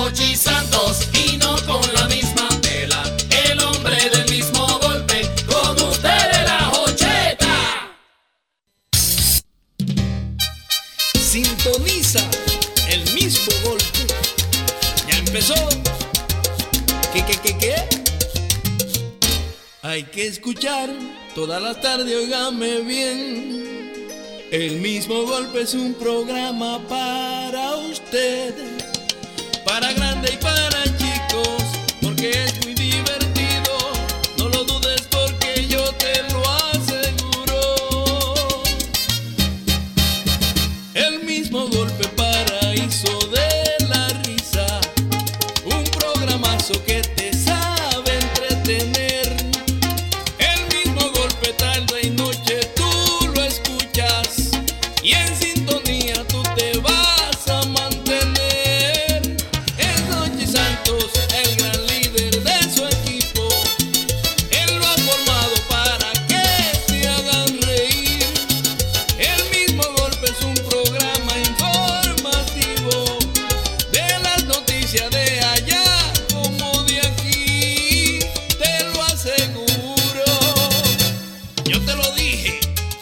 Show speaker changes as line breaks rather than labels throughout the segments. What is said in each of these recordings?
Hochi Santos y no con la misma tela. El hombre del mismo golpe, con ustedes la Hocheta.
Sintoniza el mismo golpe. Ya empezó. ¿Qué, qué, qué, qué? Hay que escuchar toda la tarde, óigame bien. El mismo golpe es un programa para usted, para grande y para chicos, porque es muy divertido. No lo dudes porque yo te lo aseguro. El mismo golpe paraíso de la risa. Un programazo que te sabe entretener. El mismo golpe tarde y noche tú lo escuchas. Y en sintonía tú te vas a mantener. Es Noche Santos, el gran líder de su equipo. Él lo ha formado para que te hagan reír. El mismo golpe es un programa informativo de las noticias de allá como de aquí. Te lo aseguro. Yo te lo dije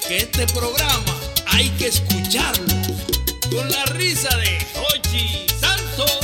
que este programa hay que escucharlo con la risa de Hochi Santos.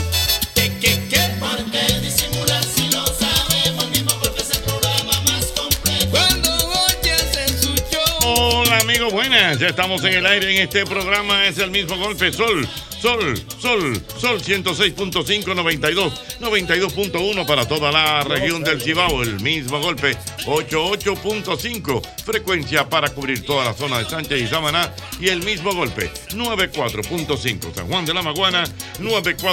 Que que que
¿Por qué disimular si lo sabemos? El mismo golpe es el programa más completo.
cuando Hochi hace su show.
Hola amigos, buenas. Ya estamos en el aire en este programa. Es el mismo golpe. Sol, sol, sol, sol 106.5, 92, 92.1 para toda la región del Cibao. El mismo golpe. 88.5 frecuencia para cubrir toda la zona de Sánchez y Samaná. Y el mismo golpe. 94.5 San Juan de la Maguana.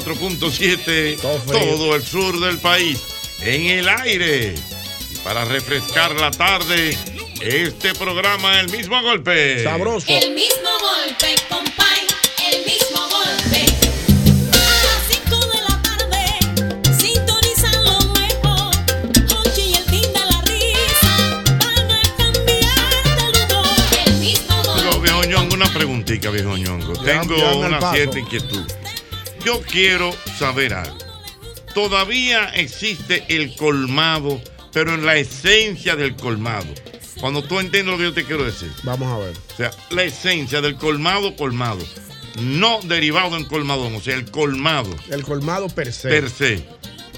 94.7 todo el sur del país. En el aire. Y para refrescar la tarde, este programa El mismo golpe.
Sabroso.
El mismo golpe, compay, el mismo golpe. A las 5 de la tarde, sintonizan lo nuevo. Hochi y el fin de la risa van a cambiar de humor. El mismo
Pero
golpe.
viejo Ñongo, una preguntita, viejo Ñongo.
Ya,
Tengo
ya anda el
una
paso.
cierta inquietud. Yo quiero saber algo. Todavía existe el colmado, pero en la esencia del colmado. Cuando tú entiendes lo que yo te quiero decir.
Vamos a ver.
O sea, la esencia del colmado, colmado. No derivado en colmadón, o sea, el colmado
El colmado per se.
per se.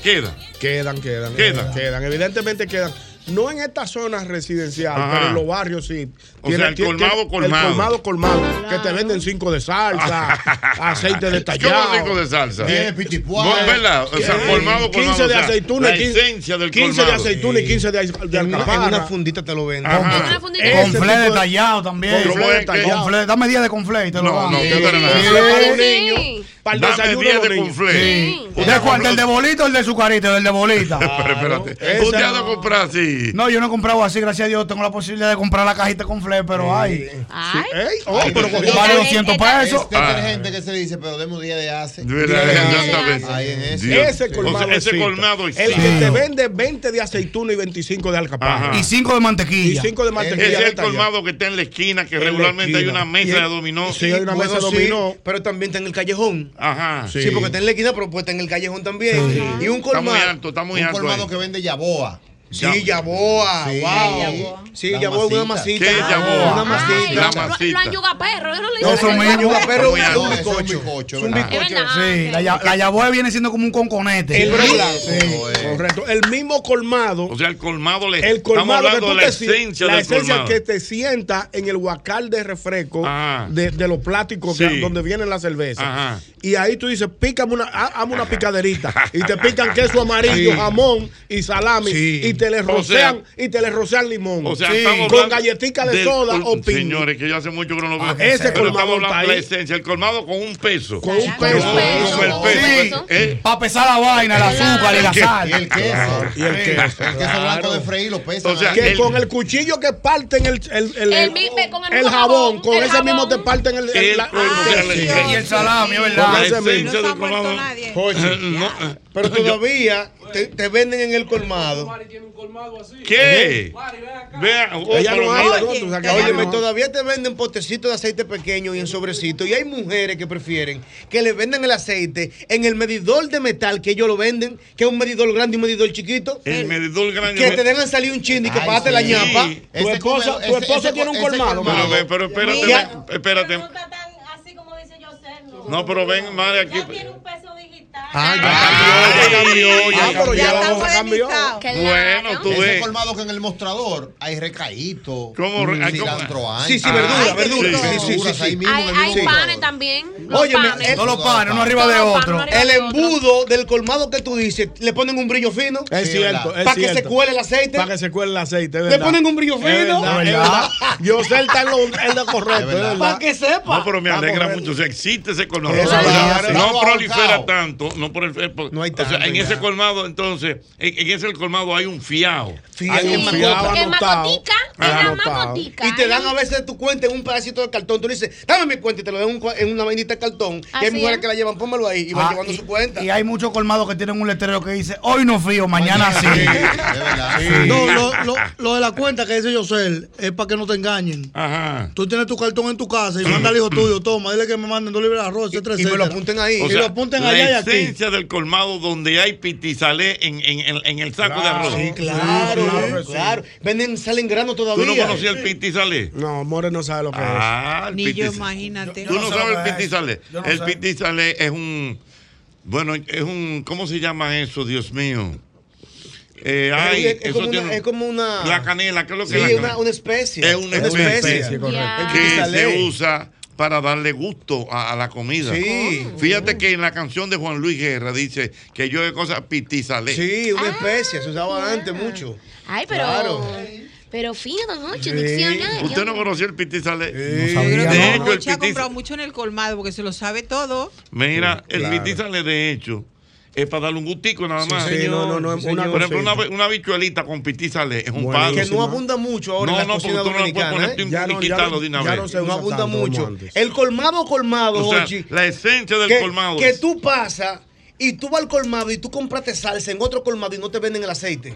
Queda.
Quedan, quedan,
Quedan.
quedan. Quedan, evidentemente quedan. No en estas zonas residenciales,
Ajá.
pero en los barrios sí.
O sea, el
ti-
colmado, colmado.
El colmado, colmado. Que te venden cinco de salsa, aceite de tallado.
¿Cómo cinco de salsa?
Tiene
No, es
pitipuá.
verdad. O sea,
Eh,
colmado, colmado.
15
o
de
sea,
aceituna y
La
15
esencia del
15 de
colmado.
aceituna y 15 de, de
En una, en una
alcaparra.
fundita te lo venden.
Ajá.
Ese
Con
tipo
fle
de-
detallado también.
Con
Pero
fle
bueno,
detallado.
Con fle, dame 10 de confle y te lo
No, no,
dan.
no, no,
Con
no.
fle para los
Sí.
niños, para el
Dame
desayuno de
10
los
de
niños.
conflé.
¿De cuál? ¿Del de bolita o el de sucarito? Del de bolita.
Pero espérate.
Eh, Esa
Usted ha
no.
de comprar así.
No, yo no he comprado así, gracias a Dios. Tengo la posibilidad de comprar la cajita con fle, pero ay.
Ay,
Ey, oh, pero con-
Vale 200 Este, pesos.
Este
Ah.
gente que se dice, pero demos día de hace.
De verdad, exactamente.
Ahí en ese.
Dios.
Ese colmado
O sea, ese
existe.
colmado
El
existe.
que te vende 20 de aceituna y 25 de alcaparra.
Ajá.
Y 5 de
Y
mantequilla.
5 de mantequilla.
Ese es el
detallada.
colmado que está en la esquina, que
En la
regularmente hay
esquina.
una
Y
mesa
el-
de dominó.
Sí, hay una
Bueno,
mesa
sí,
dominó.
pero también está en el callejón.
Ajá.
Sí, porque está en la esquina, pero pues está en el callejón también. Y un
Está
colmado.
muy alto, está muy
un
alto.
colmado
ahí.
que vende yaboa.
Ya-
Sí, yaboa. Sí.
Yaboa.
Wow. Sí, La yaboa es una
¿Qué
masita. Ah,
es Yaboa?
Una
ay,
La
masita.
Ah, lo- lo-
masita.
Lo han
Ah,
yugado perro. Yo no le
No,
digo
son
que-
míos.
Yaboa, pero es
Está muy
un
alto.
bizcocho. Es un
¿verdad?
Es
bizcocho.
verdad.
Sí, la, ya- la yaboa viene siendo como un conconete.
El
Sí.
blanco.
Sí.
Correcto. El mismo colmado.
O sea, el colmado le.
el colmado
Estamos
que tú
hablando de
te
la
si-
esencia
la
del
esencia
colmado.
que te sienta en el huacal de refresco
Ajá.
de, de los plásticos que-
Sí.
donde vienen las cervezas
Ajá.
y ahí tú dices pícame una ha- hazme una picaderita y te pican queso amarillo jamón y salami
Sí.
y te le
O sea-
rocean y te le rocean limón.
O sea,
Sí.
estamos
con
hablando
galletica de
del-
soda o piña.
Señores, que yo hace mucho que no lo veo.
Ah, ese
Pero estamos
colmado
hablando
está
de la
ahí.
esencia. El colmado con un peso.
Con un peso.
Con, con el peso.
Sí.
Eh,
Para pesar la vaina, el azúcar y la sal.
Y el queso.
Y el queso.
El queso blanco de freír lo pesa.
O sea,
Que
El-
con el cuchillo que parten el, el, el,
El mi- ve, con el
el jabón,
mismo jabón,
con
el
ese mismo te
jabón.
parten el, el-
El
la-
cuerpo,
el-
o sea,
sí.
le-
Y el salami, es
la
verdad.
Con ese
esencia
mismo.
del colmado.
Jorge,
Eh, no, eh,
Pero todavía te, te venden en el colmado.
¿Qué? Vea, oh,
ella
pero
no
mira,
habla con otros, o sea, que-
Óyeme, todavía te venden potecitos de aceite pequeño y en sobrecito. Y hay mujeres que prefieren que le vendan el aceite en el medidor de metal que ellos lo venden, que es un medidor grande y un medidor chiquito.
el medidor grande.
Que te dejan salir un chin y que
Ay,
pagaste la
sí.
ñapa.
tu esposa- tu esposa tiene un colmado,
Pero, ve, pero
Mira.
espérate, espérate.
está tan así como dice José, no.
No, pero ven, madre, aquí.
Ya tiene un peso digital.
Ah, ya cambió, ya
Ah, pero
cambió.
ya la cosa cambió.
Ese
Bueno, tú ves.
colmado que en el mostrador hay recaíto.
¿Cómo re- hay cómo?
cilantro hay.
Sí, sí,
verdura,
hay
verdura,
verduras,
sí, sí, sí,
verduras
sí.
ahí mismo
Hay,
en el
hay
mismo
panes
mostrador.
también. Los
Óyeme,
panes.
el-
Todos los panes, uno arriba
Todos
de
los panes,
otro.
uno arriba
El
de otro.
embudo del colmado que tú dices, le ponen un brillo fino.
Es
Sí,
cierto,
verdad.
es
Para que se
cierto.
cuele el aceite.
Para que se cuele el aceite, es
Le
¿verdad?
ponen un brillo
Es
fino.
verdad,
Es
es
verdad.
verdad. Yo sé, él está en lo, en lo correcto,
Es
es
verdad.
verdad.
Para que sepa.
No, pero me
Vamos
alegra
a ver.
mucho. Se existe ese colmado.
Eso
O sea,
es,
no
eso es
prolifera
avanzado.
tanto. No, por el- por-
No hay
o sea,
tanto
en
ya.
ese colmado, entonces, en, en ese colmado hay un fiao.
Hay
Hay
un
un
Sí,
fiado
porque es
anotado.
macotica,
Ah,
es la
anotado.
macotica,
Y te
es la
¿eh?
dan a veces tu cuenta en un pedacito de cartón. Tú le dices, dame mi cuenta y te lo dan en un cua- en una vainita de cartón. Y
Así
hay
es.
mujeres que la llevan, pónmelo ahí y van
Ah,
llevando
y-
su cuenta.
Y hay muchos colmados que tienen un letrero que dice, hoy no fío, mañana sí.
Es verdad.
No, lo, lo- lo de la cuenta que dice José es para que no te engañen.
Ajá.
Tú tienes tu cartón en tu casa y manda al hijo tuyo, toma, dile que me manden dos libras de arroz, etcétera,
Y me lo
etcétera.
apunten ahí.
O
Y
sea,
lo apuntan
la
allá y aquí.
esencia del colmado donde hay pitizalé en, en, en- en el saco de arroz.
Sí,
Claro,
claro que
claro.
sí.
Venden, salen grano
Pues ¿Tú
todavía.
no conocías el pitizalé?
No, More no sabe lo que
Ah, el
Ni yo,
pitiz-
imagínate.
Tú no
sé
sabes
lo que
el
es.
pitizalé.
Yo no
El
sé.
pitizalé es un. Bueno, es un. ¿Cómo se llama eso, Dios mío? Eh,
Es-
ay,
es,
eso
como
tiene
una,
un-
es como una.
La canela, ¿qué es lo que
sí,
es la
una-
canela?
una especie.
Es una especie.
correcto.
Ya.
El
que
pitizalé.
se usa para darle gusto a, a la comida.
Sí.
Fíjate que en la canción de Juan Luis Guerra dice que yo de cosas pitizalé.
Sí, una especie. Se usaba
ya.
antes mucho.
Ay, pero.
Claro.
Pero fino, don Hocho,
Sí.
diccionario.
¿Usted no conoció el pitizalé?
sabía,
de
¿no?
hecho, el pitizalé,
mucho en el colmado porque se lo sabe todo.
mira,
Sí,
el
claro.
pitizalé de hecho es para darle un gustico nada más.
Sí, no, no, no,
Sí,
una
señor.
Por ejemplo, una,
cosita.
una bichuelita con pitizalé es un
Buenísimo.
palo.
Que no
Buenísima.
abunda mucho ahora
No,
en la
no, porque
cocina
tú no la puedes
dominicana.
poner
¿eh?
Ya no, ya
Quitarlo
no,
de una
ya
vez.
no se
No,
usa
abunda
tanto como
mucho.
antes.
El colmado colmado,
O sea,
Jochi,
la esencia del
que,
colmado.
que
es-
tú pasas y tú vas al colmado y tú compraste salsa en otro colmado y no te venden el aceite.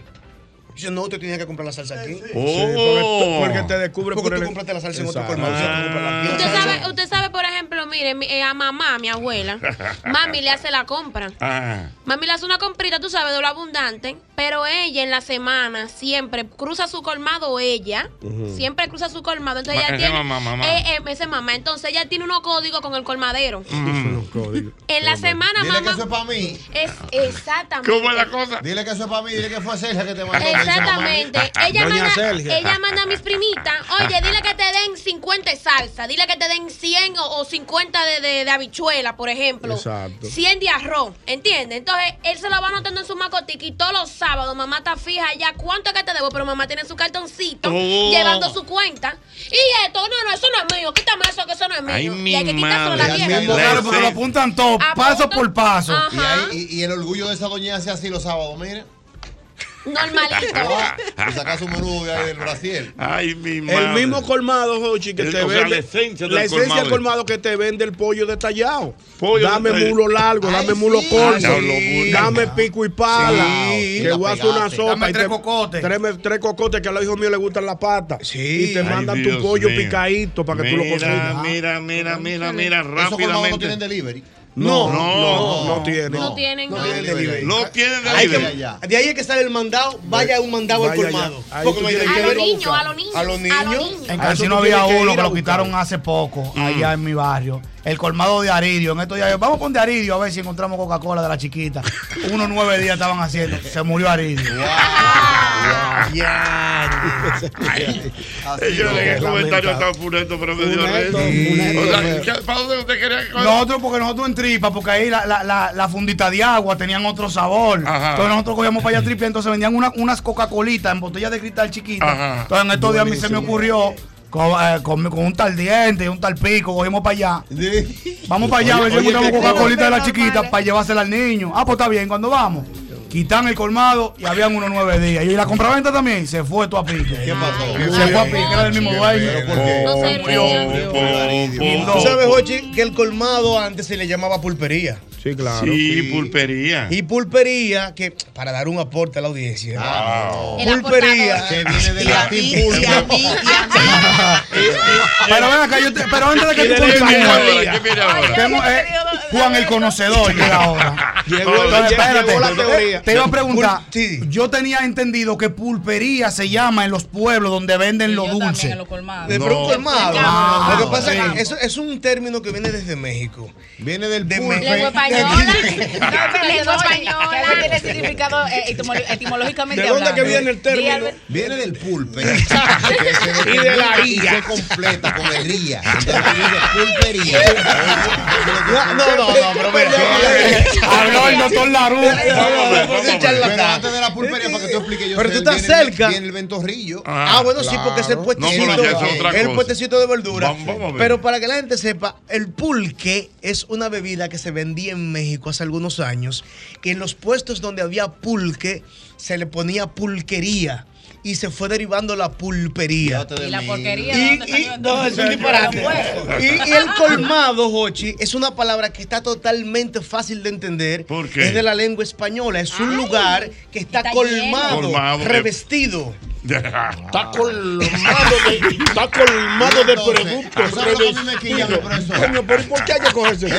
Yo no, te tenía que comprar la salsa aquí.
Sí,
Oh.
porque, porque te descubre
Porque
por
tú
el-
compraste la salsa en otro
Exacto.
colmado. yo te compro la-
Usted
la salsa.
sabe, usted sabe, por ejemplo, mire, mi- eh, a mamá, mi abuela, mami le hace la compra.
Ah,
Mami le hace una comprita, tú sabes, de lo abundante, pero ella en la semana siempre cruza su colmado, ella, siempre cruza su colmado. Entonces
Ma-
ella
ese
tiene...
mamá, mamá.
Eh, eh, ese mamá. Entonces ella tiene unos códigos con el colmadero.
mm.
En la semana,
Dile que
mamá...
eso es para mí.
Es exactamente.
¿Cómo es la cosa?
Dile que eso es para mí. Dile que fue Sergio que te mandó.
Exactamente. Ella
Doña
manda,
Sergia.
ella manda a mis primitas. Oye, dile que te den 50 de salsa. Dile que te den 100 o, o 50 de, de, de habichuela, por ejemplo.
Exacto.
100 de arroz. ¿Entiendes? Entonces él se lo va anotando en su macotica y todos los sábados mamá está fija ya cuánto es que te debo. Pero mamá tiene su cartoncito
Oh.
llevando su cuenta. Y esto, no, no, eso no es mío. Quítame eso, que eso no es mío.
Ay, mi
y hay que quitárselo a la
madre.
vieja.
Mismo
Claro, porque lo apuntan todo, paso
Apunta-
por paso.
Ajá.
Y, ahí- y- y el orgullo de esa doña hace así los sábados. Mire.
Normalito.
Ah, Y saca su menú de ahí del Brasil.
Ay, mi madre.
El mismo colmado, Jochi, que
El-
te
o sea,
vende.
la esencia del
la esencia
colmado.
del colmado que te vende el pollo detallado.
Pollo
dame
detallado.
mulo largo, dame mulo
Ah,
corto.
diablo, mulo.
Dame pico y pala.
Sí.
Que
La
voy a hacer una
pegaste.
sopa.
Dame
y
tres
te-
cocotes.
Tres, tres cocotes que a los hijos míos les gustan la pata.
Sí.
Y te
Ay,
mandan
Dios
tu pollo
mío.
picadito para que tú lo
Mira,
cocinas.
mira, mira, mira, mira,
Esos colmados no tienen
rápidamente.
delivery.
No,
No,
no, no,
no,
tiene.
No tienen.
No
no.
tiene delivery.
No tienen
Hay que-
Ay,
delivery.
ya, ya.
de ahí es que sale el mandado, vaya un mandado al
Vaya ya.
colmado.
Ahí
Porque
tú
no hay
tienes
A
que
los
ir
delivery.
niños, a los niños.
A los niños.
En
Ah, eso
Casino
tú
había
tienes que
uno
ir
que
a
lo
buscar. Mm.
quitaron hace poco, allá en mi barrio. El colmado de Aridio. En estos días, yo, vamos con de Aridio a ver si encontramos Coca-Cola de la chiquita. Unos nueve días estaban haciendo. Se murió Aridio.
Señores, el comentario está funesto, pero me dio risa. O sea, ¿qué- ¿Para dónde usted quería coger?
Nosotros, porque nosotros en tripa, porque ahí la, la, la, la fundita de agua tenían otro sabor. Entonces nosotros cogíamos para allá tripa, entonces vendían una- unas Coca-Colitas en botellas de cristal chiquitas.
Ajá.
Entonces en estos días a mí se me
Buenísimo.
ocurrió. Con, eh, con- con un tal diente y un tal pico, cogimos para allá. Vamos para allá, a ver si
Oye,
encontramos
oye, que-
Coca-Colita de la chiquita para llevársela al niño. Ah, pues está bien, cuando vamos. Quitan el colmado y habían unos nueve días. Y la compraventa también se fue todo a pique. ¿Qué pasó? Se fue a pique, era del mismo dueño.
Tú sabes, Jochi, que el colmado antes se le llamaba pulpería.
Sí, claro.
Sí,
Ah.
pulpería.
Y pulpería, que para dar un aporte a la audiencia.
Ah.
El
Pulpería.
Que viene de latín, pulga.
Pero ven acá, yo te- pero antes de que
¿Qué
tú
viene
continúes,
ahora? ¿Qué viene ahora?
tenemos, eh, Juan el conocedor llega ahora.
Llegó-
Entonces,
llegó
espérate,
la teoría.
Te iba a preguntar, yo tenía entendido que pulpería se llama en los pueblos donde venden lo dulce.
De pero un colmado.
Ah,
Lo que pasa es
sí.
que eso es un término que viene desde México.
Viene del
de
pulpe.
México.
Lengua española.
Lengua española.
Que algo tiene significado eh, etimolo- etimológicamente
¿De dónde
hablando.
que viene el
Di
término?
Albert-
Viene del pulpe.
Y de la
y
ría.
se completa con el ría. Entonces dice pulpería.
No, no, no, no, pero mira.
Habló el
doctor Larú.
Pero antes de la pulpería, para que tú expliques yo. Pero tú estás cerca. Viene el ventorrillo.
Ah, bueno, sí, porque ese puestecito, el puestecito de verdura. pero para que la gente sepa, el pulque es una bebida que se vendía en México hace algunos años. Que en los puestos donde había pulque, se le ponía pulquería. Y se fue derivando la pulpería.
Y la porquería.
Y-
¿dónde
y- no,
salió?
eso
¿Dónde
es un
salió?
disparate.
Bueno.
Y, y el colmado, Jochi, es una palabra que está totalmente fácil de entender.
qué?
Es de la lengua española. Es un lugar que está,
está
colmado,
lleno. Colmado de-
revestido.
Está
colmado de, está colmado de productos.
¿sabes lo que a mí me quilla, mi
revestidos. Coño, pero ¿y ¿por qué hay que cogerse?
No,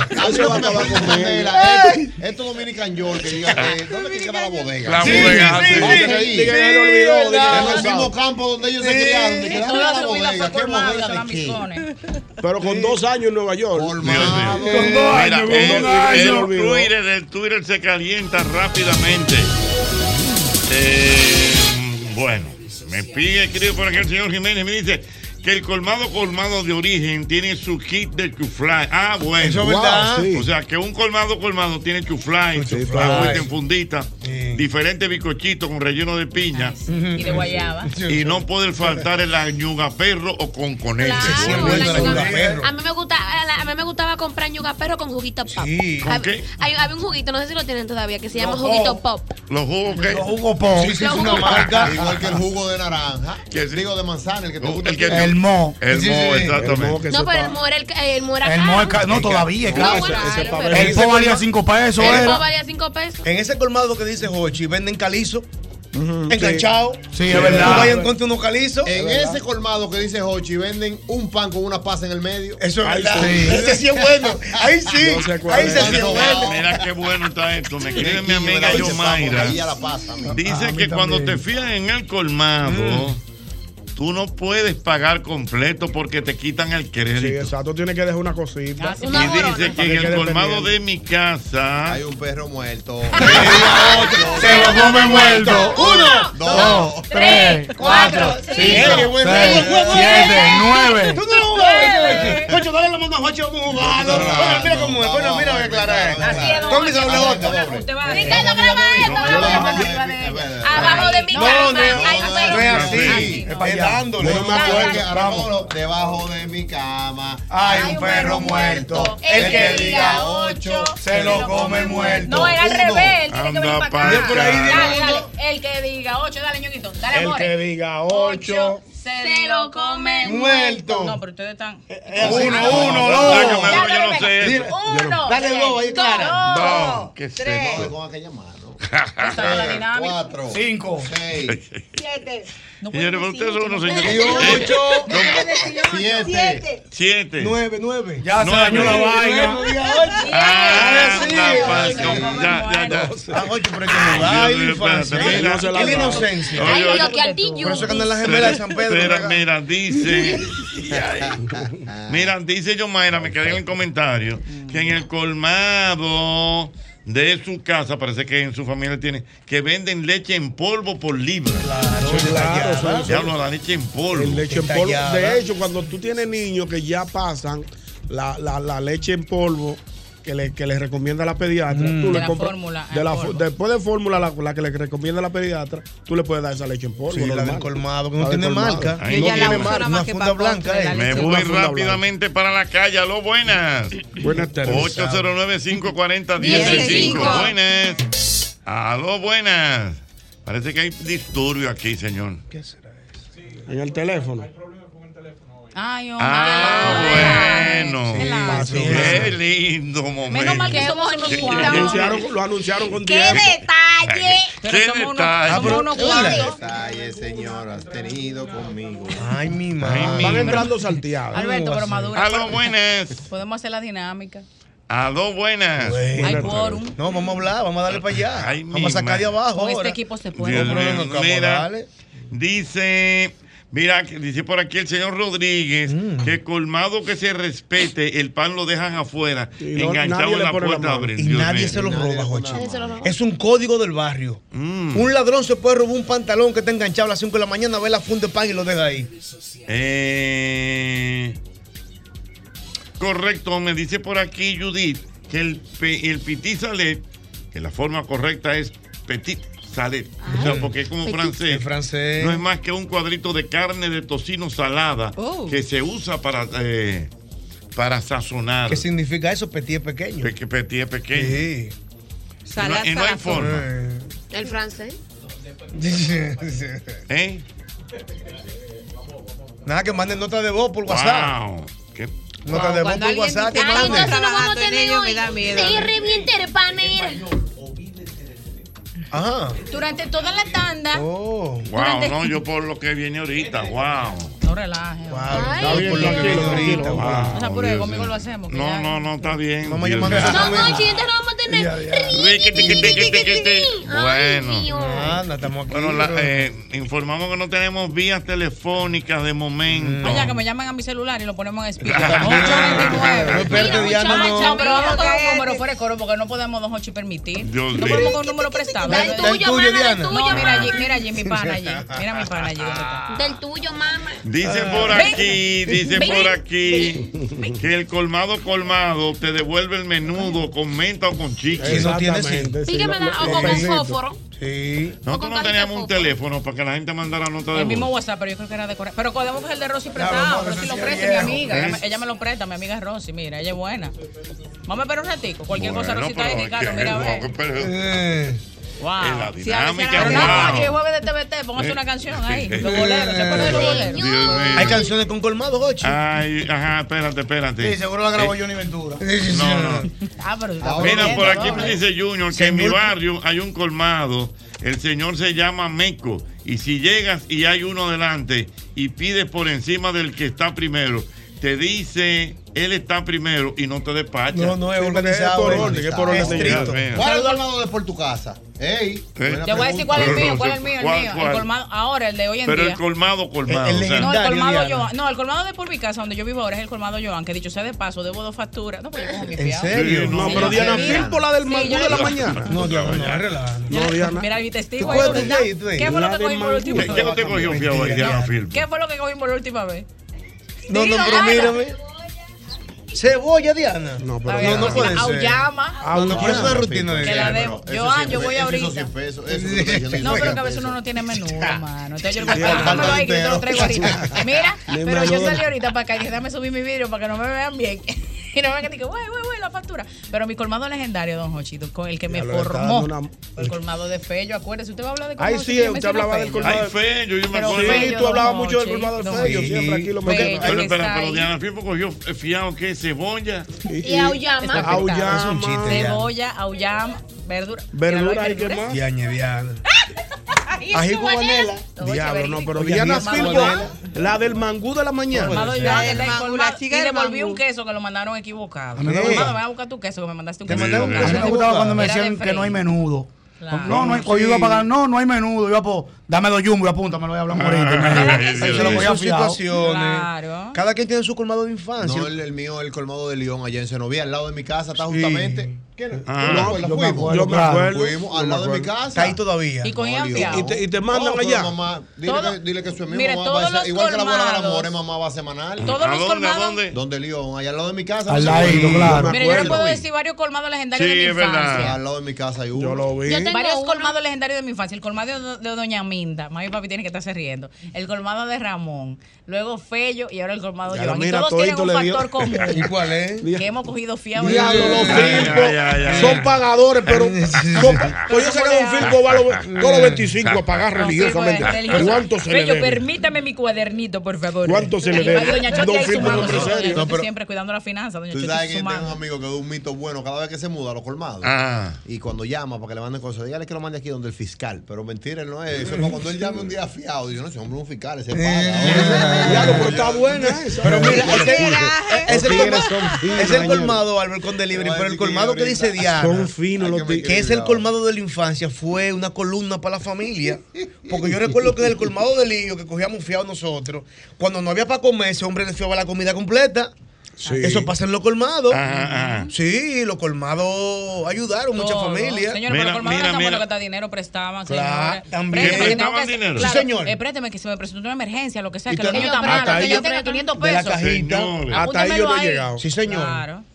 Ah,
así
se
lo
va a Eh,
que
acabar
me fue
con
con
él.
Vela. Esto- Esto es Dominican York, que diga que ¿dónde que queda la bodega?
La bodega, sí,
Vamos
sí,
por ahí.
sí,
Diga,
sí,
ya lo olvidó, diga, En
verdad.
los mismos campos donde ellos se
Sí.
criaron. diga,
Toda
¿dónde
su
está la
vida
bodega?
fue
¿Qué
colmado,
bodega de qué?
Pero con dos años en Nueva York. eh,
Con
dos
Mira,
años,
el,
con dos años.
el
Se olvidó.
Twitter, el Twitter se calienta rápidamente. Eh, bueno, me pide, escribe por aquí el señor Jiménez, me dice que el colmado colmado de origen tiene su kit de chuflay. Ah, bueno.
Eso es verdad. Wow, sí.
O sea, que un colmado colmado tiene chuflay, agüita en fundita, diferentes bizcochitos con relleno Ah, de piña.
Y de guayaba.
Y no puede faltar el añuga perro o con conejo.
A mí me gusta, a, la- a mí me gustaba comprar yuga perro con juguito pop.
Sí. ¿Con
Hab-
qué?
Hay, había un juguito, no sé si lo tienen todavía, que se llama
No,
juguito pop.
Los jugos que. Los
jugos pop.
Sí, sí, es
Los
una
jugos.
marca. Igual que el jugo de naranja. Digo de manzana, el que te gusta.
El mo.
El
Sí, sí,
mo,
sí.
exactamente.
No, pero el mora el, el mo era
El
caro.
mo es ca- no, todavía es
No,
caro.
bueno,
Ese- ese
claro,
papel.
pero-
El po valía cinco pesos,
El
era.
po valía cinco pesos.
Eh,
En ese colmado que dice Jochi, venden calizo, enganchado.
Sí, es verdad.
No vayan contra unos calizos.
En ese colmado que dice Hochi, venden un pan con una pasa en el medio.
Eso es
Ahí
verdad.
sí.
Ese sí es bueno. Ahí sí.
No sé cuál
Ahí
es.
sí es
Bueno,
bueno.
Mira qué bueno está esto. Me escribe mi
Riquillo,
amiga
la leche
Yomaira.
estamos ahí a la pasa, amigo.
Dice
Ah, a mí
que cuando
también. Mm.
te fías en el colmado, tú no puedes pagar completo porque te quitan el
Sí,
crédito.
exacto, tiene que dejar una cosita.
y dice que
Para
en el
quede
colmado
pendiente.
de mi casa hay
un perro muerto.
Se lo come muerto.
Uno,
dos,
tres, cuatro, eh, cinco, seis, siete, nueve.
Tú no jugaste, Jochi. Jochi, dale la mano a Jochi, vamos a jugar. Bueno, mira cómo es. Bueno, mira, voy a aclarar. Con mis doble
Ricardo, graba esto, graba esto. Abajo de mi
No,
casa
no,
hay un
no es así. Es dándole.
Yo no me acuerdo que ahora mismo, debajo de mi cama hay un perro muerto.
El que diga
ocho
se lo come
muerto.
No, era al
Uno.
revés. Él tiene que venir
Anda
para
pa'l
acá.
Por ahí,
dale,
diga
dale. El que diga ocho, dale, ñoquito. Dale,
El
amores.
que diga ocho.
Se lo come
Muerto.
No, pero ustedes están.
eh.
Uno, uno,
Sácame,
dos.
yo no sé eso.
Uno. Dale dos, ahí clara.
No, que
tres.
se
Esa es la dinámica.
Cuatro.
Cinco.
Seis.
Siete.
Señores, pero ustedes son unos señores.
Y ocho.
Eh,
Siete.
Siete.
Nueve, nueve.
Ya
se dañó la vaina.
Ah, sí.
Ah,
sí.
ya, ya,
Ah, Jochi, pero hay que jugar. Es la infancia.
Espérate, mira.
Es la inocencia.
Oye, oye.
Por eso que andan las gemelas de San Pedro.
Mira,
acá.
mira, dice. Mira, dice Yomaira, me quedé en el comentario, que en el colmado de su casa, parece que en su familia tiene, que venden leche en polvo por libra.
claro,
Claro,
eso es.
Diablo, la leche en polvo.
El leche en polvo. De hecho, cuando tú tienes niños que ya pasan la, la- la leche en polvo que le, que le recomienda la pediatra,
Mm.
tú
De
le
la
compras.
fórmula
de
en
la
polvo.
fu- después de fórmula, la, la que le recomienda la pediatra, tú le puedes dar esa leche en polvo.
Sí, la
normal.
del colmado, que no
La del
tiene
colmado.
marca.
Ahí no tiene marca.
Una funda blanca, eh.
Me voy
Una funda blanca.
rápidamente para la calle. Aló, buenas.
Buenas tardes.
809-540-105. Buenas. Aló, buenas. Parece que hay disturbio aquí, señor.
¿Qué será eso? En el teléfono.
Ay, hombre.
Ah, bueno.
Relax.
Qué lindo momento.
Menos mal que somos unos
Qué-
Lo
cuantos.
anunciaron, lo anunciaron con Ah,
¡Qué
tiempo.
detalle!
Qué detalle.
Detalle, señor, has tenido conmigo.
Ay, mi
madre.
Van entrando salteados.
Alberto, pero madura.
Aló, buenas.
Podemos hacer la dinámica.
Aló, buenas.
Hay quórum.
No, vamos a hablar, vamos a darle para allá.
Ay, mi
vamos a sacar de
madre.
abajo.
Con este
ahora.
equipo se
Dios
puede.
mío,
no, no,
mira,
dale.
dice, mira, que dice por aquí el señor Rodríguez
Mm.
que colmado que se respete, el pan lo dejan afuera,
no-
enganchado
nadie
en
le
la
pone la
puerta.
mano.
abre,
Y
Dios
nadie
mío.
se lo roba, Jochi. Es un código del barrio.
Mm.
Un ladrón se puede robar un pantalón que está enganchado a las 5 de la mañana, ve la funda de pan y lo deja ahí.
Eh, correcto, me dice por aquí Judith que el, pe- el petit salet, que la forma correcta es petit salet, o
Ah.
sea, porque es como
Petit.
francés.
Es francés.
No es más que un cuadrito de carne de tocino salada
Oh.
que se usa para, eh, para sazonar.
¿Qué significa eso? Petit es pequeño.
Pe- que petit es pequeño.
Sí.
Salad, Y no- y no hay salazón. forma.
El francés.
¿Eh?
Nada, que manden nota de voz por WhatsApp.
Wow. Qué-
Nota de voz
Cuando
por
alguien
WhatsApp.
dice,
que
"Ay,
manden".
nosotros vamos a
Tener
ello
hoy-
me da miedo.
Sí, reviente el panel.
Ajá.
Durante toda la tanda.
Oh,
Wow, no, yo por lo que viene ahorita, wow.
No relaje. Ay,
Está bien,
por lo que
tranquilo,
viene
tranquilo. Wow,
O sea, por ahí
Dios
conmigo
mío.
lo hacemos. que
No,
ya-
no, no, está bien. Vamos
No, Jochi, entonces no vamos a tener.
Bueno,
mío.
bueno la- eh, informamos que no tenemos vías telefónicas de momento.
Allá que me llaman a mi celular y lo ponemos en speaker.
No, espérate, Diana,
Muchacha,
no.
pero vamos con un número fuera de coro porque no podemos, don Hochi, permitir.
Dios mío.
no podemos con un número prestado.
Del tuyo, Del tuyo, mana, del Diana. tuyo,
No, mira
mana.
allí, mira allí, mi pana allí. Mira mi pana allí. ¿dónde está?
Del tuyo, mamá.
Dice
Ah.
por
Ven.
aquí, dice
Ven.
por aquí que el colmado colmado te devuelve el menudo con menta o con chicle.
Eso tiene sí.
Dígame, o con un fósforo.
Sí.
Nosotros no teníamos un teléfono para que la gente mandara nota de
El mismo
voz.
WhatsApp, pero yo creo que era de correo. Pero podemos coger el de Rosy prestado. Rosy lo presta, mi amiga. Ella, me- ella me lo presta, mi amiga es Rosy. Mira, ella es buena. Vamos a esperar un ratico. Cualquier cosa,
Bueno,
Rosy está
pero
ahí, Ricardo.
es que-
Mira, a ver.
pero- Eh.
Wow.
Es la
Sí, a veces
dinámica,
Pero no,
wow.
oye, jueves de TVT, póngase una canción ahí. Los boleros, ¿se acuerdan de los boleros?
Eh. Dios mío.
Hay canciones con colmado, Jochi.
Ay, ajá, espérate, espérate.
Sí, seguro la grabó
Eh,
Johnny
Ventura.
No, no.
Ah, pero tú estás
Mira, por
bebiendo,
aquí
¿no?
me
eh.
dice Junior que en mi barrio hay un colmado. El señor se llama Meco. Y si llegas y hay uno delante y pides por encima del que está primero, te dice él está primero y no te despacha.
No, no, es Sí, organizado,
por orden, es por orden de
Dios
llegada.
mío.
¿Cuál es el colmado de por tu casa? Ey. buena
Te voy a decir cuál es el
Pero
mío,
no
cuál
sé,
es el mío, el
¿cuál,
mío. El
cuál?
colmado, ahora, el de hoy en
Pero
día.
el colmado, colmado. o sea,
No, el colmado yo, no, el colmado de por mi casa, donde yo vivo ahora, es el colmado Joan, que dicho sea de paso, debo dos facturas. No, pues yo cojo mi fiado.
serio? No, pero Diana,
mira.
mil por la del
Sí,
mangú
yo-
de la mañana. No, Diana, no, No, Diana.
Mira, mi testigo
¿Tú
ahí,
puedes
¿verdad?
decir, tú, eh?
¿Qué fue lo
La
que
de
cogí por última
¿Qué- qué no te cogió fiado ahí, Diana Film?
¿Qué fue lo que cogí por última vez?
No, no,
Dilo,
pero
Ana.
mírame. Cebolla, Diana. No,
Está bien,
no puede
cocina,
ser.
auyama.
No, no, pero es una rutina de
Que la
Diana.
debo. Joan, Ah, yo voy ahorita. No, pero que a
cabeza
veces uno no tiene menú, hermano. Entonces yo le voy
Diana,
a dámelo ahí, que yo te
Diana.
lo traigo ahorita. Mira,
Mi
pero yo
madura.
salí ahorita para acá y dije, déjame subir mi vidrio para que no me vean bien. Y no me vean que digo, güey, güey, güey, la factura. Pero mi colmado legendario, don Jochito, con el que me
Ya lo está
formó.
dando una-
El colmado de Fello, acuérdese, usted va a hablar de colmado.
Ay, sí, usted
siempre menciona
hablaba del
Fello.
colmado.
Ay, Fello, yo me
Pero
acuerdo.
Fello,
tú hablabas
don
mucho del
Jochi,
colmado del
don
Fello,
Jochi.
siempre aquí lo
Fello,
metemos.
Pero,
que
pero,
está
pero
ahí.
Diana Film cogió fiado, ¿qué? Cebolla.
Y auyama.
eh, Auyama.
Es un chiste, Diana.
Cebolla, auyam, verdura.
Verdura
hay
hay que más.
Diana, Diana.
Ají con vanela. Diablo, no, pero
Oye,
Diana
ají con
Filbo,
vanela.
la del mangú de la mañana.
Colmado ya, el colmado. Y le volví un queso que lo mandaron equivocado.
A mí me
Colmado,
gusta.
ven a buscar tu queso que me mandaste un
Te
queso.
mandaron un
equivocado.
queso.
me gustaba cuando me
Era de
decían que no hay
freír.
menudo.
Claro.
No, no hay, o yo iba a pagar, no, no hay menudo. Yo iba a po- dame dos jumbo y apúntamelo y hablamos ahorita. Imagínate.
sí,
Ahí se lo
sí.
voy a fiar.
Son situaciones.
Claro.
Cada quien tiene su colmado de infancia.
No, el, el mío, el colmado de León, allá en Senovía, al lado de mi casa, está justamente.
Ah,
no,
yo me
fuimos.
acuerdo, claro.
Fuimos
Yo
al
me
lado de mi
acuerdo.
casa.
Está ahí todavía. Y cogían
Dios.
fiado. Y te- y te mandan
pero
allá.
mamá, dile,
Todo-
que, dile que su
mire,
misma mamá
todos
va a ser-
los
Igual que la bola del
colmados-
amor, es mamá va a semanal.
Todos ¿A los dónde, a colmados- dónde?
Donde León, allá al lado de mi casa.
Al ladito, claro.
Mira, yo le puedo decir varios colmados legendarios de mi infancia.
Al lado de mi casa hay uno. Yo lo
Yo tengo varios colmados legendarios de mi infancia. El colmado de, de Doña Minda. Mami y papi tienen que estarse riendo. El colmado de Ramón. Luego Fello y ahora el colmado de
Ya,
Joan. Y
mira,
todos tienen
todito
un
le ¿eh? dio.
factor común.
¿Y cuál es?
Que hemos cogido fiado.
Diablo,
de-
los
Ay,
filcos
ay, ay, ay.
son pagadores, pero son- pues yo sé que Don Filco va a los- todos los 25 a pagar
Los filcos
religiosamente.
de- religiosos.
¿Cuánto se le
pues, Fello,
debe?
permítame mi cuadernito, por favor.
¿Cuánto se le
Y va
debe?
Doña Choti
Don
ahí su
Filco, no,
mano. Doña
pero
Choti
serio. No, pero-
siempre cuidando la finanza. Doña
Tú
Choti
sabes
y
que
su
tengo un
mano.
amigo que da un mito bueno cada vez que se muda a los colmados. Y cuando llama para que le manden cosas, dígale que lo mande aquí donde el fiscal. Pero mentira, él no es. Eso es para cuando él llame un día fiado. Yo no sé, hombre, un fiscal, ese paga.
Ya,
pero está buena esa.
Pero mira, ese- es el,
Los tigres
colma-
son
es el
finos,
colmado, Albert, con delivery, pero el colmado que dice Diana,
Son finos los tigres.
que es el colmado de la infancia, fue una columna para la familia. Porque yo recuerdo que en el colmado del lío que cogíamos fiado nosotros, cuando no había para comer, ese hombre le fiaba la comida completa. Eso pasa en los colmados. Sí, los colmados ayudaron muchas
Todo.
familias.
Señores, pero los colmados eran tan buenos que hasta dinero prestaban.
Claro,
señores.
también. ¿Que
Préstame, que tengo
prestaban
que-
dinero?
claro,
Sí, señor.
eh, préstame que se me presentó una emergencia, lo que sea,
Y
que lo
también-
mío está
hasta
malo, que
ahí-
yo tenga 500
de la
pesos.
cajita. Hasta ahí yo no he llegado. Sí, señor.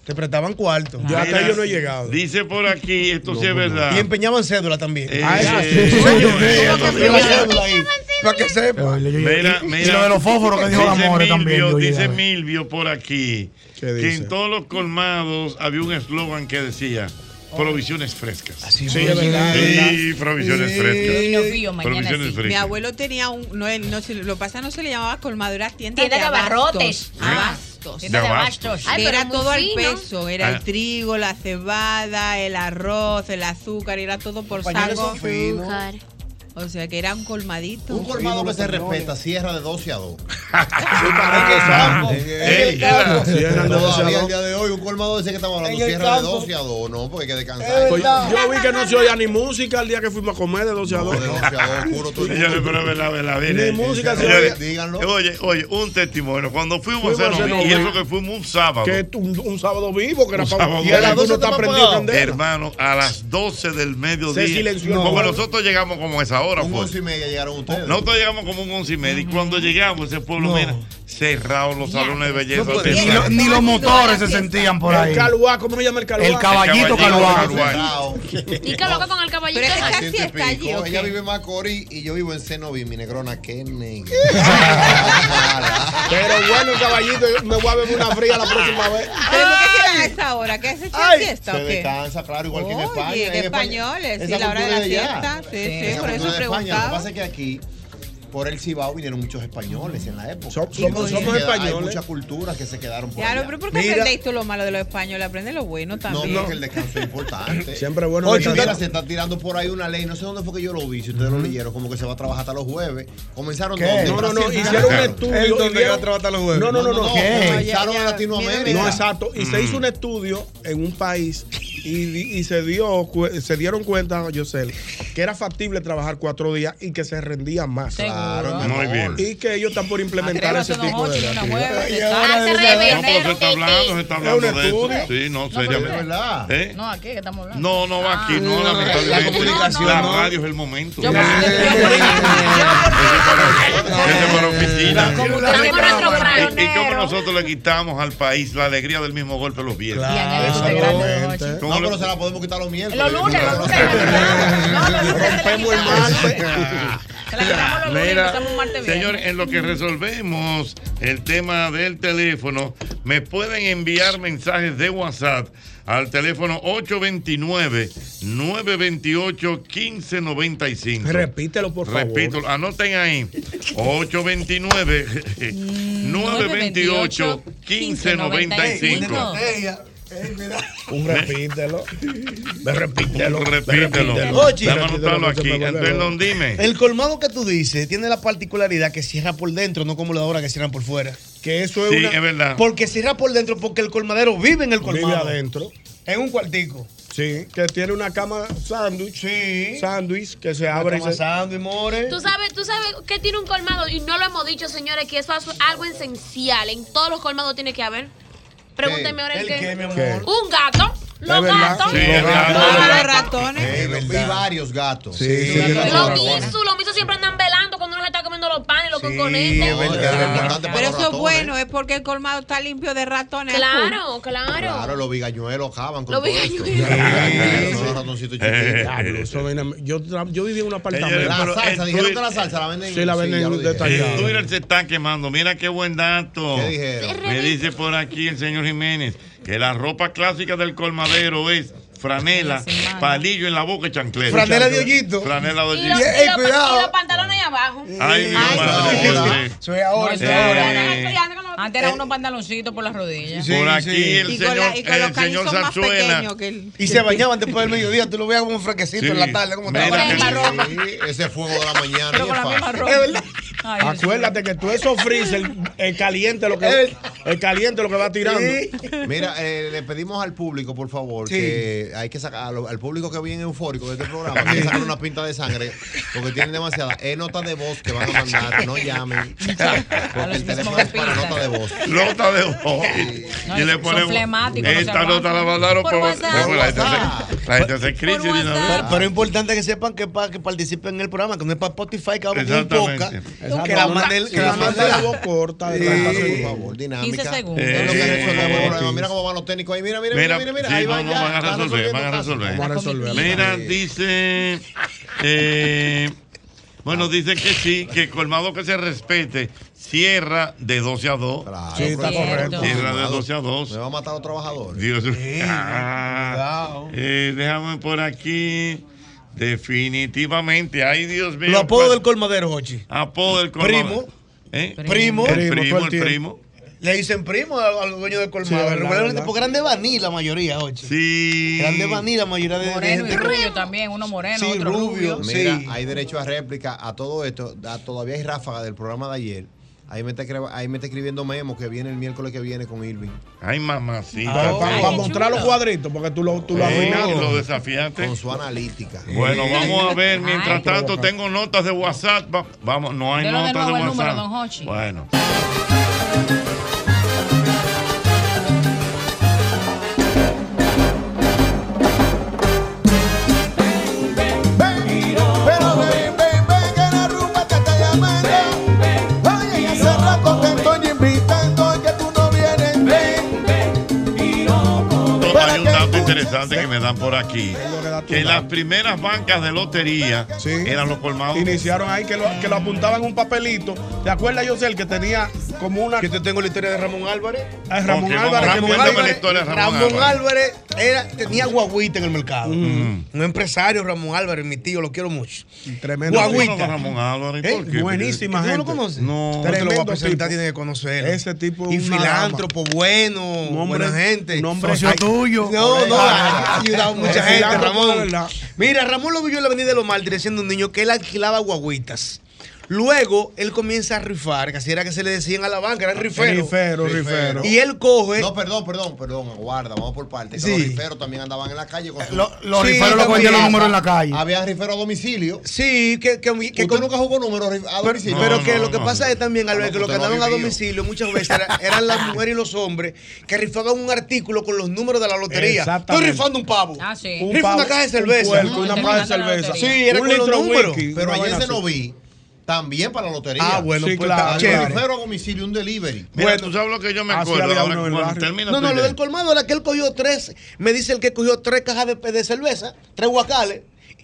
Te prestaban cuarto.
Yo hasta ahí yo no he
llegado.
Dice por aquí, esto sí es verdad.
Y empeñaban cédula también.
Eh,
Ah,
eh,
sí,
sí,
señor.
sí, eso sí.
Empeñaban cédula ahí, Para que sepa.
Mira,
y- y
mira.
lo de los fósforos que dijo
Dice
la More también,
Milvio,
yo llegué a
Dice
ver.
Milvio por aquí que en todos los colmados había un eslogan que decía provisiones frescas. Así
Sí, es verdad, es
Sí,
verdad.
provisiones
Sí.
frescas.
Y nos vio
mañana
provisiones
sí. Mi
frescas.
abuelo tenía un, no, él no se- lo que pasa no se le llamaba colmadura, tienda,
Tienda de
abarrotes.
abarrotes.
Abastos.
Tienda de abastos.
Ay, pero
era
muy
todo al
fino.
peso, era
Ah.
el trigo, la cebada, el arroz, el azúcar, era todo por
Pañales
saco.
son finos.
O sea que era un colmadito.
Un colmado que se respeta, cierra de 12 a 2.
Ey, cierran de 12 a
Todavía el
2.
día de hoy, un colmado dice que estamos hablando,
En el
cierra de
campo.
12 a 2, no, porque hay que descansar.
Pues yo vi que no se oía ni música el día que fuimos a comer de 12 a 2.
Señores, pero es verdad, verdad, mira.
Ni música,
Señores,
señores.
Oye, oye, un testimonio. Cuando fuimos
Fuimos
a
a
hacer y
Cenoví.
eso que fuimos un sábado.
Que es un, un sábado vivo, que era
Un
para.
sábado
Y a las 12 está
vivo.
prendido candela.
Hermano, a las 12 del mediodía.
Se silenció.
Porque
No.
nosotros llegamos como a esa hora.
Un
pues.
11 y media llegaron ustedes.
Nosotros llegamos como un once y media y cuando llegamos ese pueblo, mira, cerrados los salones de belleza.
Ni, lo- ni los motores se sentían por ahí.
El caluá, ¿cómo se llama el caluá?
El caballito
Cerrado.
¿Y qué loca con el caballito?
Pero es que
ese?
casi
Ciento y
está
Ah,
allí,
pico.
¿o
Ella
qué?
vive en Macorís y yo vivo en Cenoví, mi negrona, qué negra.
Pero bueno, el caballito, yo me voy a beber una fría la próxima vez.
¿Pero por qué cierran a esa hora? ¿Qué hace esa fiesta
Se
o qué?
descansa, claro, igual que en España.
Oye,
en
qué
España-
españoles,
esa
y la hora de
cultura
la
allá.
fiesta. Sí, sí,
Esa
por
cultura
eso
de España. Lo que
preguntaba.
pasa es que aquí, por el Cibao, vinieron muchos españoles en la época.
somos-
Y
somos
se queda- Hay
españoles.
muchas culturas que se quedaron por
Claro,
allá.
pero ¿por qué aprendéis tú lo malo de los españoles? Aprende lo bueno
No,
también.
no, que el descanso es importante.
Siempre es bueno
Oye,
descansar.
mira, se está tirando por ahí una ley. No sé dónde fue que yo lo vi. Si ustedes lo leyeron, como que se va a trabajar hasta los jueves. Comenzaron
¿Qué?
¿dónde?
No, no, no,
Brasil.
hicieron un
Claro.
estudio Él donde y va a trabajar hasta los jueves.
No, no, no.
no.
no,
¿Qué?
Comenzaron en Latinoamérica.
No, exacto. Y se
Mm.
hizo un estudio en un país y, di- y se dio cu- se dieron cuenta, Yosel, que era factible trabajar cuatro días y que se rendía más.
Claro, mi
Muy
amor.
Y que ellos están por implementar
Atrévate
ese
unos
tipo de.
ocho y una
actividades.
nueve,
Y
exacto.
ahora
Al
es
revés,
verdad.
No, pero se está hablando, se está
Es un
hablando de eso.
estudio.
Sí, no,
No, pero
seriamente.
¿verdad?
¿Eh?
No, aquí que estamos hablando.
No, no va aquí, no,
Ah.
lamentablemente.
La comunicación,
La
no.
radio es el momento.
Yo
Ese
por-
es para- ese es para oficina. Y- Y como nosotros le quitamos al país la alegría del mismo golpe los viernes.
Exactamente.
¿Cómo
No,
lo-
pero se la podemos quitar los miércoles.
Los lunes, los lunes,
Pues
Rompemos el martes.
Mira,
empezamos un martes bien.
señores, en lo que resolvemos el tema del teléfono, me pueden enviar mensajes de WhatsApp al teléfono 829-928-1595.
Repítelo, por favor.
Repito, anoten ahí. 829-928-1595.
Un repítelo. Ve, Eh, repítelo. ve,
Repítelo.
Oye.
Vamos a anotarlo aquí. Entonces, don, dime.
El colmado que tú dices tiene la particularidad que cierra por dentro, no como la hora que cierran por fuera. Que eso es
Sí,
una-
es verdad.
Porque cierra por dentro porque el colmadero vive en el colmado.
adentro.
En un cuartico.
Sí, que tiene una cama sándwich.
Sí.
Sándwich que se abre
cama sándwich, more.
Tú sabes, tú sabes que tiene un colmado y no lo hemos dicho, señores, que eso es algo esencial. En todos los colmados tiene que haber. Pregúnteme ahora el,
¿El
que.
qué, mi amor?
¿Qué?
Un gato.
Es verdad. Los
Sí, es verdad.
gatos.
Los
ratones.
Eh, vi varios gatos.
Sí, sí, sí,
Los
Los
ratones.
misos, los misos siempre andan velando cuando uno le está comiendo los panes, los
Sí,
conconetes.
es verdad.
Pero eso es bueno, es porque el colmado está limpio de ratones.
Claro, claro.
Claro, los bigañuelos acaban con
Los
todo esto.
bigañuelos.
Sí, Son los ratoncitos chiquitos.
Diablo, eso vaina- yo, tra- yo vivía en un apartamento.
La salsa, dijeron que la salsa la venden.
Sí, la
ya
venden
lo dije.
detallada.
El Twitter se está quemando. Mira qué buen dato.
¿Qué dijeron?
Me dice por aquí el señor Jiménez que la ropa clásica del colmadero es franela, palillo en la boca y chancleta.
Franela de hoyito.
Franela de
Y
hoyito.
los, y
eh,
los- y los pantalones ahí abajo.
Ay, mi madre.
Soy ahora.
Eh,
Antes
eh,
era unos pantaloncitos por las rodillas.
por aquí el
Y con
señor,
la- y con los
el señor
calizos más
Zarzuela.
pequeños que el-
Y se bañaban después del mediodía. Tú lo veías como un fraquecito
Sí.
en la tarde. Como
Mira,
estaba.
que- sí, Ese fuego de la mañana.
Pero
y
con
es
la misma
fácil.
ropa. Es verdad.
Ah,
Acuérdate que tú eso freezer, el caliente lo que el caliente lo que va tirando.
Mira, eh, le pedimos al público, por favor,
Sí.
que hay que sacar al, al público que viene eufórico de este programa, que sacar una pinta de sangre, porque tienen demasiada. Es nota de voz que van a mandar, no llamen. Porque el teléfono es para nota de voz.
Nota de voz. y le
son
ponemos.
flemáticos, no se
esta
aguantan.
nota la mandaron por,
Por WhatsApp.
Bueno, la gente se- la gente se escribe de una vez.
Pero, pero es importante que sepan que, pa- que participen en el programa, que no es para Spotify, que ahora un
Exactamente.
poca. Que la mande el- que la mande
la
la
voz
corta,
de
Sí.
por favor, dinámica.
15 segundos.
Es lo que
Sí.
resuelve el problema. Mira cómo van los técnicos ahí. Mira, mira, mira, mira. mira.
sí,
ahí
no,
van,
no,
ya,
van a
están
resolver, van a
resolviendo
resolver.
casos.
Mira, dice. eh, bueno, dice que sí, que colmado que se respete, cierra de 12 a 2.
Sí, está Cierto. correcto.
Cierra de 12 a 2.
Me va a matar a los trabajadores.
Dios mío. Ah, eh, déjame por aquí. Definitivamente, ay Dios mío.
Lo apodo del colmadero, Jochi.
Apodo del colmado.
Primo.
¿Eh?
Primo.
El
Primo,
primo,
todo
el
el tiempo.
primo.
Le dicen primo al, al dueño del
Sí,
colmado.
verdad,
Regularmente,
verdad.
porque grande vaní la mayoría, Jochi.
Sí.
Grande vaní la mayoría de, de
Moreno y
gente.
rubio también, uno moreno,
Sí,
otro rubio.
Mira, hay derecho a réplica a todo esto. A- todavía hay ráfaga del programa de ayer. Ahí me, está, escri- ahí me está escribiendo Memo que viene el miércoles que viene con Irving.
Ay, mamá, sí.
Para, para- para Ah, mostrar los cuadritos, porque tú lo, tú lo
Sí,
arruinaste.
lo desafiaste.
Con su analítica.
Bueno, vamos a ver.
Ay.
Mientras tanto, tengo notas de WhatsApp. Va- Vamos, no hay
Delo de
notas de
nuevo el número,
WhatsApp.
don Hochi.
Bueno.
Pero ven, ven, ven, que la rumba te está llamando. Oye, hace rato te estoy invitando, que tú no vienes. Ven, ven, y no
Toma, hay un dato interesante que me dan por aquí. Que las primeras bancas de lotería eran los colmados.
Iniciaron ahí que lo, que lo apuntaban en un papelito. ¿Te acuerdas, José, el que tenía como una. Yo te
tengo la historia de Ramón Álvarez.
Ah, Ramón
Porque
Álvarez.
Ramón
que-
Álvarez-
Ramón
Ramón
Álvarez.
Álvarez era, tenía guaguita en el mercado. Un empresario, Ramón Álvarez, mi tío, lo quiero mucho.
Tremendo.
Guaguita. Eh,
Yo conozco a Ramón Álvarez, ¿por qué?
Buenísima
¿Tú no
gente.
lo conoces?
No. Te lo voy a
Tremendo
presentar,
tipo.
tiene que conocerlo.
Ese tipo es
Y
una
filántropo bueno,
hombre-
buena gente.
un hombre- Socio
tuyo. No,
Por
no,
ahí.
ha ha ayudado a
Es
mucha gente,
filántropo, la
Ramón.
verdad.
Mira, Ramón lo vio en la avenida de los Mártires siendo un niño que él alquilaba guaguitas. Luego él comienza a rifar, que así era que se le decían a la banca, era rifero.
Rifero, rifero.
Y él coge.
No, perdón, perdón, perdón. Guarda, vamos por parte.
Sí.
Los riferos también andaban en la calle. Con su-
los
Sí,
riferos lo
también.
cogían los números en la calle.
Había riferos a domicilio.
Sí, que, que, que
Usted nunca jugó números rif- a
Pero,
domicilio.
pero que lo que pasa es también,
Ah,
Albert,
no,
que lo que
usted no ha
andaban a
vivido.
domicilio muchas veces era- eran las mujeres y los hombres que rifaban un artículo con los números de la lotería. Estoy
Exactamente.
rifando un pavo.
Ah, sí.
Rifa una caja de cerveza.
Un puerco, una
Te
caja de
mandan la
cerveza.
lotería. Sí,
un
era con los
litro
números.
whisky,
Pero
una
ayer
vaina
se lo
así.
vi. También para la lotería.
Ah, bueno,
sí,
pues,
claro.
chévere.
Rifero a domicilio, un delivery.
Mira, tú sabes lo que yo me acuerdo. Ahora, cuando termina
No,
tu
no, lo
idea.
del colmado era que él cogió tres. Me dice el que cogió tres cajas de, de cerveza, tres guacales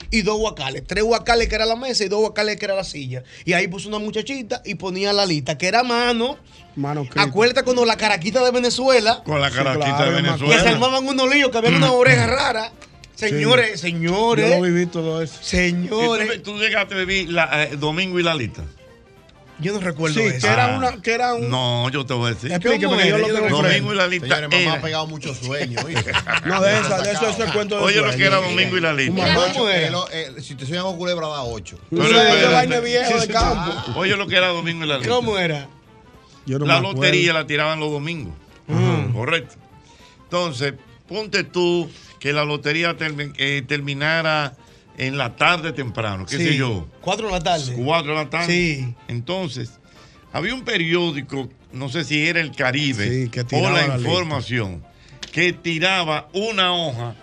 y dos guacales. Tres guacales que era la mesa y dos guacales que era la silla. Y ahí puso una muchachita y ponía la lista, que era a mano.
Mano
Acuérdate cuando la caraquita de Venezuela.
Con la caraquita de
Que se
Venezuela.
armaban unos líos, que había una oreja rara. Señores, señores.
Yo lo viví todo eso.
Señores.
Y Tú, tú llegaste a vivir la, eh, Domingo y la lista.
Yo no recuerdo
Sí,
eso.
que era
Ah.
una, que era un.
No, yo te voy a decir.
Explíqueme, ¿Cómo que yo era? lo tengo
Domingo
enfrente.
y la lista.
Señores, mamá
era-
ha pegado mucho sueño. ¿oíste?
No, de esa, de eso, eso es cuento de
Oye, lo
sueño.
que era Domingo y la lista.
Mamá,
Ocho,
ocho,
era-
que lo- eh, si te sueñan con culebra, da 8.
Pero
Eso es
espérate.
vaina viejo de
Sí, sí,
campo.
Ah.
sí. Ah. Oye, lo que era Domingo y la lista.
¿Cómo era?
Yo no
la
me acuerdo.
lotería la tiraban los domingos.
Mm.
Correcto. Entonces, ponte tú que la lotería termi- eh, terminara en la tarde temprano, qué
Sí,
sé yo.
Cuatro de la tarde.
Cuatro de la tarde.
Sí.
Entonces, había un periódico, no sé si era el Caribe
Sí, que
o
tiraba
la
la lista.
información, que tiraba una hoja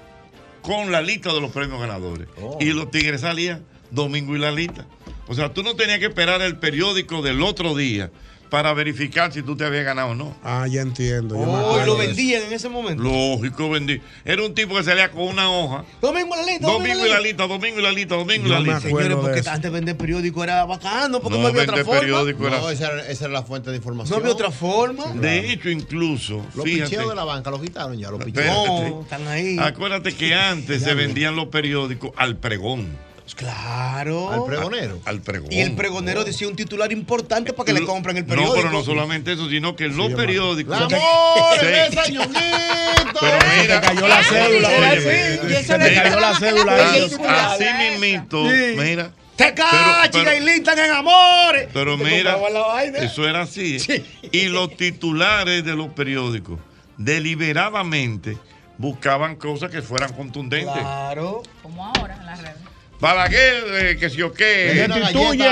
con la lista de los premios ganadores.
Oh.
Y los tigres salían domingo y la lista. O sea, tú no tenías que esperar el periódico del otro día para verificar si tú te habías ganado o no.
Ah, ya entiendo. ya me
Oh,
acuerdo
lo
de eso.
vendían en ese momento.
Lógico, vendí. Era un tipo que salía con una hoja.
Domingo y la lista.
Domingo y la lista, domingo y la lista, domingo y la lista.
Señores, porque antes vender periódico era bacano, porque
No,
no, había otra
vender
forma.
periódico era-
No, esa era, esa era la fuente de información.
No había otra forma.
De hecho, incluso,
Los
fíjate.
picheos de la banca los quitaron ya, los picheos.
Espérate.
Pues
Ah,
están ahí.
Acuérdate que antes se vendían los periódicos al pregón.
Claro.
Al pregonero. Al pregón.
Oh. Y el pregonero decía un titular importante para que le compren el
No,
periódico.
pero no solamente eso, sino que los periódicos.
La
Sí. Pero mira,
cayó la cédula, oye.
Óyeme.
Se le cayó la cédula a ellos.
Así mismito, mira.
Te
pero-
cachiga y listan en amores.
Pero
Te
mira,
compraban la vaina.
eso era así. ¿eh? Y los titulares de los periódicos deliberadamente buscaban cosas que fueran contundentes.
Claro.
Como ahora en las redes.
Balaguer, eh, que si o qué.
Destituye,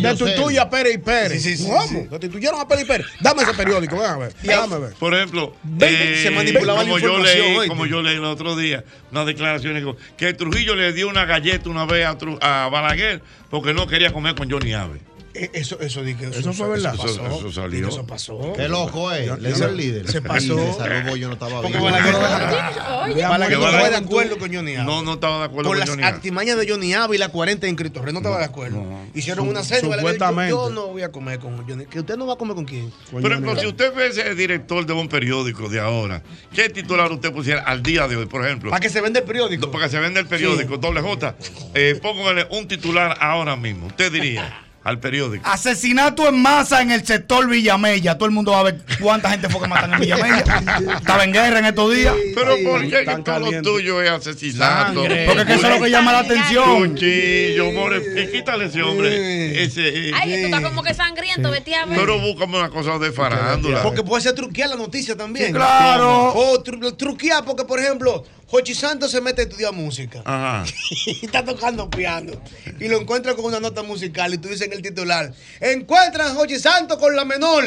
destituye a Pérez y Pérez.
Sí, sí, sí,
¿Cómo?
sí.
Destituyeron a Pérez y Pérez. Dame ese periódico, déjame ver. Déjame ver.
Por ejemplo,
Ve-
eh,
se manipulaba la
como, yo
información,
leí,
oíste.
como yo leí el otro día, unas declaraciones que- que Trujillo le dio una galleta una vez a, Tru- a Balaguer porque no quería comer con Johnny Ave.
Eh, Eso, eso, dije,
Eso fue verdad.
Eso,
Eso-
pasó.
eso salió.
Dije, Eso pasó.
Qué loco, eh.
Yo-
Le
yo-
dio el líder.
Se pasó.
Y se salvó, yo no estaba
Porque
bien.
Balaguer no deja-
Oye.
Balaguer no
Que
estaba de
Balaguer-
acuerdo con Johnny Ávila.
No, no estaba de acuerdo
Por
con
las
Johnny Ave.
artimañas de Johnny Ávila y la 40 en Cristo Rey no estaba de acuerdo. Hicieron
Su-
una cena.
supuestamente.
Yo no voy a comer con Johnny. ¿Que usted no va a comer con quién?
Por ejemplo, si usted fuese director de un periódico de ahora, ¿qué titular usted pusiera al día de hoy, por ejemplo?
Para que se venda el periódico.
Para que se venda el periódico, doble J. Eh, póngale un titular ahora mismo. Usted diría al periódico.
Asesinato en masa en el sector Villamella. Todo el mundo va a ver cuánta gente fue que matan en Villamella. Estaba en guerra en estos días.
Pero ¿por qué que todo lo tuyo es asesinato?
Sangre. Porque es que eso es lo que llama la atención.
Cuchillo, more. eh, Quítale ese hombre. Ese, eh,
Ay, que tú estás como que sangriento, vete a ver.
Pero búscame una cosa de farándula.
Porque puede ser truquear la noticia también.
Sí, claro.
O tru- truquear porque, por ejemplo, Jochi Santos se mete a estudiar música.
Ajá.
y está tocando piano. Y lo encuentra con una nota musical y tú dices en el titular, encuentran a Jochi Santos con la menor.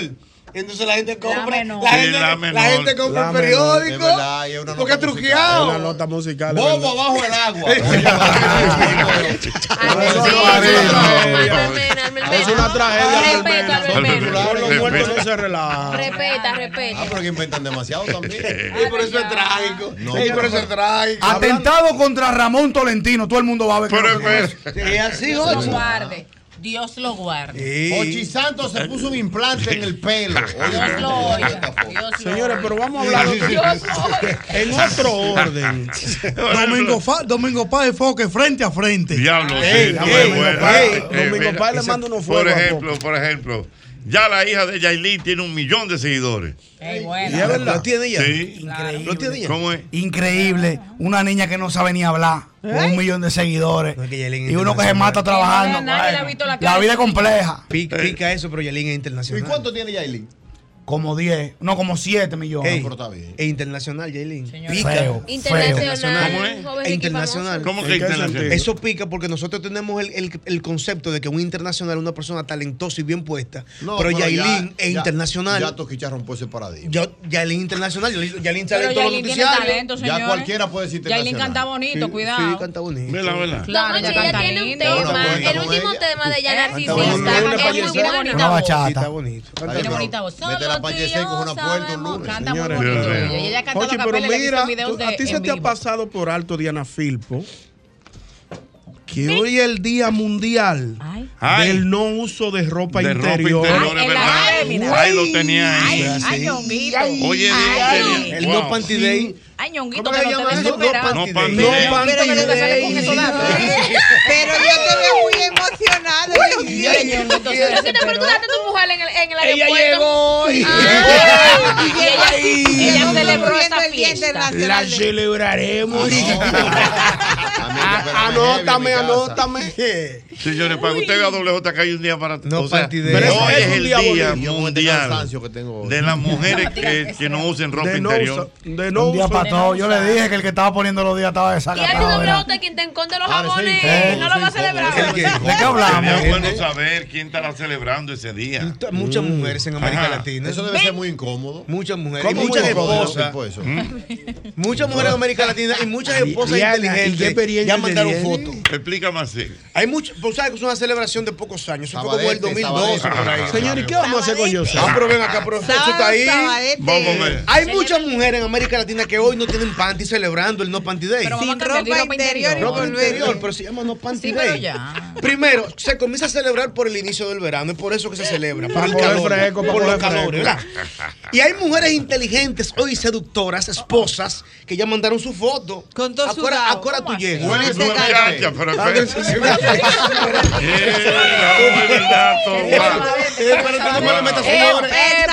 Entonces la gente compra, la,
menor.
gente,
Sí, la
la
menor.
gente compra
La
el
menor,
periódico.
es verdad, y es una
porque
nota
truqueado.
musical, es una nota musical. es
Bobo
verdad.
abajo el agua.
Es una
Respeto,
tragedia.
Albermena.
Con los muertos no
se relaja.
Respeta, respeta.
Ah, pero que inventan demasiado también.
Y por eso es trágico. Y por eso es trágico.
Atentado contra Ramón Tolentino. Todo el mundo va a ver. Pero,
Dios lo guarde. Dios lo guarde.
Ochi Santos se puso un implante en el pelo.
Dios lo oiga.
Señores, pero vamos a hablar de otro- en otro orden.
Domingo, Fa- Domingo Paz de Foque frente a frente.
Diablo, sí,
Ey,
está
ey,
muy buena.
Paz,
Eh, mira, ese- Por ejemplo, por ejemplo, ya la hija de Yailin tiene un millón de seguidores.
Ey,
¿Y
é?
bueno.
es verdad? ¿Lo tiene ya?
Sí.
Increíble. ¿Lo tiene ya? ¿Cómo es?
Increíble. Una niña que no sabe ni hablar. Con
¿Eh?
un millón de seguidores. y uno que se mata trabajando.
Nadie le ha
bueno.
visto la cara.
La vida es compleja.
Pica, pica eso, pero Yelin es internacional.
¿Y cuánto tiene Yailin?
Como 10. No, como 7 millones.
Ey, Es internacional, Jaylin.
Feo,
Internacional, feo.
E
joven
¿Cómo es?
rico y
internacional.
famoso. ¿Cómo
que internacional?
Eso pica porque nosotros tenemos el, el- el concepto de que un internacional es una persona talentosa y bien puesta.
No,
pero
ya-
Yailin es
ya-
internacional.
Ya Toquicha rompió ese paradigma.
Yo, Yailin internacional. Yailin, Yailin sale
Pero
en todos los
Yailin tiene
noticiarios.
talento, señores.
Ya cualquiera puede decir
Yailin canta bonito, cuidado.
Sí, canta bonito.
Vela, vela.
Claro,
Oye,
ella
ella
canta
tiene un
lindo.
tema,
Bueno,
el último tema de
Ah,
ella narcisista,
bonito.
es
Una
muy
payasada.
bueno.
Una bachata.
Sí, está bonito. Canta
Ay,
Qué
pero
bonita voz.
Vete a la Payesé con una puerta un lunes.
Canta muy
Señores,
bonito. Y ella canta
Ochi,
los
pero
papeles, le he visto
mira,
videos
tú-
de
a ti se
en
te ha
vivo.
pasado por alto, Diana Filpo, que hoy es el Día Mundial del no uso de ropa
De ropa
interior.
interior, es verdad. Ahí lo tenía ahí.
Ay, ñonguito.
Oye,
Ay,
tenía-
el
wow.
no panty day.
Ay, ñonguito,
¿Cómo
que
que
no
llama
te
eso?
desesperado.
No
Pero
panty
yo
day.
espero que no te salgas con eso, dato.
Pero yo te veo muy emocionada.
Dios mío, ñonguito, se
Pero
desesperó.
tú dejaste a tu mujer en el, en el
Ella
aeropuerto.
llegó y-
Ah, y ella,
Ay.
ella
Estamos
celebró esa
viendo el Día
fiesta.
Ah,
Internacional
celebraremos.
Ah,
A mí
Anótame, anótame.
Señores, para que usted vea WJK hay un día para
No
o sea,
partideo.
Hoy
Pero
es
es un
el
día
día
bonito.
mundial
cansancio que tengo hoy.
de las mujeres que, que no usen ropa
De no
interior.
usa- de no
Un día
usa-
para todo. Yo le dije que el que estaba poniendo los días estaba
Y antes
desacatado.
de
¿verdad?
usted quien te enconde los
Ah, sí,
jabones,
sí,
no lo va a
sí,
celebrar.
¿El qué? ¿De qué
Sería
hablamos?
bueno saber quién estará celebrando ese día.
Muchas
Mm.
mujeres en América
Ajá.
Latina.
Eso debe ser muy incómodo.
Muchas mujeres. Y
¿Cómo
muchas
muy incómodo, Pues.
esposas.
tipo eso?
Mm.
Muchas mujeres en América Latina y muchas esposas
Diana, ¿y qué
inteligentes.
experiencia
Ya mandaron
tiene?
fotos.
Explícame así.
Hay muchas. Pues sabes que es una celebración de pocos años. Eso fue como el
Sabadete,
2012. por ahí.
Sabadete. Señor, ¿y qué vamos a hacer con Yosel?
Ah, pero ven acá, pero eso
Sábado,
está ahí.
sabadete. Vamos a ver.
Hay muchas mujeres en América Latina que hoy no tienen panty celebrando el No Panty Day.
Pero vamos a Sin cambiar, ropa di ropa interior y
Ropa
volver.
interior, pero se llama No Panty
Sí,
Day.
pero ya.
Primero, se comienza a celebrar por el inicio del verano. Es por eso que se celebra. Por
Para
el
poder
calor.
fresco, para
por los
poder
calores, ¿verdad? Y hay mujeres inteligentes hoy seductoras, esposas, que ya mandaron su foto. Con todo
su
Ahora,
dao.
ahora tú llegas.
Bueno,
Este
tú,
dao.
muchacha, pero
Ah,
espérate.
sí, sí, sí.
Eh,
Espérate, no me lo metas
Eh,
ahora.
eh,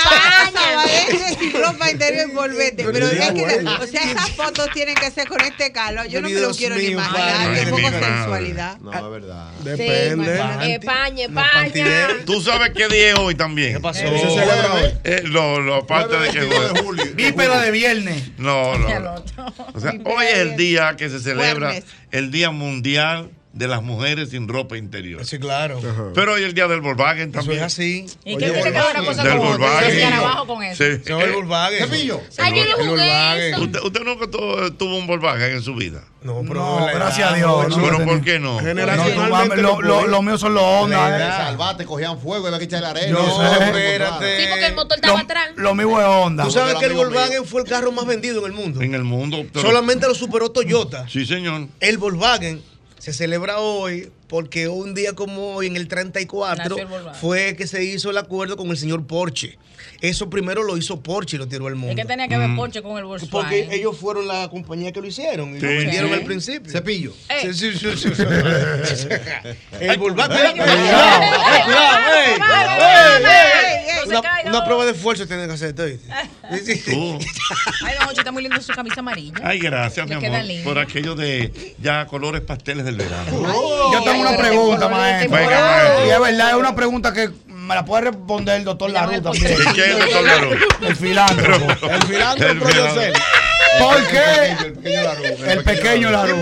Sabadete sin ropa interior y envolvete. Pero es que, o sea, esas fotos tienen que ser con este calor. Yo no me lo
Dios
quiero ni
mío,
imaginar.
padre.
Qué
Ay,
poco
mi madre.
sensualidad.
No, es verdad.
Depende.
España, España.
Tú sabes qué día es hoy también. ¿Qué pasó?
¿Qué se celebra hoy?
Eh,
no, no, aparte de que jueves.
Víspera de viernes.
No, no. no. O sea, hoy es el día que se celebra
Jueves.
el Día Mundial de las Mujeres sin ropa interior.
Sí, claro.
Pero hoy es el día del Volkswagen también.
es así.
¿Y qué tiene que ver una cosa
Del
con otra?
Volkswagen.
Se hacían abajo con eso.
Sí.
No, el Volkswagen.
Ay, yo lo
El
jugué
Volkswagen.
eso.
¿Usted, usted nunca tu- tuvo un Volkswagen en su vida?
No, pero
No, gracias a Dios. no lo
¿Pero por
tenía.
qué no?
Generacionalmente No, lo- lo- lo mío son los Honda, eh.
Salvate, cogían fuego, había que echarle arena.
Yo sé.
espérate.
Sí, porque el motor estaba atrás.
Lo mío es Honda.
Tú sabes que el Volkswagen fue el carro más vendido en el mundo.
En el mundo. pero-
Solamente lo superó Toyota.
Sí, señor.
El Volkswagen se celebra hoy porque un día como hoy, en el 34,
Nació el Volkswagen.
fue que se hizo el acuerdo con el señor Porsche. Eso primero lo hizo Porsche y lo tiró al mundo.
Es que tenía
Mm.
que ver Porsche con el Volkswagen.
Porque ellos fueron la compañía que lo hicieron y lo
Sí.
vendieron
Sí.
al principio. Cepillo.
Ey.
Sí, sí, sí, sí, sí. el Volkswagen.
Ey, cuidado, ey, cuidado, ey, ey, ey, ey.
Una,
No se caiga,
una
no.
prueba de esfuerzo tienen que hacer. ¿tú?
Tú.
Ay, don Ocho, está muy lindo su camisa amarilla.
Ay, gracias, mi
Le queda
amor,
lindo.
por aquello de ya colores pasteles del verano.
Yo tengo una pregunta, maestro.
Venga, maestro.
Y es verdad, es una pregunta que me la puede responder el doctor Larú también.
¿Y qué es el doctor Larú?
El filántropo.
El filántropo El filántropo. Yosel.
¿Por qué? El pequeño Larú.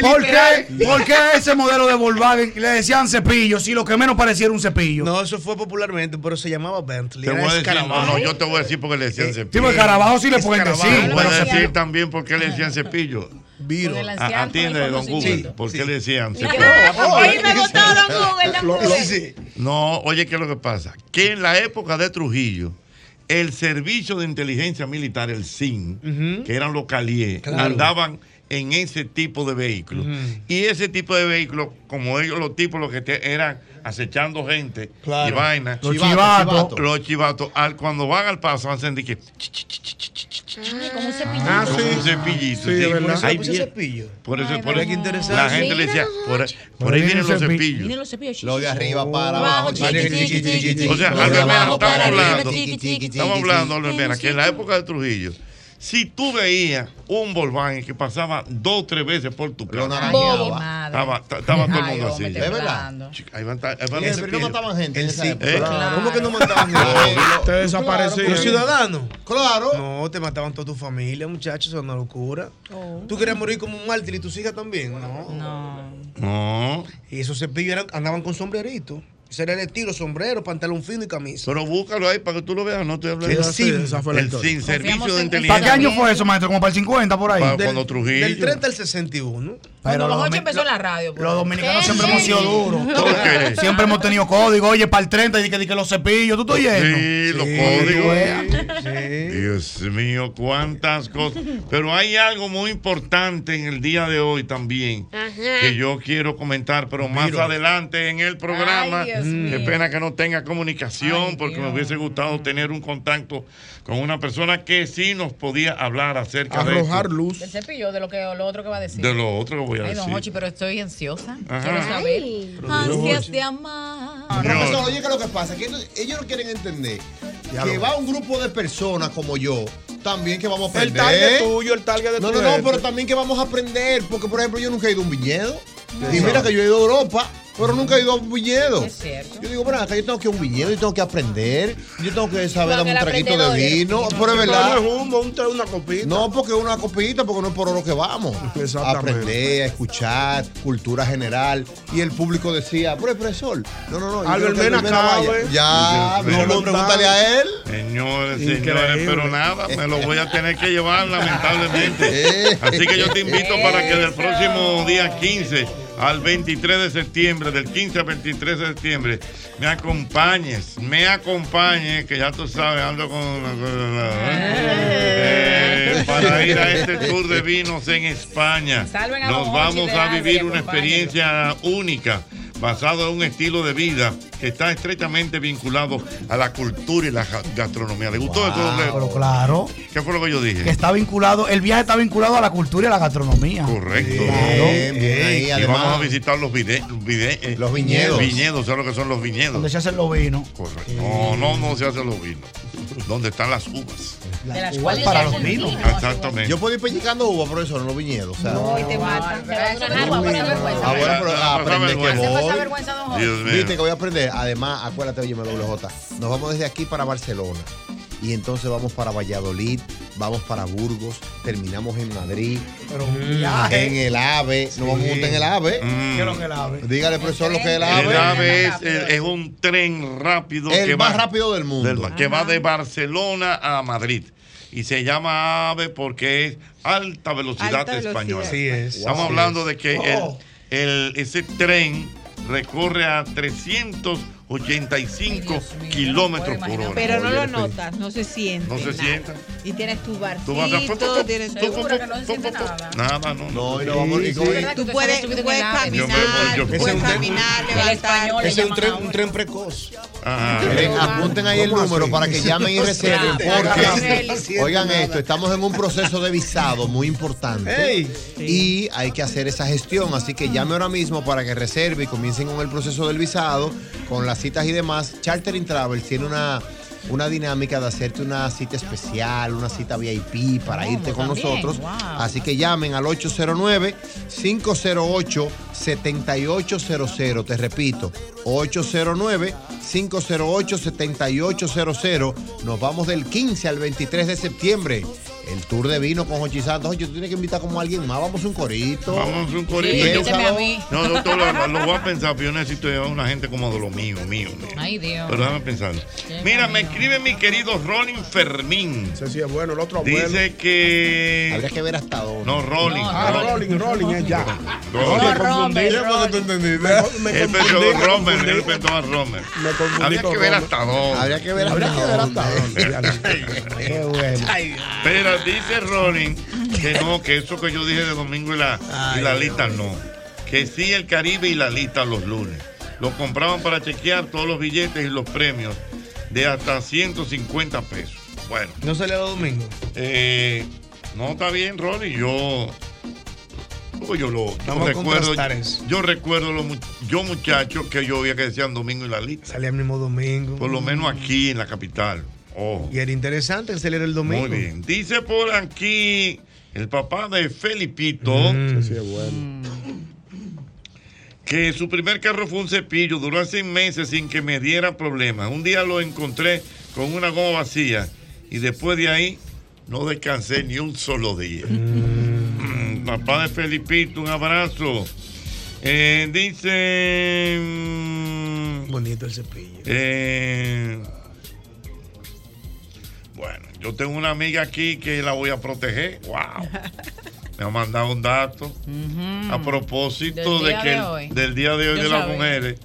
¿Por qué? ¿Por qué ese modelo de Volkswagen le decían cepillo si lo que menos parecía era un cepillo?
No, eso fue popularmente, pero se llamaba
Oh,
Bentley.
Te
era
voy a decir, no,
escarabajo.
no, yo te voy a decir porque le
Eh,
decían cepillo.
porque Carabajo sí le ponen que sí,
Te Voy a
pero
decir
cepillo.
también por qué le decían cepillo.
Viro.
Por el anciano,
A- Atiende,
por
don
el
Google. ¿Por qué le decían cepillo?
Oye, me gustó don Google. don Google.
No, oye, ¿qué es lo que pasa? Que en la época de Trujillo, el servicio de inteligencia militar, el SIN, que eran los caliés,
Claro.
andaban en ese tipo de vehículos. Y ese tipo de vehículos, como ellos, los tipos, los que te- eran acechando gente y
Claro.
vainas.
Los Chivatos, chivatos. chivatos.
Los chivatos. al- cuando van al paso, hacen de que.
Como un cepillo.
Ah, sí. Un cepillito.
Sí,
sí.
¿verdad? Pues
Por eso
Ahí
le puso
viene.
cepillo. Por eso,
Ay,
por
Dios.
eso.
Qué interesante.
La gente le decía, por, ahí- por ahí vienen los cepillos.
Miren los cepillos.
Lo de arriba para
Abajo,
abajo.
chiqui, chiqui, chiqui, chiqui, chiqui.
O sea,
Lo de
Albert Mena,
abajo
estamos
para arriba,
hablando,
chiqui, chiqui,
estamos
chiqui,
hablando,
chiqui.
Albert Mena, que en la época de Trujillo, si tú veías un Volkswagen que pasaba dos tres veces por tu plaza,
naranjeaba. Bobo.
estaba, estaba todo el mundo así.
hombre, ¿Es verdad?
Chica, Ahí van, ta- ahí van
Pero
los
no
cepillos.
mataban gente en
El
esa
sí.
época.
Eh,
Claro.
¿Cómo que no mataban
Claro.
gente?
Te
desaparecieron.
¿Los ciudadanos?
Claro.
No, te mataban toda tu familia, muchachos, eso es una locura. ¿Tú querías morir como un mártir y tus hijas también? No.
No.
Y esos cepillos eran- andaban con sombrerito. Ese era el estilo, sombrero, pantalón fino y camisa.
Pero búscalo ahí para que tú lo veas, no estoy hablando
El
de-
SIN.
Esa fue la El historia. SIN, servicio Confiamos de en- inteligencia.
¿Para qué año fue eso, maestro? ¿Como para el 50 por ahí?
Para cuando Trujillo.
Del 30 al 61.
Cuando los
los
ocho
domi-
empezó la radio. pues.
Los dominicanos siempre hemos sido duros.
¿Por qué?
Siempre hemos tenido código. Oye, para el 30 y que, di que los cepillos, tú estás lleno.
Sí, los
tú
códigos.
veas.
Dios mío, cuántas cosas. Pero hay algo muy importante en el día de hoy también que yo quiero comentar, pero más
Miro.
adelante en el programa.
Ay, Dios
Qué
mío.
pena que no tenga comunicación porque me hubiese gustado tener un contacto con una persona que sí nos podía hablar acerca de
Arrojar
esto,
luz.
El cepillo de lo que lo otro que va a decir.
de lo otro que voy a
Ay, don
decir.
Ochi, pero estoy ansiosa.
Ajá.
Quiero saber. Ansias de
No,
amar.
profesor, oye, ¿qué es lo que pasa? Que ellos ellos no quieren entender que va un grupo de personas como yo También que vamos a
El
aprender.
target tuyo, el target de
No,
tu
no, no,
gente.
pero también que vamos a aprender. Porque, por ejemplo, yo nunca he ido a un viñedo. Y mira que yo he ido a Europa, pero nunca he ido a un viñedo.
Es cierto.
Yo digo, bueno, acá yo tengo que ir a un viñedo, yo tengo que aprender, yo tengo que
Juan,
saber darme un
el
traguito de
aprendedor.
vino. Pero es
No
verdad.
es humo, un tra- una copita.
No, porque una copita, porque no es por oro que vamos. A aprender, a escuchar, cultura general. Y el público decía, pero profesor, no, no, no. yo
Albert
quiero
Mena
que Mena vaya".
cabe.
Ya,
Dios mío.
no, pregúntale a él.
Señores, señores, pero nada, me lo voy a tener que llevar lamentablemente. Así que yo te invito para que del próximo día 15 al 23 de septiembre, del 15 al 23 de septiembre, me acompañes, me acompañes, que ya tú sabes, ando con... Eh, para ir a este tour de vinos en España.
Salven a
Nos
Don Hochi
vamos
de
a
Alba y
vivir una
acompáñenlo.
experiencia única basado en un estilo de vida que está estrechamente vinculado a la cultura y la ja- gastronomía. ¿Le gustó esto? doble?
Pero claro, Este,
¿Qué fue lo que yo dije?
que está vinculado, el viaje está vinculado a la cultura y a la gastronomía.
Correcto.
Bien, bien, ahí,
y
además.
vamos a visitar los, vide- vide- eh,
Los viñedos.
Viñedos, ¿sabes lo que son los viñedos?
Donde se hacen los vinos.
Correcto. No, no, no se hacen los vinos. Donde están las uvas.
De
las uvas para los vinos.
Exactamente.
Yo puedo ir pellicando uva, profesor, en los viñedos. o sea.
te matan. Te vas a sonar agua, pasa vergüenza.
Ah, bueno, pero
Pasa
aprende que
vergüenza,
voy.
vergüenza, don Jorge.
Viste que voy a aprender. Además, acuérdate, oye, WJ. Nos vamos desde aquí para Barcelona. Y entonces vamos para Valladolid, vamos para Burgos, terminamos en Madrid,
viaje.
en el AVE, nos vamos a montar en el AVE.
¿Qué es lo que la abre?
Dígale, profesor, lo que es el AVE.
El AVE es, es un tren rápido.
El
que
más
va,
rápido del mundo.
que va de Barcelona a Madrid. Y se llama AVE porque es alta velocidad
Alta velocidad.
española.
Así es.
Estamos
Así
hablando
es.
de que
Oh.
el, el- ese tren recorre a 385 kilómetros por hora.
Pero no lo notas, no se siente.
No se
nada.
siente.
Y tienes tu
Tú vas a-
barcito, tienes tu.
Seguro que no se siente nada.
Nada, no.
No, y lo vamos- y-
Sí, Tú puedes, tú puedes
Yo me-
caminar,
yo-
puedes caminar,
El español
levantarte.
le
Ese es un
llaman
tren,
ahora.
un tren precoz.
Ajá.
Miren, apunten ahí el
¿Cómo
número
así?
para que llamen y reserven.
Claro.
Porque, oigan esto, estamos en un proceso de visado muy importante.
Ey.
Y hay que hacer esa gestión. Así que llame ahora mismo para que reserve y comiencen con el proceso del visado, con las citas y demás. Chartering Travel tiene una. Una dinámica de hacerte una cita especial, una cita VIP para irte con
también,
nosotros.
wow.
Así que llamen al 809-508-7800. Te repito, 809-508-7800. Nos vamos del 15 al 23 de septiembre. El tour de vino con Jochi Santos. Oye, tú tienes que invitar como a alguien más. Vamos a un corito.
Vamos a un corito. Yo-
Piénsalo.
No, doctor, lo, lo voy a pensar, pero yo necesito llevar una gente como de lo mío, mío, mío.
Ay, Dios.
Pero déjame pensar. Mira, me escribe mi querido Rolling Fermín.
Ese sí es bueno, el otro abuelo.
Dice que.
Habría que ver hasta dónde.
No, Rolling.
Ah, Rolling, Rolling es ya.
Rolling.
Me confundí. Me- me
Él pensó
confundí, me
Romer,
confundí.
él pensó a Romer.
Me confundí
Habría
con
que ver
Romer.
hasta dónde.
Habría que ver hasta Habría que ver hasta dónde. Qué bueno.
Pero dice Rolling que no, que eso que yo dije de domingo y la, y la lista no. Que sí el Caribe y la lista los lunes. Lo compraban para chequear todos los billetes y los premios de hasta 150 pesos. Bueno.
¿No sale los domingos?
Eh, no está bien, Rolling. Yo. oh, Yo lo yo
Vamos a
recuerdo.
contrastar eso.
Yo recuerdo lo, mu- yo, muchachos, que yo oía que decían domingo y la lista.
Salía el mismo domingo.
Por lo menos aquí en la capital. Ojo.
Y era interesante que saliera el domingo.
Muy bien. Dice por aquí el papá de Felipito.
Mm.
Que su primer carro fue un cepillo, duró seis meses sin que me diera problemas. Un día lo encontré con una goma vacía y después de ahí no descansé ni un solo día. Mm, papá de Felipito, un abrazo. Eh, dice. mm,
Bonito el cepillo.
eh, bueno, yo tengo una amiga aquí que la voy a proteger. ¡Wow! Me ha mandado un dato.
Mm.
A propósito
Del
de
día
que
de
el-
hoy.
del día de hoy
Yo
de las
sabía.
mujeres.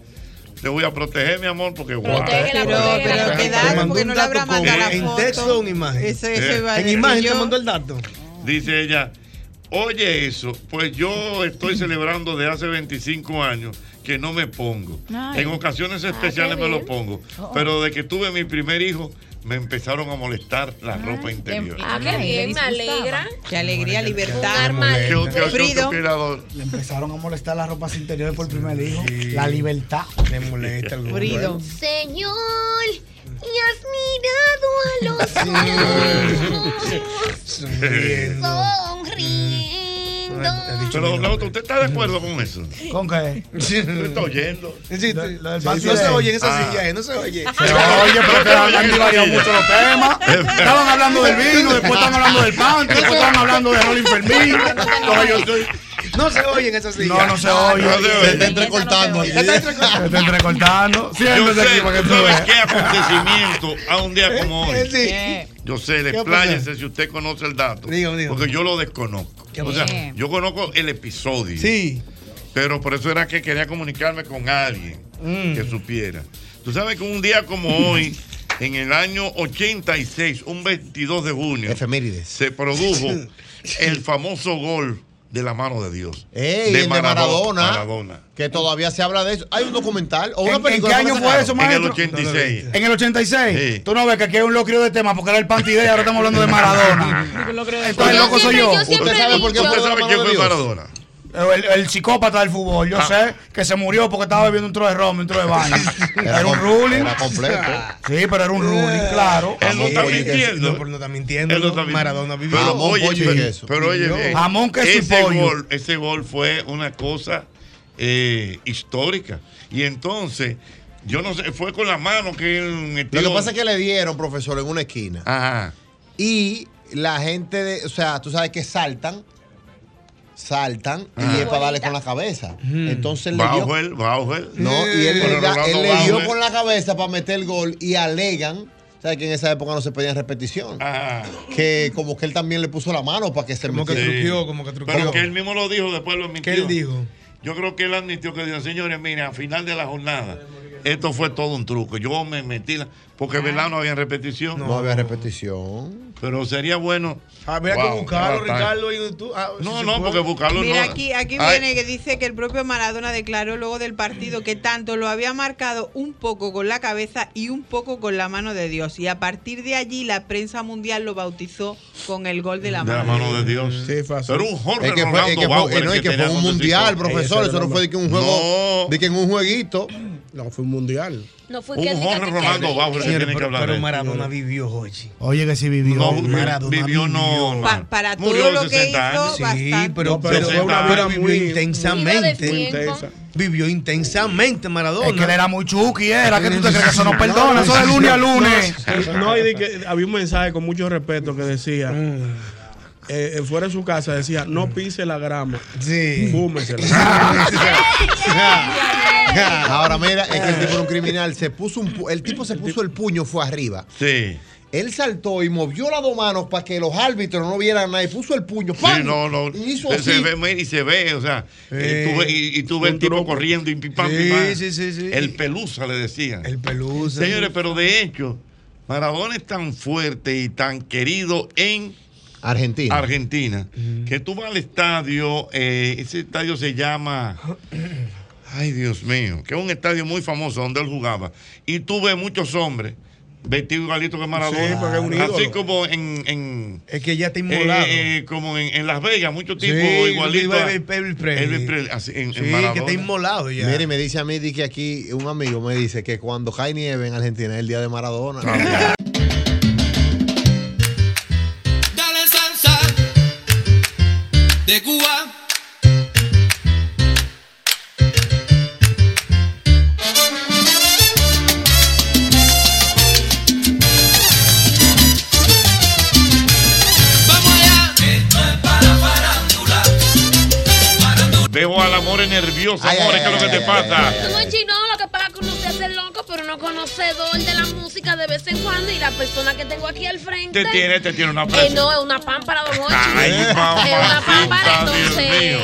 Te voy a proteger, mi amor, porque guau.
Protégela, Pero- protégela, pero protégela. te da
Mandó un dato con- ¿En texto o en imagen?
Eso-
eso iba a
en
decir
imagen
yo.
te mandó el dato.
Dice ella, oye eso, pues yo estoy celebrando desde hace 25 años que no me pongo.
Ay. Ah,
En ocasiones especiales
qué
me lo
bien.
pongo,
Oh.
pero de que tuve mi primer hijo me empezaron a molestar la ropa interior.
Ah, qué bien, me alegra.
Qué alegría,
Un
libertad.
arma
Qué- qué- qué- qué- qué-
Le empezaron a molestar las ropas interiores por primer hijo. La libertad.
Le molesta el
Brido.
Señor, ¿y has mirado
los sonriendo.
Pero la otra, ¿usted está de acuerdo con eso?
¿Con qué?
¿Usted está oyendo?
no se oye en esa silla, eh, no se oye.
Se oye, pero que han divagado mucho los temas. Estaban hablando del vino, después estaban hablando del pan, después estaban hablando de Rolling Fermín. Entonces yo estoy...
No se oye en esa silla.
No, no se oye.
No se oye.
Se está entrecortando
Se está entrecortando.
Se está entrecortando. Siéntese
Yo sé,
aquí para que
tú
tú
sabes
veas.
qué acontecimiento a un día como hoy.
Sí.
Yo sé,
¿Qué pasó?
expláyese si usted conoce el dato. Porque yo lo desconozco.
¿Qué
O
pasó?
sea, yo conozco el episodio. Sí. Pero por eso era que quería comunicarme con alguien que supiera. Tú sabes que un día como hoy, en el año 86, un 22 de junio, se produjo el famoso gol de la mano de Dios.
Ey, el de Maradona. Que todavía se habla de eso. Hay un documental o una
¿En, en qué
película. que
año
lo
fue eso,
sacaron.
maestro? En el 86. Tú no ves que aquí hay un locrio de temas porque era el panty day, ahora estamos hablando de Maradona. Entonces,
Yo
loco soy
siempre-
yo.
yo ¿Usted siempre sabe he por qué dicho- fue
¿Usted sabe
Maradona
quién
Dios?
El, el psicópata del fútbol. Yo
Ah.
sé que se murió porque estaba bebiendo un trozo de ron, un trozo de baño. Era, un ruling.
Era completo.
Sí, pero era un ruling, claro.
Él no está
Oye, que-
mintiendo.
no, pero no está mintiendo.
Él no
¿no?
está mintiendo.
Maradona vivió.
Pero oye, pero- pero oye bien,
Jamón, queso y
ese
pollo.
gol, ese gol fue una cosa eh, histórica. Y entonces, yo no sé, fue con la mano que él metió.
Lo que pasa es que le dieron, profesor, en una esquina.
Ajá.
Y la gente, de, o sea, tú sabes que saltan, saltan y
Ajá.
es para darle con la cabeza. Entonces le dio.
Bauer, Bauer.
No, y él,
Pero
le, da-
Rolando
él le dio
Bauer.
con la cabeza para meter el gol y alegan. ¿Sabes que en esa época no se pedían repetición?
Ah.
Que como que él también le puso la mano para que se
Como que truqueó, como
que
Pero que él mismo lo dijo, después lo mintió.
¿Qué él dijo?
Yo creo que él admitió que dijo, señores, mira, al final de la jornada, esto fue todo un truco. Yo me metí, la- porque ¿verdad? No había repetición.
No Ah, había repetición.
Pero sería bueno.
Habría que buscarlo,
Ricardo,
y tú- ah,
No,
si
no,
se
porque
puede.
buscarlo
Mira,
no.
aquí-
Y aquí
Ay,
viene que dice que el propio Maradona declaró luego del partido que tanto lo había marcado un poco con la cabeza y un poco con la mano de Dios. Y a partir de allí la prensa mundial lo bautizó con el gol de la
de la
mano.
mano de Dios. Pero un Jorge
Es que fue, es
Rolando
que fue-
Bauer
eh, no, es que
tenía
fue un
cuando se
mundial,
hizo.
profesor. Eso no fue de que un juego. De que en un jueguito.
No, fue un mundial.
No fue
Un
que
Jorge Rolando Bauer que tiene que hablar de
Pero
él.
Maradona vivió, Jochi.
Oye, que sí vivió.
No, vivió no.
Pa- para todo
Murió a los
lo que hizo,
60 años. Sí,
bastante.
pero,
No, pero
pero,
fue una
pero
vida
vivió
muy-
intensamente.
Muy de tiempo.
Vivió intensamente Maradona.
Es que él era muy chuki, era. ¿Qué tú te crees que eso no
No,
perdona? Eso de lunes a lunes.
No, no, y di que había un mensaje con mucho respeto que decía.
Mm.
eh, eh, fuera de su casa decía, no pise la grama. Sí.
Ahora mira, es que el tipo era un criminal. Se puso un pu- el tipo se puso el puño, fue arriba.
Sí.
Él saltó y movió las dos manos para que los árbitros no vieran nada y puso el puño. ¡pam!
Sí, no, no.
Y hizo
Se-
así.
Se ve, mira, y se ve, o sea,
Eh,
y tú ves, y- y tú ves el tipo corriendo y pim, pam, pim,
Sí,
pam.
sí, sí, sí.
El pelusa le decían. El
pelusa.
Señores, pero de hecho, Maradona es tan fuerte y tan querido en
Argentina.
Argentina que tú vas al estadio, eh, ese estadio se llama. Ay, Dios mío, que es un estadio muy famoso donde él jugaba. Y tú ves muchos hombres vestidos igualitos que Maradona.
Sí, porque es un ídolo.
Así como en- en
Es que ya está inmolado.
eh, eh, como en, en Las Vegas, muchos
Sí,
tipos igualitos. a-
Elvis- Elvis Presley.
Elvis Presley, así, en, en
Sí, que
Maradona.
está inmolado ya.
Mire, me dice a mí di que aquí un amigo me dice que cuando cae nieve en Argentina es el día de Maradona.
Ah,
Dale salsa de Cuba.
Veo al amor nervioso, amor, ¿qué es lo que te pasa?
No, chino, lo que pasa es que uno se hace loco, pero no conocedor de la música de vez en cuando. Y la persona que tengo aquí al frente.
Te Este tiene, te tiene una
Eh,
presión.
no, es una pámpara, don Hochi.
Ay,
es una pámpara,
mamacita, Dios
entonces.
mío.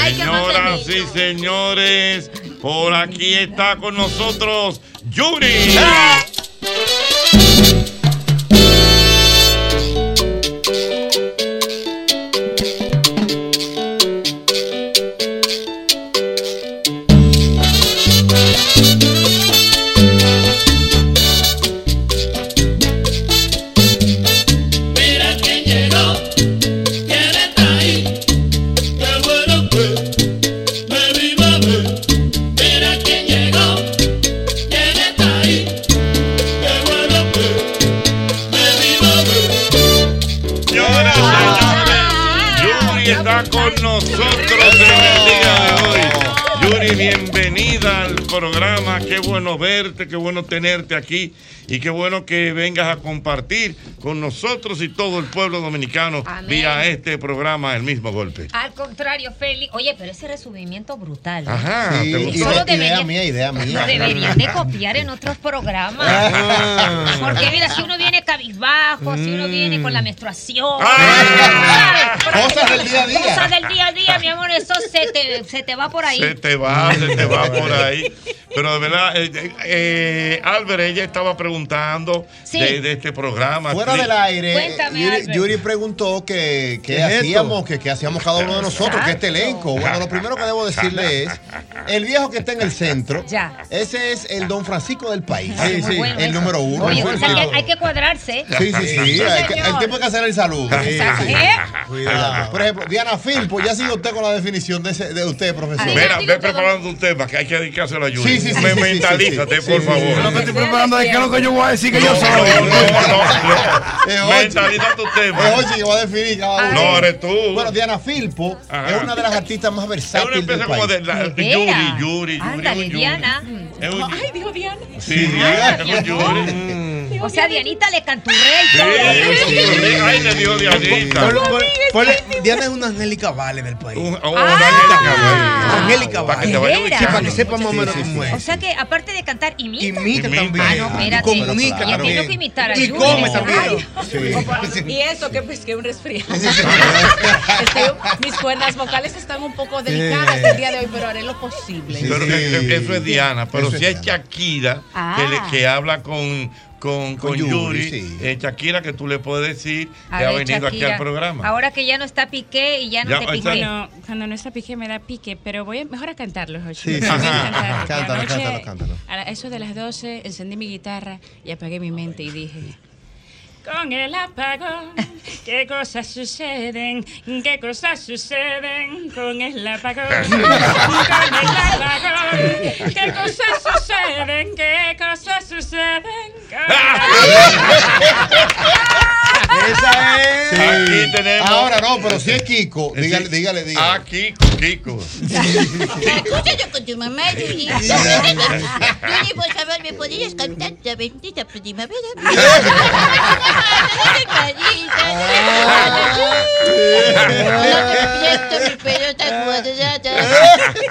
Hay que
Señoras y señores, por aquí está con nosotros Yuri.
Mira quién llegó, quién está ahí, qué bueno que me vi mami. Mira quién llegó, quién está ahí,
Roseli, bienvenida al programa. Qué bueno verte, qué bueno tenerte aquí y qué bueno que vengas a compartir con nosotros y todo el pueblo dominicano
Amén.
vía este programa El mismo golpe.
Al contrario, Feli. Oye, pero ese resumimiento brutal. ¿eh?
Ajá,
Sí,
Ah, ¿te
y-
gustó?
idea mía, idea mía.
Lo deberían de copiar en otros programas.
Ah.
Porque mira, si uno viene cabizbajo, si uno viene con la menstruación. ¿sabes?
Cosas del día a día.
Cosas del día a día, mi amor, eso se te, se te va por ahí.
Se te va, se te va por ahí. Pero de verdad, eh, eh, eh, Álvaro, ella estaba preguntando
Sí.
de, de este programa.
Fuera
Sí.
del aire,
Cuéntame,
Yuri,
Albert.
Yuri preguntó que, que
¿Qué es
hacíamos,
esto?
que, que hacíamos cada uno de nosotros, que este elenco. Bueno, lo primero que debo decirle es, el viejo que está en el centro, ese es el don Francisco del país.
Sí, sí.
El número uno.
Oye, o
el
sea que
último.
hay que cuadrarse.
Sí, sí, sí. Hay que, hay
señor.
que tiempo que hacer el saludo.
Exacto.
Sí, sí.
¿Eh?
Cuidado. Por ejemplo, Diana Filpo, ya sigue usted con la definición de, ese- de usted,
Ah,
profesor.
Mira, ve preparando un tema que hay que dedicárselo a
Sí,
Yuri.
sí, sí,
Me-
sí, sí,
mentalízate, por favor.
Yo lo que estoy preparando es qué es lo que yo voy a decir que yo soy.
Mentalidad tu tema.
Es Ochi que va a definir cada uno.
No, eres tú.
Bueno, Diana Filpo
Ajá.
es una de las artistas más versátiles del
empieza como
país.
de la- ¿De Yuri, veras? Yuri, Yuri,
Ándale, Diana.
Es un-
Ay, dijo Diana.
Sí,
Ah,
es
mi
un
amor.
Yuri.
O sea, Dianita le canturré y todo.
Ay, le dio Dianita.
Ponle- pon- ponle- Diana es una Angélica Vale del país.
oh,
Ah. Angélica Vale.
te vaya ubicando.
Sí, para que sepa más o menos cómo
O
es.
sea que aparte de cantar, imita.
Imita también.
Ah, no,
Y
espérate.
comunica
Y
también.
tiene que imitar a
Y
Yuri.
come también.
Ay,
Y eso, que pues que un resfriado. Estoy- mis cuerdas vocales están un poco delicadas el día de hoy, pero haré lo posible.
Pero que- que- eso es Diana, pero si es Shakira
Ah.
que, le- que habla con, con, con Yuri,
Yuri,
eh, Shakira que tú le puedes decir
A
que ha
ver,
venido aquí
Shakira,
al programa.
Ahora que ya no está Piqué y ya no
Ya,
te
ahí está.
Piqué.
No,
cuando no está pique me da pique, pero voy a, mejor a cantarlo, Jochi.
Sí, sí,
Me
sí.
encanta
Ajá,
porque
cántalo,
anoche,
cántalo, cántalo.
A la- eso de las 12 encendí mi guitarra y apagué mi mente y dije, con el apagón, qué cosas suceden, qué cosas suceden con el apagón. Con el apagón, qué cosas suceden, qué cosas suceden con el
Esa es.
Aquí tenemos- Eh,
Ahora no, pero si es Kiko, dígale,
Sí.
dígale, dígale.
Ah, Kiko, Kiko.
yo con tu mamá, Yuri. Yuri, por favor, ¿me podrías cantar la bendita primavera? Ay, carita,
Ah.
Ahora que mi pelota cuadrada.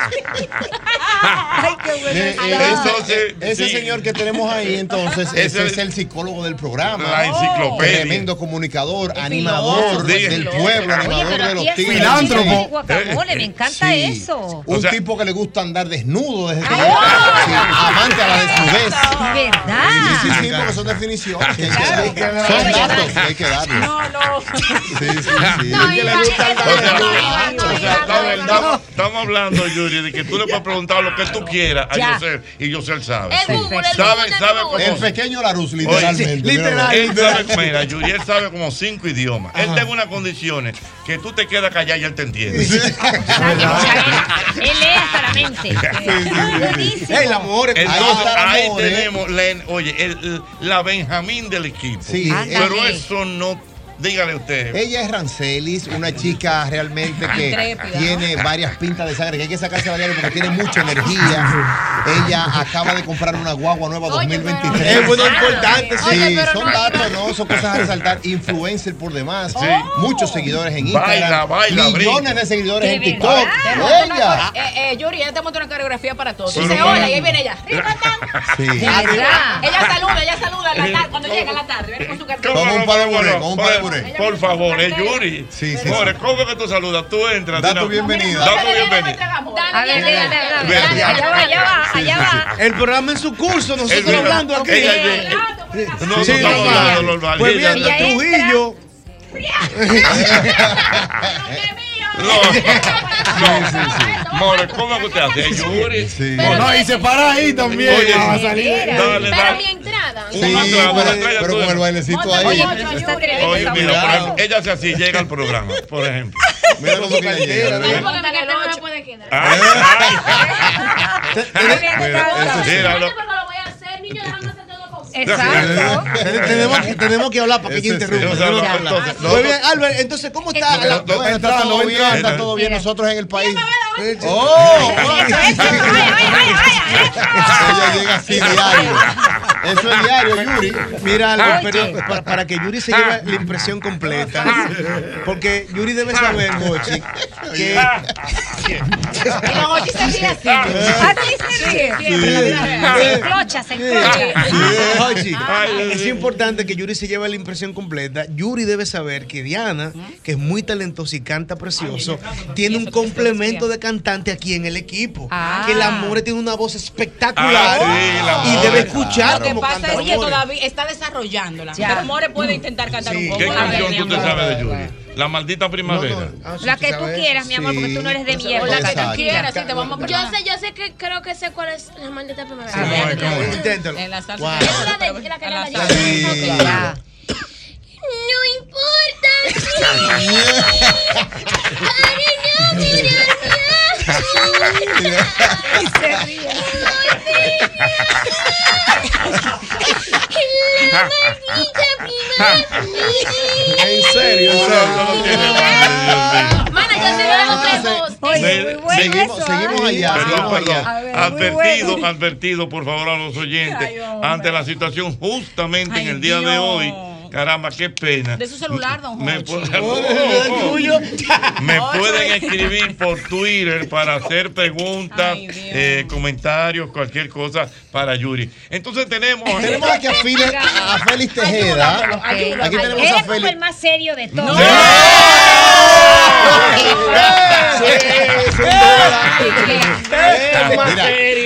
Ay,
qué bueno
Eh,
está.
eh,
Entonces,
ese ese
sí.
señor que tenemos ahí, entonces,
Ese
ese
es-
es el psicólogo del programa.
La enciclopedia.
Tremendo comunicador,
El
animador
filósofo,
del
el
pueblo,
filósofo.
animador
Oye, pero
de
aquí
los
es
tigres.
filántropo.
Sí.
Guacamole, me encanta
Sí.
eso.
Un tipo que le gusta andar desnudo desde que
¡Ah!
Sí, amante a la desnudez.
¿Verdad?
Sí, sí, sí, porque son
Ah.
definiciones. que hay que dar. Son datos que hay que dar.
No, no.
Sí, sí, sí.
Que le gusta el talento. O sea, estamos- estamos- Estamos hablando, Yuri, de que tú le puedes preguntar lo que tú quieras
Ya.
a Yosel y Yosel sabe.
El Google, el
sabe,
Google,
sabe
el
cómo-
Google. El pequeño Larus,
Oye,
literalmente.
sí,
Literal,
Él sabe,
literal.
mira, Yuri, él sabe como cinco idiomas. Él tiene unas condiciones que tú te quedas callado y él te entiende.
Él lee hasta la mente. Buenísimo.
Entonces, ahí
amor, ¿eh?
tenemos la, oye, el- la Benjamín del equipo.
Sí,
pero
Ándale.
eso no, dígale usted.
Ella es Rancelis, una chica realmente que
Intrépida.
tiene varias pintas de sangre, que hay que sacarse a diario porque tiene mucha energía. Ella acaba de comprar una guagua nueva 2023.
Es bueno, importante, sí.
Sí,
Oye, pero
son
no,
datos, ¿no? Son cosas a resaltar. Influencer por demás. Muchos seguidores en
Baila,
Instagram.
baila,
millones
brinca.
de seguidores
De
en
verdad.
TikTok.
Te monto Ah, una
Ella.
core- eh, eh, Yuri, ella te monta una coreografía para todos.
Pero
Dice,
para-
hola, y ahí viene ella.
Sí.
Ella saluda, Ella saluda, ella saluda a la tarde, cuando llega a la tarde. Viene con su cartón.
Como
un palo buré, como un palo
buré. Por favor, es Yuri. Sí, sí. More, ¿cómo que tú saludas? Tú entras. Da tu bienvenida. Da tu bienvenida.
A ver, dale, dale, dale.
Ve-
Dale, Allá va, allá va, allá va.
El programa en su curso,
Es
nosotros
verdad.
hablando aquí.
Ella llega. No,
Sí,
no estamos
mamá.
hablando de los valientes.
Pues bien,
Ella
Trujillo.
More, ¿cómo que usted hace? Es Yuri.
Pero No, y se para ahí también. Ah,
Oye,
va a
sí.
salir.
Dale,
dale.
mi entrada.
Sí, pero- pero con el
bailecito ahí.
Oye, pero tú estás tremendo.
Oye,
está
mira,
bueno.
por ejemplo, ella hace así, llega al programa, por ejemplo.
Mira lo que ella llega,
¿verdad?
apagón. Porque no me puede quedar.
Ay,
eso sí.
Míralo.
Exacto. Ten- tenemos, que- tenemos que hablar para que ella interrumpa.
sí.
Tenemos que
Entonces,
hablar.
nosotros-
Muy bien, Albert, entonces, ¿cómo está? la-
Bueno, Está todo bien, está todo bien. Nosotros en el país. ¡Oh! ella llega así diario. Eso es diario, Yuri.
Mira algo,
Oye.
pero para, para que Yuri se lleve la impresión completa. Porque Yuri debe saber, Mochi, que.
Pero Mochi se ríe así. Ah, Así se ríe. Siempre en la vida real. Se enclocha, se enclocha.
Ochi, es importante que Yuri se lleve la impresión completa. Yuri debe saber que Diana, que es muy talentosa y canta precioso, tiene un complemento de cantante aquí en el equipo.
Ah.
Que la More tiene una voz espectacular
Ah, sí, la
y debe
More,
escuchar
Lo que
como
pasa
canta
es
la
que
More.
todavía está desarrollándola.
Ya.
Pero More puede intentar cantar un poco.
¿Qué
la
canción
de
tú te
Diana.
sabes de Yuri? La maldita primavera.
La que tú quieras, mi amor, porque tú no eres de mierda.
la que tú quieras,
sí, te vamos a
Yo
perdonar.
sé, yo sé que creo que sé cuál es la maldita primavera.
A ver, ¿cómo es? Inténtalo.
En la salsa.
Wow.
Es la de la que la
salsa. Sí,
Ok.
claro.
No importa. Cariño, mira, mira. se ríe. La maldita primavera.
En serio, en serio.
Mana, yo sé que la voz.
Oye, muy bueno Seguimos- eso, ¿eh? seguimos allá,
Perdón,
seguimos
perdón.
allá. Advertido, advertido, por favor, a los oyentes, ante la situación justamente en el día de hoy. Caramba, qué pena.
De su celular, don
Me
Jorge.
pueden-
¿Del tuyo?
Me
Ocho.
pueden escribir por Twitter para hacer preguntas, eh, comentarios, cualquier cosa para Yuri. Entonces tenemos.
Tenemos aquí a, Fili- a Félix Tejeda. Aquí tenemos
Eres
a
como
Félix.
el más serio de todos.
Mira,
más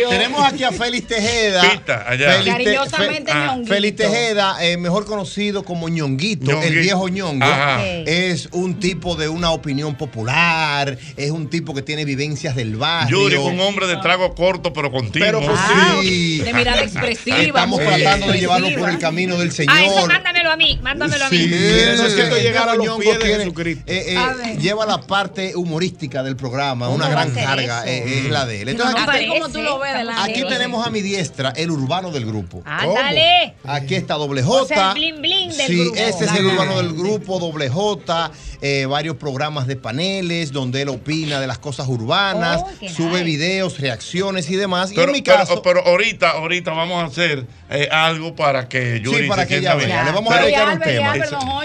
Tenemos aquí a Félix Tejeda.
allá.
Te-
Cariñosamente,
Fe-
Ñonguito.
Félix Tejeda, eh, mejor conocido como Ñonguito, el
Ñonguito.
viejo Ñongo.
Ajá. Ok.
Es un tipo de una opinión popular, es un tipo que tiene vivencias del barrio.
Yuri, un hombre de trago corto, pero continuo.
Pero pues, sí.
Ah, De mirada expresiva,
Estamos
muy
tratando de
expresiva.
llevarlo por el camino del Señor.
Ah, eso mándamelo a mí, mándamelo a mí.
Sí,
necesito
el
llegar a
Ñongo
los pies de
tiene-
Jesucristo.
eh, eh,
A ver.
lleva la parte humorística del programa, una
¿Cómo va a
gran
ser
carga
eso?
eh, es la de él. Entonces,
No,
aquí,
no
Así como tú lo ves
Parece,
delante.
aquí tenemos a mi diestra el urbano del grupo.
Ándale.
¿Cómo? Aquí está Doble
Ah, O sea,
J.
el bling bling del
Sí,
grupo.
este es el
Ándale.
urbano del grupo, Doble J, eh, varios programas de paneles donde él opina de las cosas urbanas,
Oh, qué
sube videos, reacciones y demás. y
Pero,
en mi
pero-
caso,
pero ahorita, ahorita vamos a hacer eh, algo para que Yuri
Sí, para
se
que
sienta
ella
bien.
vea. Le vamos a
Pero-
dedicar un tema.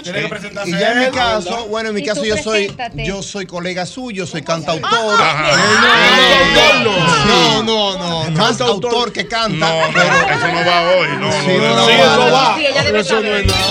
Tiene que presentarse
Y ya en mi
él.
caso, bueno, en mi
Y
caso
tú
yo soy,
preséntate.
yo soy colega suyo, soy cantautor.
Ajá.
Eh, No, no,
Ay.
no, no, no, no, no. Cantautor que canta.
No, no, eso no va hoy. No, no,
Sí, no, no,
sí,
va.
eso va.
Sí, ella debe
Eso no es nada.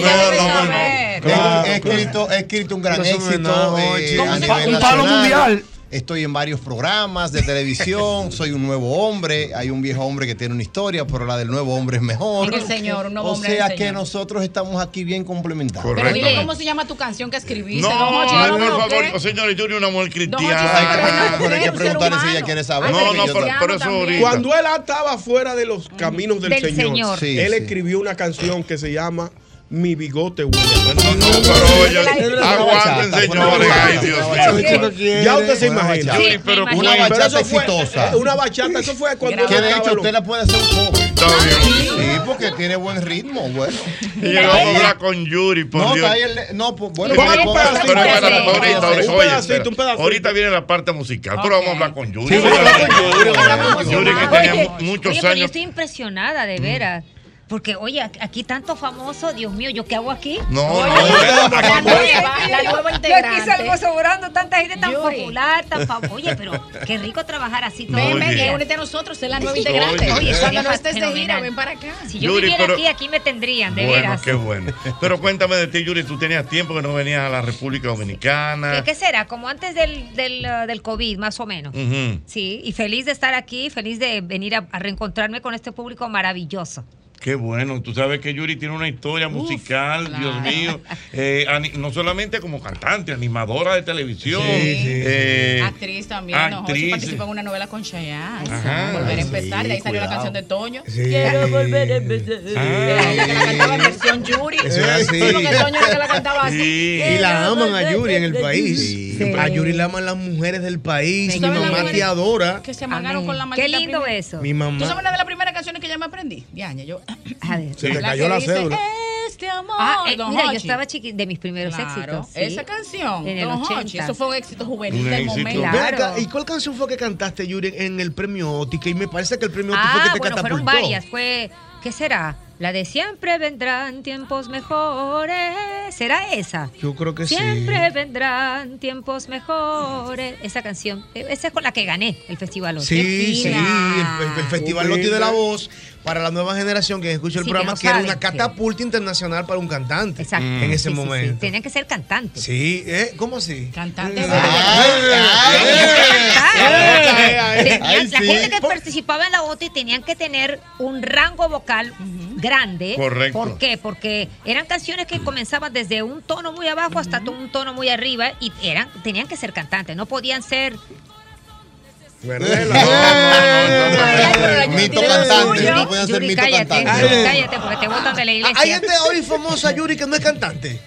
He, he escrito, he escrito un gran
Pero eso no es nada,
éxito. eh,
chico.
a
Un
nivel
pa- un palo
nacional.
mundial.
Estoy en varios programas de televisión, soy un nuevo hombre, hay un viejo hombre que tiene una historia, pero la del nuevo hombre es mejor.
En el Señor, un nuevo
o
hombre en el
sea que
Señor.
nosotros estamos aquí bien complementados.
Pero dile cómo se llama tu canción que escribiste.
No,
don Jorge,
no,
lo
por favor,
bloquees.
señores, Yuri es una
Hay
mujer
Ah,
que-
cristiana.
pero hay que preguntarle si ella quiere saber,
No,
porque
no,
yo
pero,
también.
pero eso ahorita.
Cuando él estaba fuera de los caminos del,
Del
Señor,
Señor. Sí,
él
sí.
escribió una canción que se llama Mi bigote huele.
Aguanten, señores. Ay, Dios mío.
Ya usted se
Una
imagina.
bachata. Sí, pero Una ¿cómo? bachata
eso fue-
exitosa.
eh, Una bachata, eso fue cuando
Que
él
de
estaba
hecho
loco.
usted la puede hacer un poco. Sí, porque tiene buen ritmo, bueno.
Y yo vamos a hablar con Yuri, por
No,
Dios.
está ahí el- no, pues, bueno,
Pero,
yo le
pero,
pongo-
pero,
Ahorita,
pero, espérate,
ahorita,
ahorita,
ahorita,
ahorita,
oye,
oye,
espera.
espera. Ahorita viene la parte musical, pero vamos a hablar con Yuri.
Sí, vamos a hablar con Yuri, vamos a hablar con
Yuri,
Yuri.
que
Oye,
tenía mu-
Oye,
muchos
pero yo
años. Mm.
estoy impresionada, de veras. Porque, oye, aquí- aquí tanto famoso, Dios mío, ¿yo qué hago aquí?
No,
Oye,
no, no, no,
la
no,
nueva-
la nueva
Yo aquí
integrante.
salgo sobrando tanta gente tan
Yuri.
popular, tan famosa. Oye, pero qué rico trabajar así todo
Ven,
el
ven,
día.
que únete a nosotros, es la nueva
Oye,
integrante.
oye, sería
cuando no estés de gira,
fenomenal.
ven para acá.
Si yo
Yuri,
viviera
pero-
aquí, aquí me tendrían, de
Bueno,
veras.
qué bueno. Pero cuéntame de ti, Yuri. Tú tenías tiempo que no venías a la República
¿Qué,
Dominicana.
qué será? Como antes del, del, eh, del COVID, más o menos.
Ujú.
Sí, y feliz de estar aquí, feliz de venir a, a reencontrarme con este público maravilloso.
Qué bueno, tú sabes que Yuri tiene una historia musical, Dios mío, Eh, ani- no solamente como cantante, animadora de televisión, eh,
Ah,
actriz también, ¿no? Jorge
actriz.
participó en una novela con Chayanne.
Ajá. Ah,
volver
Sí,
a empezar, de ahí salió la
cuidado.
canción de Toño.
Sí. Ah.
Quiero volver a empezar. Era ella que la cantaba en versión Yuri.
Eso era así.
Solo que Toño era que la cantaba así.
Y la aman a Yuri en el país.
Sí.
A Yuri la aman las mujeres del país. Mi
¿Sabes las
mamá te
mujeres
adora.
Que se amargaron
Amén.
con la
Qué
maldita
lindo
prima?
eso.
Mi mamá.
¿Tú sabes una de las primeras canciones que yo me aprendí? Diaña, yo.
A ver.
Se te
La
cayó
que
la
dice,
cédula.
Este amor.
Ah, eh,
Don
mira, yo
Hochi.
estaba chiqui de mis primeros
Claro,
éxitos. sí.
esa canción,
En el
Don Hochi,
80.
eso fue un éxito juvenil
Ven
del momento.
acá, ¿Y cuál canción fue que cantaste, Yuri, en el premio Ótica? Y me parece que el premio Ótica fue que
Ah,
te
bueno, fueron
catapultó.
varias. Fue, ¿qué será? La de siempre vendrán tiempos mejores. ¿Será esa?
Yo creo que
Siempre vendrán tiempos mejores. Esa canción, eh, esa es con la que gané el festival. Oti.
sí. Sí, sí, el, el- el Festival Loti de la
Humilde.
Voz para la nueva generación que escucha el
Sí, que
programa,
no
que, era
saben,
una
sí.
catapulta internacional para un cantante en ese
Sí, sí, sí.
momento. Mm.
Tenía que ser cantante.
Sí, ¿eh? ¿cómo así?
Cantante.
Tenían- la gente que participaba en la OTI tenían que tener un rango vocal grande.
Correcto.
¿Por qué? Porque eran canciones que comenzaban desde un tono muy abajo hasta to- un tono muy arriba y eran tenían que ser cantantes, no podían ser
Mito cantante, no podían ser
Yuri,
mito
cállate,
cantante.
Yuri, cállate porque te botan de la iglesia.
Ah,
¿Eh?
Hay gente hoy famosa, Yuri, que no es cantante.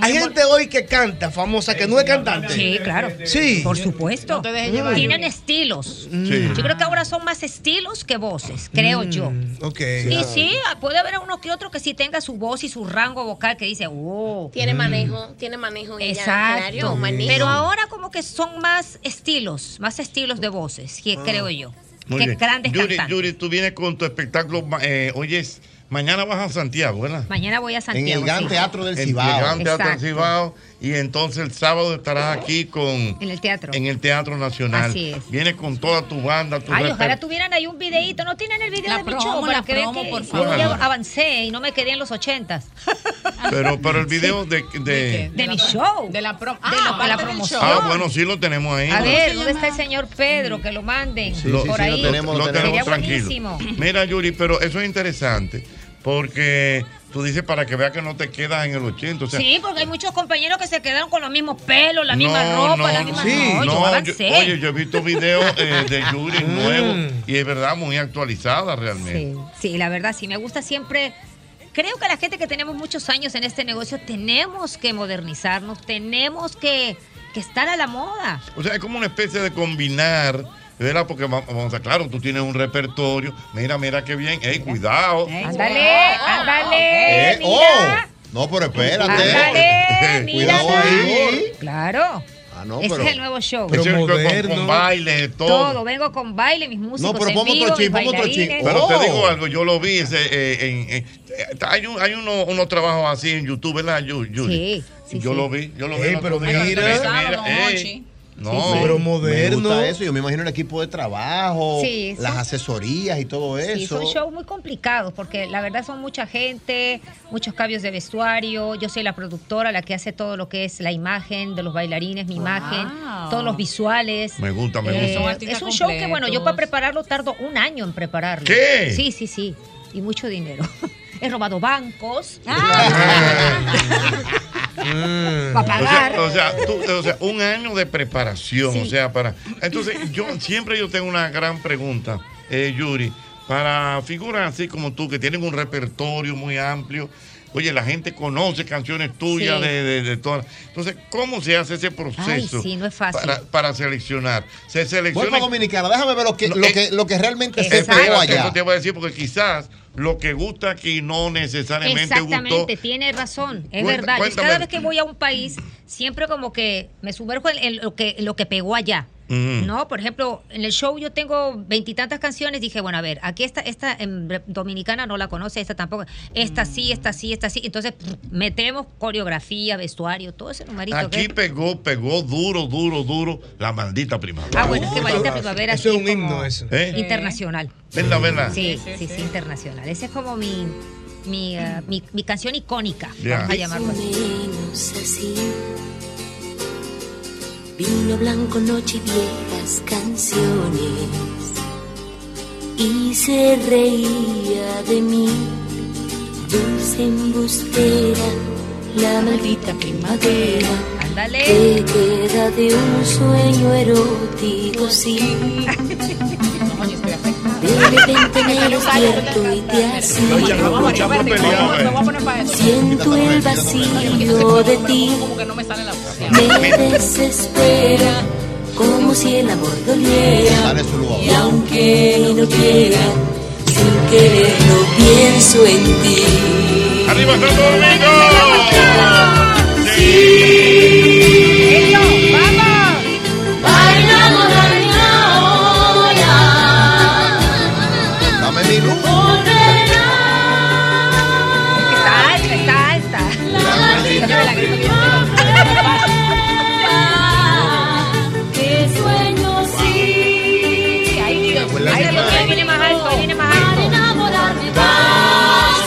Hay gente hoy que canta, famosa, que no es cantante.
Sí, claro.
Sí.
Por supuesto.
llevar,
Tienen estilos.
Sí.
Yo creo que ahora son más estilos que
Mm.
voces, creo yo.
Ok.
Y sí, puede haber uno que otro que sí tenga su voz y su rango vocal que dice, oh.
Tiene manejo, tiene manejo. ella,
Exacto.
claro, manejo.
Pero ahora como que son más estilos, más estilos de voces, que creo yo.
Ah. Muy
que
bien.
grandes
Yuri,
cantantes.
Yuri, tú vienes con tu espectáculo. ma- Eh, oye, mañana vas a Santiago, ¿verdad?
Mañana voy a Santiago. sí.
En el Gran Teatro del
Exacto,
Cibao. Y entonces el sábado estarás aquí con
En el teatro.
en el Teatro Nacional.
Así es.
Vienes con toda tu banda, tu
Ay,
reper-
ojalá tuvieran ahí un videíto. No tienen el video
La
de mi
promo,
show para
la
que vean
promo,
que
por
yo
favor.
ya avancé y no me quedé en los ochentas.
Pero, pero el video de, de-
De mi show. De
la,
de la promoción.
Ah, bueno, sí lo tenemos ahí.
A ver, ¿dónde está el señor Pedro? Que lo manden.
Sí, lo,
por
sí, lo
ahí.
tenemos, lo
Sería
tenemos tranquilo.
buenísimo.
Mira, Yuri, pero eso es interesante porque tú dices para que vea que no te quedas en el 80. O sea,
sí, porque hay muchos compañeros que se quedaron con los mismos pelos, la misma
no,
ropa,
no,
la misma.
sí,
no, yo
no,
avancé.
yo- oye, yo he visto videos eh, de Yuri nuevos y es verdad muy actualizada realmente.
Sí, sí, la verdad, sí, me gusta siempre. Creo que la gente que tenemos muchos años en este negocio tenemos que modernizarnos, tenemos que, que estar a la moda.
O sea, es como una especie de combinar, ¿verdad? Porque va- vamos a, claro, tú tienes un repertorio. Mira, mira qué bien. ¡Ey, cuidado!
Ándale, ándale.
Eh,
mira.
¡Oh! No, pero
Ándale,
espérate.
mira.
Cuidado ahí.
Claro.
Ah, no,
Ese
pero.
es el nuevo show.
Pero
Con- con-
moderno.
Con, baile,
todo.
todo.
vengo con baile, mis músicos
No, pero
en
ponme
vivo,
otro chip,
mis
ponme otro chip.
bailarines.
Pero
Oh.
te digo algo, yo lo vi. ese, eh, en- en- eh, hay un- hay uno- unos trabajos así en YouTube, ¿verdad, Yu- Yuri?
Sí, sí,
yo
sí.
lo vi, yo lo vi.
Ey,
el otro
pero
día.
mira.
ey.
No,
Sí, sí. Pero
Me
moderno.
gusta eso. Yo me imagino el equipo de trabajo,
Sí, son-
las asesorías y todo
Sí,
eh, eso.
son shows muy complicados porque la verdad son mucha gente, muchos cambios de vestuario. Yo soy la productora, la que hace todo lo que es la imagen de los bailarines, mi imagen, todos los visuales.
Me gusta, me
Eh,
gusta.
es un show que, bueno, yo para prepararlo tardo un año en prepararlo.
¿Qué?
Sí, sí, sí. Y mucho dinero. He robado bancos. Ah,
O
Para
sea,
pagar.
Mm. o sea, tú- o sea, un año de preparación, o sea, para... Entonces, yo siempre yo tengo una gran pregunta, eh, Yuri, para figuras así como tú, que tienen un repertorio muy amplio, oye, la gente conoce canciones tuyas
Sí.
de, de, de todas. Entonces, ¿cómo se hace ese
Ay,
proceso
sí, no es fácil.
para, para seleccionar? Se selecciona...
Vuelvo a Dominicana, déjame ver lo que,
No,
lo
eh,
que, lo que realmente se
Espérate,
pegó allá.
Eso te voy a decir, porque quizás lo que gusta aquí no necesariamente gustó
Exactamente, tiene razón, es
Cuenta-
verdad. Yo
cuéntame.
cada vez que voy a un país, siempre como que me sumerjo en, en lo, que, en lo que pegó allá.
Mm.
No, por ejemplo, en el show yo tengo veintitantas canciones, dije, bueno, a ver, aquí esta, esta en re- dominicana no la conoce, esta tampoco, esta sí, esta sí, esta sí. Entonces pff, metemos coreografía, vestuario, todo ese numerito.
Aquí
que-
pegó, pegó duro, duro, duro la maldita primavera.
Ah, bueno, qué maldita primavera.
Eso es
sí,
un himno eso. ¿Eh?
Internacional.
Venla, venla.
Sí, sí, sí, internacional. Esa es como mi, mi, eh, mi, mi canción icónica,
Ya.
vamos a llamarlo así.
menos así. Vino blanco, noche y viejas canciones. Y se reía de mí, dulce embustera, la maldita primavera. Que queda de un sueño erótico, sí. De repente me despierto y te
vamos,
así.
vamos,
eh.
Me voy a poner para eso.
Siento el vacío de ti,
Como que no me sale la voz.
me desespera, como si el amor doliera. Y aunque no quiera, sin querer no pienso en ti.
¡Arriba Santo Domingo!
¡Eso! ¡Vamos! Bailamos la luna
Dame mi luz.
Está alta, está alta.
¡Qué sueño sí! ¡Ay, Dios!
Ahí viene, ahí viene más alto, ahí viene más alto.
Porque vamos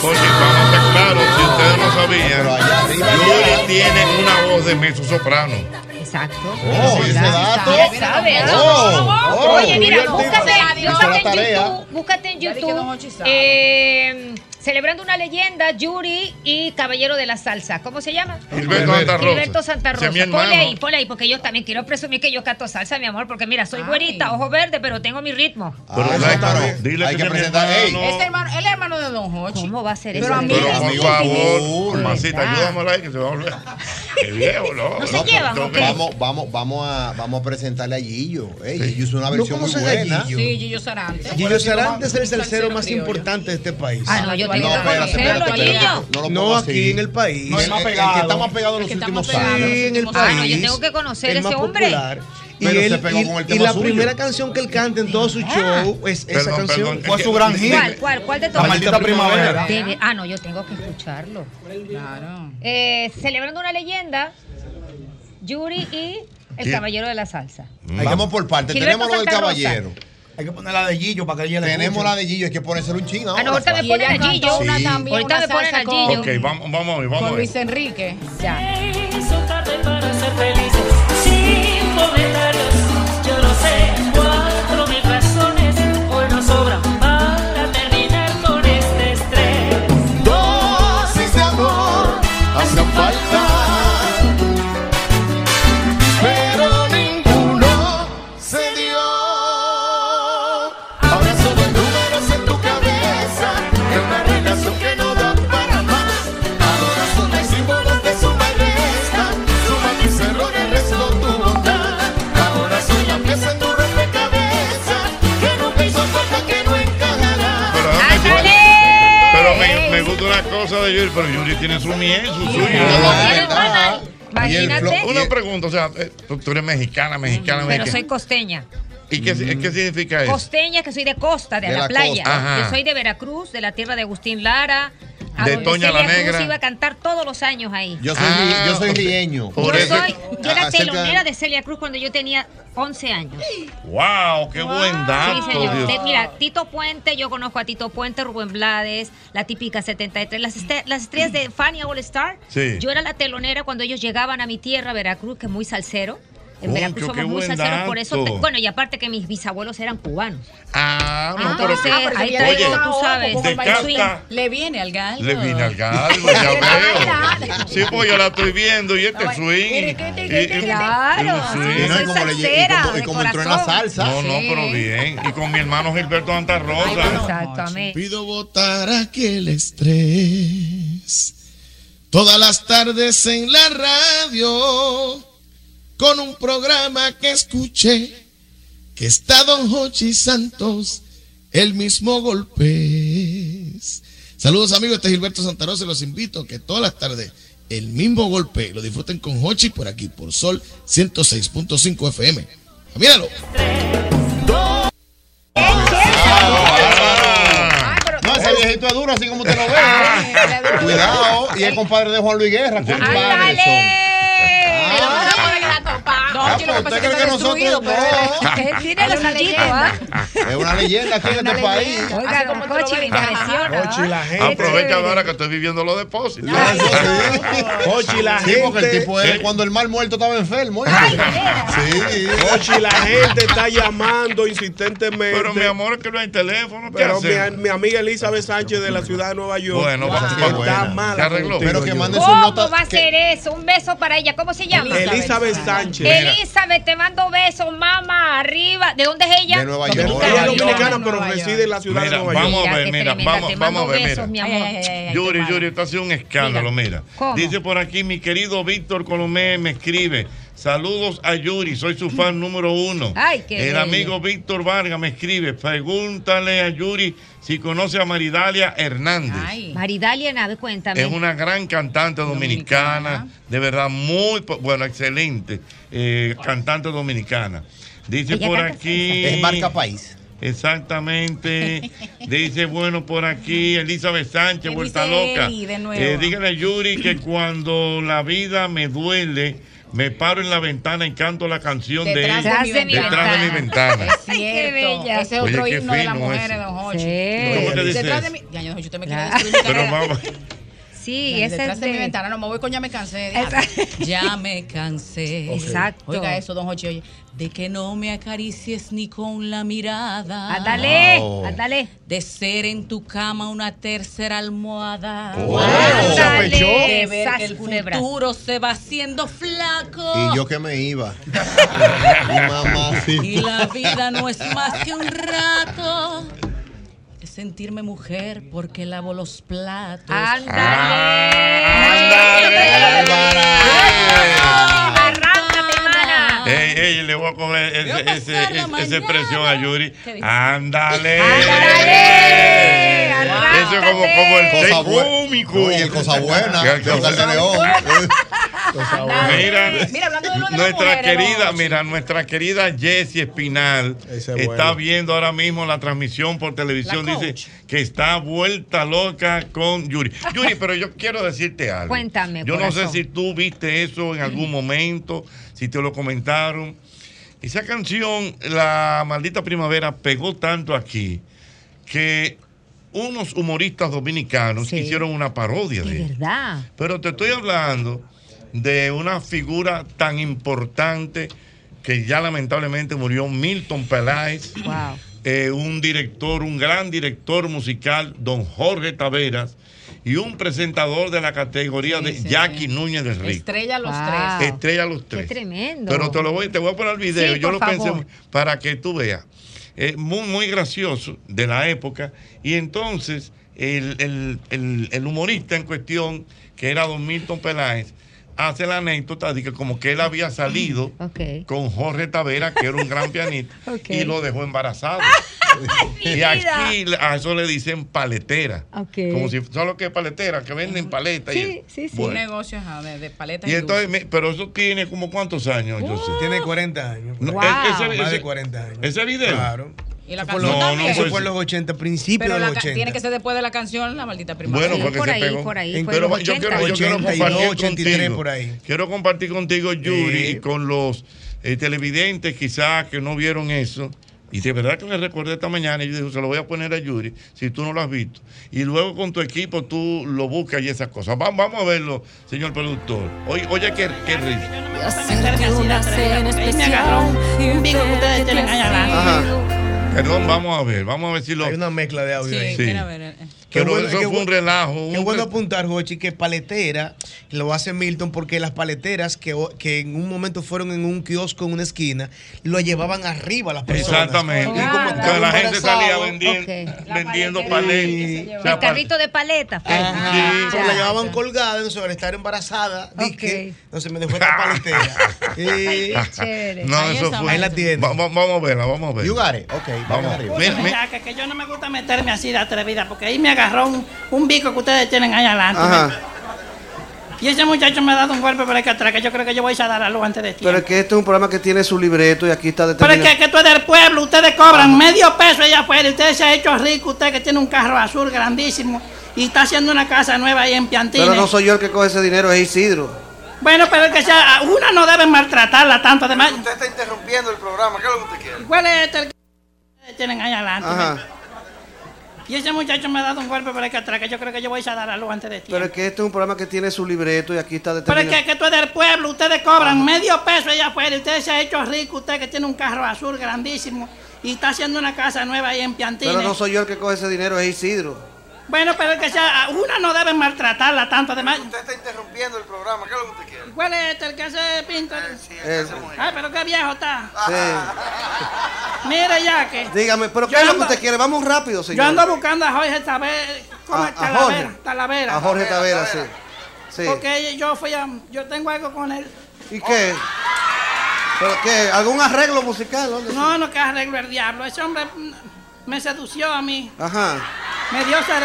a ser claros, si ustedes no sabían, Yuri tiene una voz de mezzo soprano.
Exacto.
Oh, ese dato.
Ya sabes.
Oh, oh,
Oye, mira,
divertido.
búscate,
Hizo la
búscate en
tarea.
YouTube, búscate en
Ya vi que no hemos
YouTube.
chisado.
eh, Celebrando una leyenda, Yuri y Caballero de la Salsa. ¿Cómo se llama?
Gilberto Santa Rosa.
Gilberto Santa
Ese
Rosa.
es mi hermano.
Ponle ahí, ponle ahí, porque yo también quiero presumir que yo canto salsa, mi amor, porque mira, soy güerita, ojo verde, pero tengo mi ritmo.
Pero dile- dile
Hay que
es mi
presentar,
hermano.
Este hermano, él es hermano de Don Jochi.
¿Cómo va a ser
Pero a mí
Pero por favor,
Sí,
mamacita,
¿verdad?
ayúdamela ahí que se va a volver. Qué viejo, ¿no?
No,
llevan,
pero Vamos, vamos, vamos a, vamos a presentarle a Gillo. Ey, Gillo hizo una versión muy
conoces a
buena.
Gillo?
Sí, Gillo Sarante.
Gillo Sarantes es el tercero más importante de este país.
Ah, no, yo tengo que
espérate,
conocerlo,
espérate, espérate.
Gillo.
No, lo
No,
pongo
aquí
así.
en el país.
No, el,
El-
más
el- el
pegado.
que está más pegado en los últimos años.
Sí, en el país.
Ah, no, yo tengo que conocer
el más
ese hombre.
popular. Y,
Pero
él-
se pegó
y-
con el
y
tema
la
suyo.
primera canción que él canta en todo su show es esa
Perdón,
canción.
perdón. Fue su gran hit.
¿Cuál, cuál, cuál de todos?
maldita primavera.
Debe- ah, no, yo tengo que escucharlo. Claro. celebrando una leyenda, Yuri y el
Sí.
caballero de la salsa.
Mm,
Ahí Vamos por partes.
Gilberto
Tenemos lo del
Santa Rosa.
caballero. Hay que poner la de Gillo para que ella
la
Tenemos
escuche.
la de Gillo, hay que ponérselo un ching
Ah, no, ahorita me
Y
ponen
ella
a Gillo.
cantó una Sí. también,
Ahorita
una
me ponen a
salsa con-
Gillo.
Ok, vamos, vamos, a ver, vamos. a
Con
ver.
Luis Enrique.
Ya.
Hizo tarde para ser felices Sin comentarios Yo no sé Cuatro mil razones Hoy nos sobran Para terminar con este estrés
Dosis de amor hacen falta, pero ninguno se dio. Ahora suben números en tu cabeza de una relación que no da para más. Ahora son los símbolos de suma y resta, suma mis errores, resto tu bondad. Ahora soy la pieza en tu rompecabezas que nunca hizo falta, que no encajará.
Pero me, me gusta una cosa de Yuri, pero Yuri tiene su miel, su suyo.
Ah,
Y el
Imagínate.
flow- Una pregunta, o sea, eh, tú, tú eres mexicana, mexicana,
Pero
mexicana.
soy costeña.
¿Y qué, qué significa eso?
Costeña, que soy de costa, de,
De
la,
la
playa.
costa. Ajá.
Yo soy de Veracruz, de la tierra de Agustín Lara. A
De
donde
Toña la
Celia Cruz
Negra. Ah,
iba a cantar todos los años ahí.
Yo soy, ri- yo soy rieño.
Por
Yo
eso-
soy, yo era
Ah, cerca-
telonera de Celia Cruz cuando yo tenía 11 años.
¡Wow! ¡Qué buen dato!
Ah, Sí, señor.
Dios.
Te- mira, Tito Puente, yo conozco a Tito Puente, Rubén Blades, la típica 73, las, este- las estrellas de Fania All Star.
Sí.
Yo era la telonera cuando ellos llegaban a mi tierra, Veracruz, que es muy salsero. En
Concho,
Veracruz
qué
somos muy
buen
salseros, por eso.
dato.
te- bueno, y aparte que mis bisabuelos eran cubanos.
Ah, no,
Ah,
pero
sí, ahí
que,
te
oye,
digo, tú sabes.
de
Como el
carta
Le viene al galgo.
le vine al galgo, ya veo.
Claro.
Sí, pues yo la estoy viendo y
Ah,
este swing. y- y-
Claro,
y un swing.
No, y como, le- y como- y como entró en la salsa.
No, no, pero bien. Y con mi hermano Gilberto Santa Rosa.
Exactamente.
Pido votar aquel estrés. Todas las tardes en la radio. Con un programa que escuché. Que está Don Jochi Santos. El mismo golpes. Pues, Saludos amigos, este es Gilberto Santarosa y los invito a que todas las tardes el mismo golpe lo disfruten con Hochi por aquí, por Sol 106.5 FM. Míralo.
No, ese viejito es duro, así como usted lo ve. Cuidado. Y es compadre de Juan Luis Guerra. Compadre. son.
No, yo lo que
Ah,
pasa es
pero
que
usted cree
está
que
destruido,
nosotros no.
Ah,
pero tiene la leyenda.
Es una leyenda aquí en este país.
Oiga, don Cochi, me impresiona.
Ochi, la gente.
Aprovecha ahora que estoy viviendo los depósitos.
Ochi, la
Sí, porque el
gente-
tipo era cuando el mal muerto estaba enfermo. ¿eh? Sí.
Ochi, la gente está llamando insistentemente.
Pero mi amor, que no hay teléfono. ¿qué
Pero mi,
hacemos?
mi amiga Elizabeth Sánchez de la ciudad de Nueva York
Bueno, vamos
está
para buena.
mala
Se arregló.
contigo,
Pero que
yo.
mande
¿Cómo va a ser eso? Un beso para ella. ¿Cómo se llama?
Elizabeth Sánchez.
Elizabeth, te mando besos, mamá, arriba. ¿De dónde es ella?
De Nueva York.
Ella es dominicana, pero reside en la ciudad
Mira,
de Nueva York.
vamos a ver,
qué
mira,
tremenda.
vamos,
Te mando
vamos a ver,
besos,
mira.
mi amor.
Yuri, Yuri, esto ha sido un escándalo, mira.
¿Cómo?
Dice por aquí, mi querido Víctor Colomé me escribe, Saludos a Yuri, soy su fan número uno.
Ay, qué
El
bello.
amigo Víctor Vargas me escribe, pregúntale a Yuri si conoce a Maridalia Hernández.
Maridalia Nave, cuéntame.
Es una gran cantante dominicana, de verdad muy, po- bueno, excelente eh, cantante dominicana. Dice
Ella
por
canta
aquí.
salsa. Es marca
país. Exactamente. Dice, bueno, por aquí Elizabeth Sánchez,
¿Qué
vuelta
dice
loca.
Eli de nuevo?
Eh, dígale a Yuri que cuando la vida me duele, me paro en la ventana y canto la canción
Detrás
de
de mi
ella.
ventana.
detrás de mi ventana.
Ay, qué bella. Ese es
Oye,
otro
qué
himno de las
fino
mujeres,
ese.
don Hochi.
¿Cómo que dice
Detrás
eso?
de mi. Ya, yo, yo te me quiero
Claro.
destruir mi
Pero
carrera.
vamos.
Sí,
Ya,
ese
detrás
es
de mi
de-
ventana. No me voy con ya me cansé. Ya, ya me cansé.
Ok. Exacto.
Oiga eso, don Hochi. Oye, de que no me acaricies ni con la mirada.
Ándale, Wow. ándale.
De ser en tu cama una tercera almohada.
Ándale. Se apechó.
De ver que el
Sas, culebra.
futuro se va haciendo flaco.
Y yo que me iba. Mi mamá, sí.
Y la vida no es más que un rato. de Sentirme mujer porque lavo los platos.
Ah.
Ey, ey, Eh, le voy a coger ese- ese- ese- esa expresión a Yuri. Ándale. Eso es como, como el
Cosa
seis
buena.
cómico.
No, y el cosa buena,
Y el
de Hogar de
cosa
León.
buena. Mira,
Mira, hablando de lo de
nuestra
las mujeres,
querida,
don-
mira, nuestra querida Jessie Espinal
es
está
bueno.
viendo ahora mismo la transmisión por televisión.
La
Dice que está vuelta loca con Yuri. Yuri, pero yo quiero decirte algo.
Cuéntame,
Yo no sé
corazón.
si tú viste eso en algún momento, si te lo comentaron. Esa canción, La Maldita Primavera, pegó tanto aquí que unos humoristas dominicanos hicieron una parodia de ella.
¿Verdad?
Pero te estoy hablando de una figura tan importante que ya lamentablemente murió Milton Peláez, eh, un director, un gran director musical, don Jorge Taveras, y un presentador de la categoría de Jackie Núñez del Rey.
Estrella los
Wow.
tres.
Estrella los
Qué
tres.
tremendo.
Pero te lo voy, te voy a poner el video.
Sí,
Yo
por
lo
favor.
pensé para que tú veas. Eh, muy, muy gracioso de la época. Y entonces el, el- el- el humorista en cuestión, que era Don Milton Peláez, hace la anécdota de que como que él había salido
Ok.
con Jorge Tavera, que era un gran pianista,
Ok.
y lo dejó embarazado.
mi
y
vida.
aquí a eso le dicen paletera.
Ok.
Como si solo que paletera, que venden paletas. y,
Un
Bueno.
negocio ajá, ah, de, de paletas.
Y
y
entonces,
dulces.
me- pero eso tiene como cuántos años, yo sé.
Tiene 40 años.
No,
Wow.
e- ese-
Más de
ese-
40 años.
Ese video.
Claro.
Y la
Eso fue los-
canción
también.
eso
pues-
fue en los 80, principios
Pero
de
la
los
ca-
80.
tiene que ser después de la canción La Maldita Primavera.
Bueno, porque se pegó. Pero yo quiero, yo quiero compartir
83
contigo.
por ahí.
Quiero compartir contigo, Yuri, y con los eh, televidentes quizás que no vieron eso. Y de verdad que me recordé esta mañana y yo dije, se lo voy a poner a Yuri, si tú no lo has visto. Y luego con tu equipo tú lo buscas y esas cosas. Va- vamos a verlo, señor productor. Oye, oye qué, qué risa.
Y hacerte una cena
pues,
especial. Digo, ustedes tienen
Perdón, vamos a ver, vamos a ver si lo...
Hay una mezcla de audio ahí.
Sí. Pero eso fue un relajo.
Qué bueno apuntar, Jochi, que paletera lo hace Milton porque las paleteras que, o- que en un momento fueron en un kiosco en una esquina, lo llevaban arriba a las personas.
Exactamente.
Y como
Entonces la gente
embarazado,
salía vendiendo,
Ok.
vendiendo paletas. O sea,
El carrito de paleta. pues. Ah,
Ajá,
Ya.
la llevaban colgada, entonces al estar embarazada, dije, entonces me dejó esta paletera. Y-
No, eso fue.
Ahí la tiene.
Va- va- vamos a verla, vamos a verla.
You got it. Ok,
vamos.
vamos arriba.
Mira,
Escúchame,
mira.
Jaque, que yo no me gusta meterme así de atrevida, porque ahí me agarró un, un bico que ustedes tienen ahí adelante. Y ese muchacho me ha dado un golpe por aquí atrás, que yo creo que yo voy a dar a luz antes de ti.
Pero es que este es un programa que tiene su libreto y aquí está
Pero es
determinado.
que, que tú eres del pueblo, ustedes cobran medio peso allá afuera, y ustedes se han hecho ricos, usted que tiene un carro azul grandísimo, y está haciendo una casa nueva ahí en Piantines.
Pero no soy yo el que coge ese dinero, es Isidro.
Bueno, pero es que sea, una no debe maltratarla tanto, además.
Usted está interrumpiendo el programa, ¿qué es lo que usted quiere?
¿Cuál es este el que ustedes tienen ahí adelante?
Ajá.
Y ese muchacho me ha dado un golpe por aquí atrás, que yo creo que yo voy a dar a luz antes de ti.
Pero es que este es un programa que tiene su libreto y aquí está
Pero es
determinado.
que, que tú eres del pueblo, ustedes cobran medio peso allá afuera, y ustedes se han hecho ricos, usted que tiene un carro azul grandísimo, y está haciendo una casa nueva ahí en Piantines.
Pero no soy yo el que coge ese dinero, es Isidro.
Bueno, pero es que sea, una no debe maltratarla tanto, además.
Usted está interrumpiendo el programa, ¿qué es lo que usted quiere?
¿Cuál es este, el que se pinta?
Eh,
Ay, pero qué viejo está.
sí.
Mira ya que...
Dígame, pero ¿qué
Yo
es lo que
ando-
usted quiere? Vamos rápido,
Yo
señor.
ando buscando a Jorge Talavera, ¿cómo
A-
es?
a Jorge.
Talavera, Talavera.
A Jorge Tavera, sí. Sí.
Porque yo fui a, yo tengo algo con él.
¿Y qué? ¿Pero qué? ¿Algún arreglo musical? ¿Dónde se-
No, no, que arreglo el diablo. Ese hombre mm, me sedució a mí.
Ajá,
Me dio ser...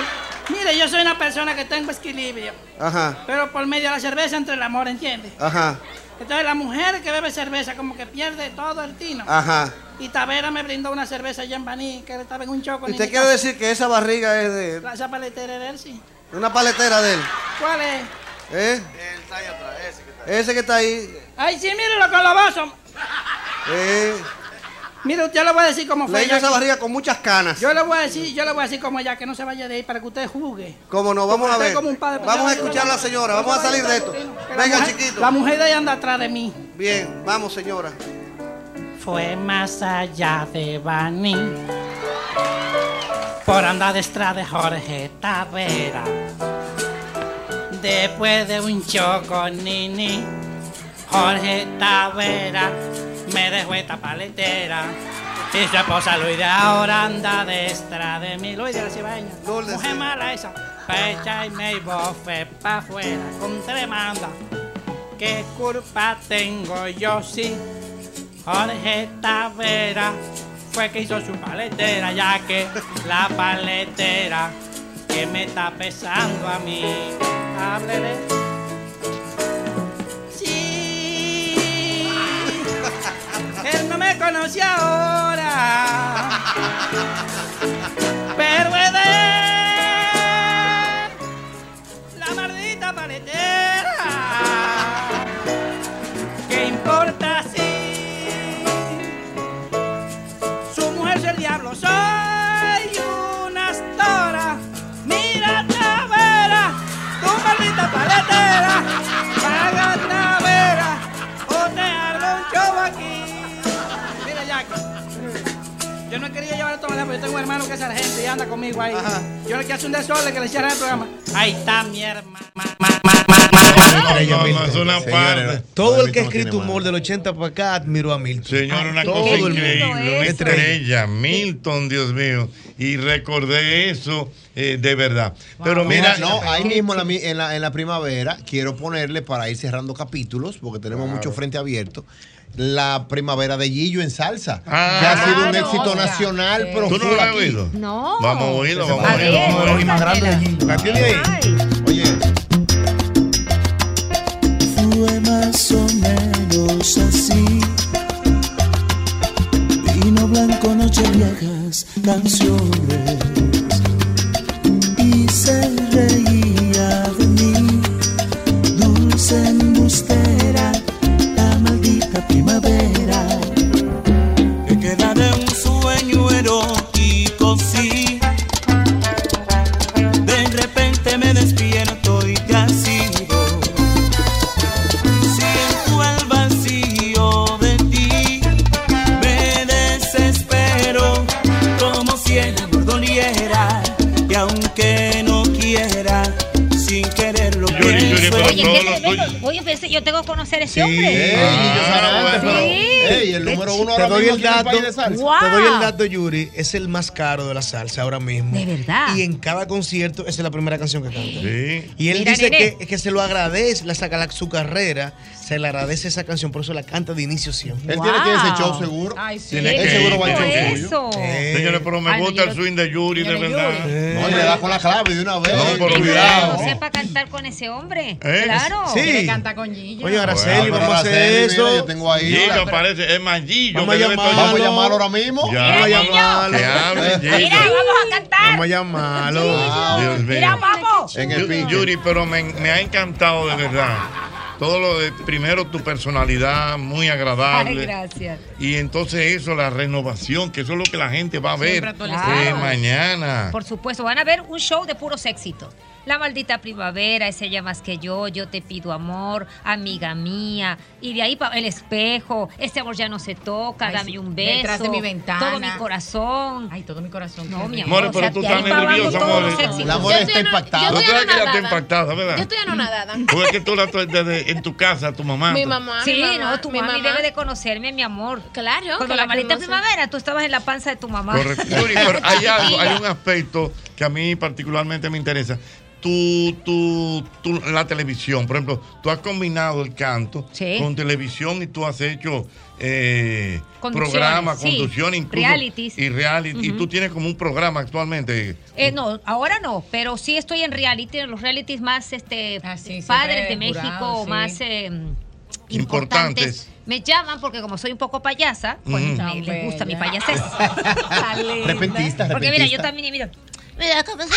Mire, yo soy una persona que tengo equilibrio,
ajá,
pero por medio de la cerveza entre el amor, ¿entiendes?
ajá,
Entonces la mujer que bebe cerveza como que pierde todo el tino.
ajá.
Y Tavera me brindó una cerveza allá en Baní, que estaba en un choco.
¿Y ¿Usted quiere decir que esa barriga es de
Plaza paletera de él, sí.
una paletera de él?
¿Cuál es?
¿Eh? Ese que está ahí.
Ay, sí, mírelo con los vasos.
Eh,
Mire, usted le voy a decir cómo fue.
le hizo
ya
esa
que-
barriga con muchas canas.
Yo le voy a decir, yo le voy a decir como ya, que no se vaya de ahí para que usted juzgue.
Como no, vamos a
Usted
ver.
como un padre. pues
Vamos a escuchar a la señora, vamos a salir de esto. Venga, chiquito.
La mujer de ahí anda atrás de mí.
Bien, vamos, señora.
Fue más allá de Baní por andar detrás de Jorge Tavera. Después de un choco, Nini, Jorge Tavera me dejó esta paletera. Y su esposa Luis ahora anda detrás de mí. Luis de la Cibaeña. Mujer mala esa. Pecha y me bofe pa' afuera con tremanda. ¿Qué culpa tengo yo sí? Jorge Tavera fue que hizo su paletera, ya que la paletera que me está pesando a mí. Háblele. Sí, él no me conoce ahora, pero es de él, la maldita paletera. ¿Qué importa si su mujer es el diablo? Soy una astora. Mira Tavera, tu maldita paletera. Paga Tavera o te armo un show aquí. Mira Jackie, Yo no quería llevar a tomar, pero yo tengo un hermano que es sargento y anda conmigo ahí. Yo le quiero hacer un desorden que le cierra el programa. Ahí está mi hermano.
es una parte.
Todo el que ha escrito humor del 80 para acá admiró a Milton.
Señor, una cosa increíble, una estrella, Milton, Dios mío. Y recordé eso eh, de verdad. Pero mira,
no, ahí mismo en la, mi- en, la, en la primavera, quiero ponerle para ir cerrando capítulos, porque tenemos
Claro.
mucho frente abierto, la primavera de Gillo en salsa, que ha sido un
Claro,
éxito
o sea,
nacional,
sí.
pero
Ah. ¿Tú no
full
lo has
aquí.
oído?
No.
Vamos a oírlo, vamos a oírlo.
Uno de los más grandes de Gillo.
Fue más o menos así. Vino blanco, noche viejas, canciones. Y se reía de mí. Dulce embustera, la maldita primavera. Que queda de un sueño erótico, sí. De repente me despierto y te has ido. Siento el vacío de ti, me desespero como si el amor doliera y aunque no quiera, sin quererlo pienso en
Oye, ¿qué evento? Oye, pero ese- yo tengo que conocer a ese hombre.
Ah, Ey, el número uno
Te
ahora
doy
mismo
el
tiene el
dato.
país de salsa.
Te doy el
Wow.
dato, Yuri. Es el más caro de la salsa ahora mismo.
De verdad.
Y en cada concierto esa es la primera canción que canta. Y él
Mira,
dice
nene.
que, que se lo agradece, la saca la- su carrera, se le agradece esa canción, por eso la canta de inicio siempre.
Él tiene que ir a ese Wow. show seguro.
Ay, sí.
Tiene Él que seguro ir, va al tiene show que ir.
Eso.
Señores, pero me
Ay, no,
gusta
yo
el
lo-
swing de Yuri, de
Señores,
verdad.
No, le da con la clave de una vez.
No, pero
Cuidado.
cuidado.
sepa cantar con ese hombre.
¿Eh?
Claro.
Sí. Quiere
cantar con Gillo.
Oye, Araceli,
Bueno,
vamos a hacer
Araceli,
eso.
mira, yo tengo ahí. Gillo
Mira,
aparece, es más Gillo.
Vamos a
que debe estar-
llamarlo. Vamos a llamarlo
ahora mismo.
Ya,
Vamos a
vamos a-
llamarlo.
que hable, Gillo.
Mira, vamos a cantar.
Vamos a llamarlo.
Dios
Mira,
mío.
papo.
Pues En el Yu- Yuri, pero me, me ha encantado de verdad. Todo lo de, primero tu personalidad, muy agradable.
Ay, gracias.
Y entonces eso, la renovación, que eso es lo que la gente va a ver
Siempre actualizado.
eh, mañana.
Por supuesto, van a ver un show de puros éxitos. La maldita primavera, es ella más que yo, yo te pido amor, amiga mía. Y de ahí pa- el espejo, este amor ya no se toca,
Ay,
dame
sí.
un beso.
Detrás de mi ventana.
Todo mi corazón. Ay, todo mi corazón. No, mi amor.
Amores, pero
o sea,
tú
de
estás
ahí para abajo
nerviosa,
todos
amores.
los éxitos.
La amor está impactada.
No
estoy
te veas que ya está
anonadada.
impactada, ¿verdad?
Yo estoy anonadada.
Porque tú la traes desde en tu casa, tu mamá.
Mi mamá.
Sí,
mi mamá,
no, tu
mi
mami
mamá.
debe de conocerme, mi amor.
Claro,
Cuando
que
la
la
maldita
conoce.
primavera, tú estabas en la panza de tu mamá.
Correcto. Yuri, pero hay algo, hay un aspecto que a mí particularmente me interesa. Tú, tú, tú, la televisión, por ejemplo, tú has combinado el canto
Sí.
con televisión y tú has hecho eh,
Conducciones,
programas,
sí.
conducciones, incluso.
Realities.
Y reality. Y
Ujú.
tú tienes como un programa actualmente.
Eh, no, ahora no, pero sí estoy en reality, en los realities más este,
Ah,
padres de México,
jurado, sí.
más eh,
Importantes.
importantes. Me llaman porque como soy un poco payasa, pues
Mm.
me, les gusta mi payasés.
Repentista,
Porque mira, yo
repentista.
también, mira.
Mira cómo se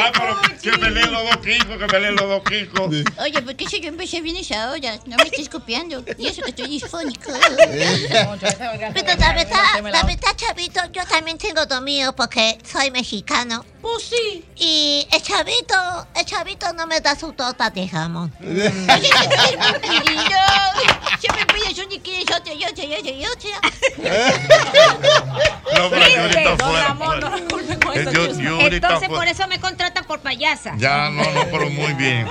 Ah, pero que peleen los dos quicos, que peleen los dos quicos.
Oye, ¿por qué si yo empecé bien esa hora? No me estés copiando. Y eso que estoy disfónico. Pero la verdad, la verdad, Chavito, yo también tengo lo mío porque soy mexicano. Pues sí. Y el Chavito, el Chavito no me da su torta de jamón. Oye, y yo, siempre pide yo ni quiero, yo te, yo te, yo te, yo
No, pero yo ahorita fuera. Eh, yo- yo ahorita
Entonces
fuera.
por eso me contratan por payasa.
Ya, no, no, pero muy bien.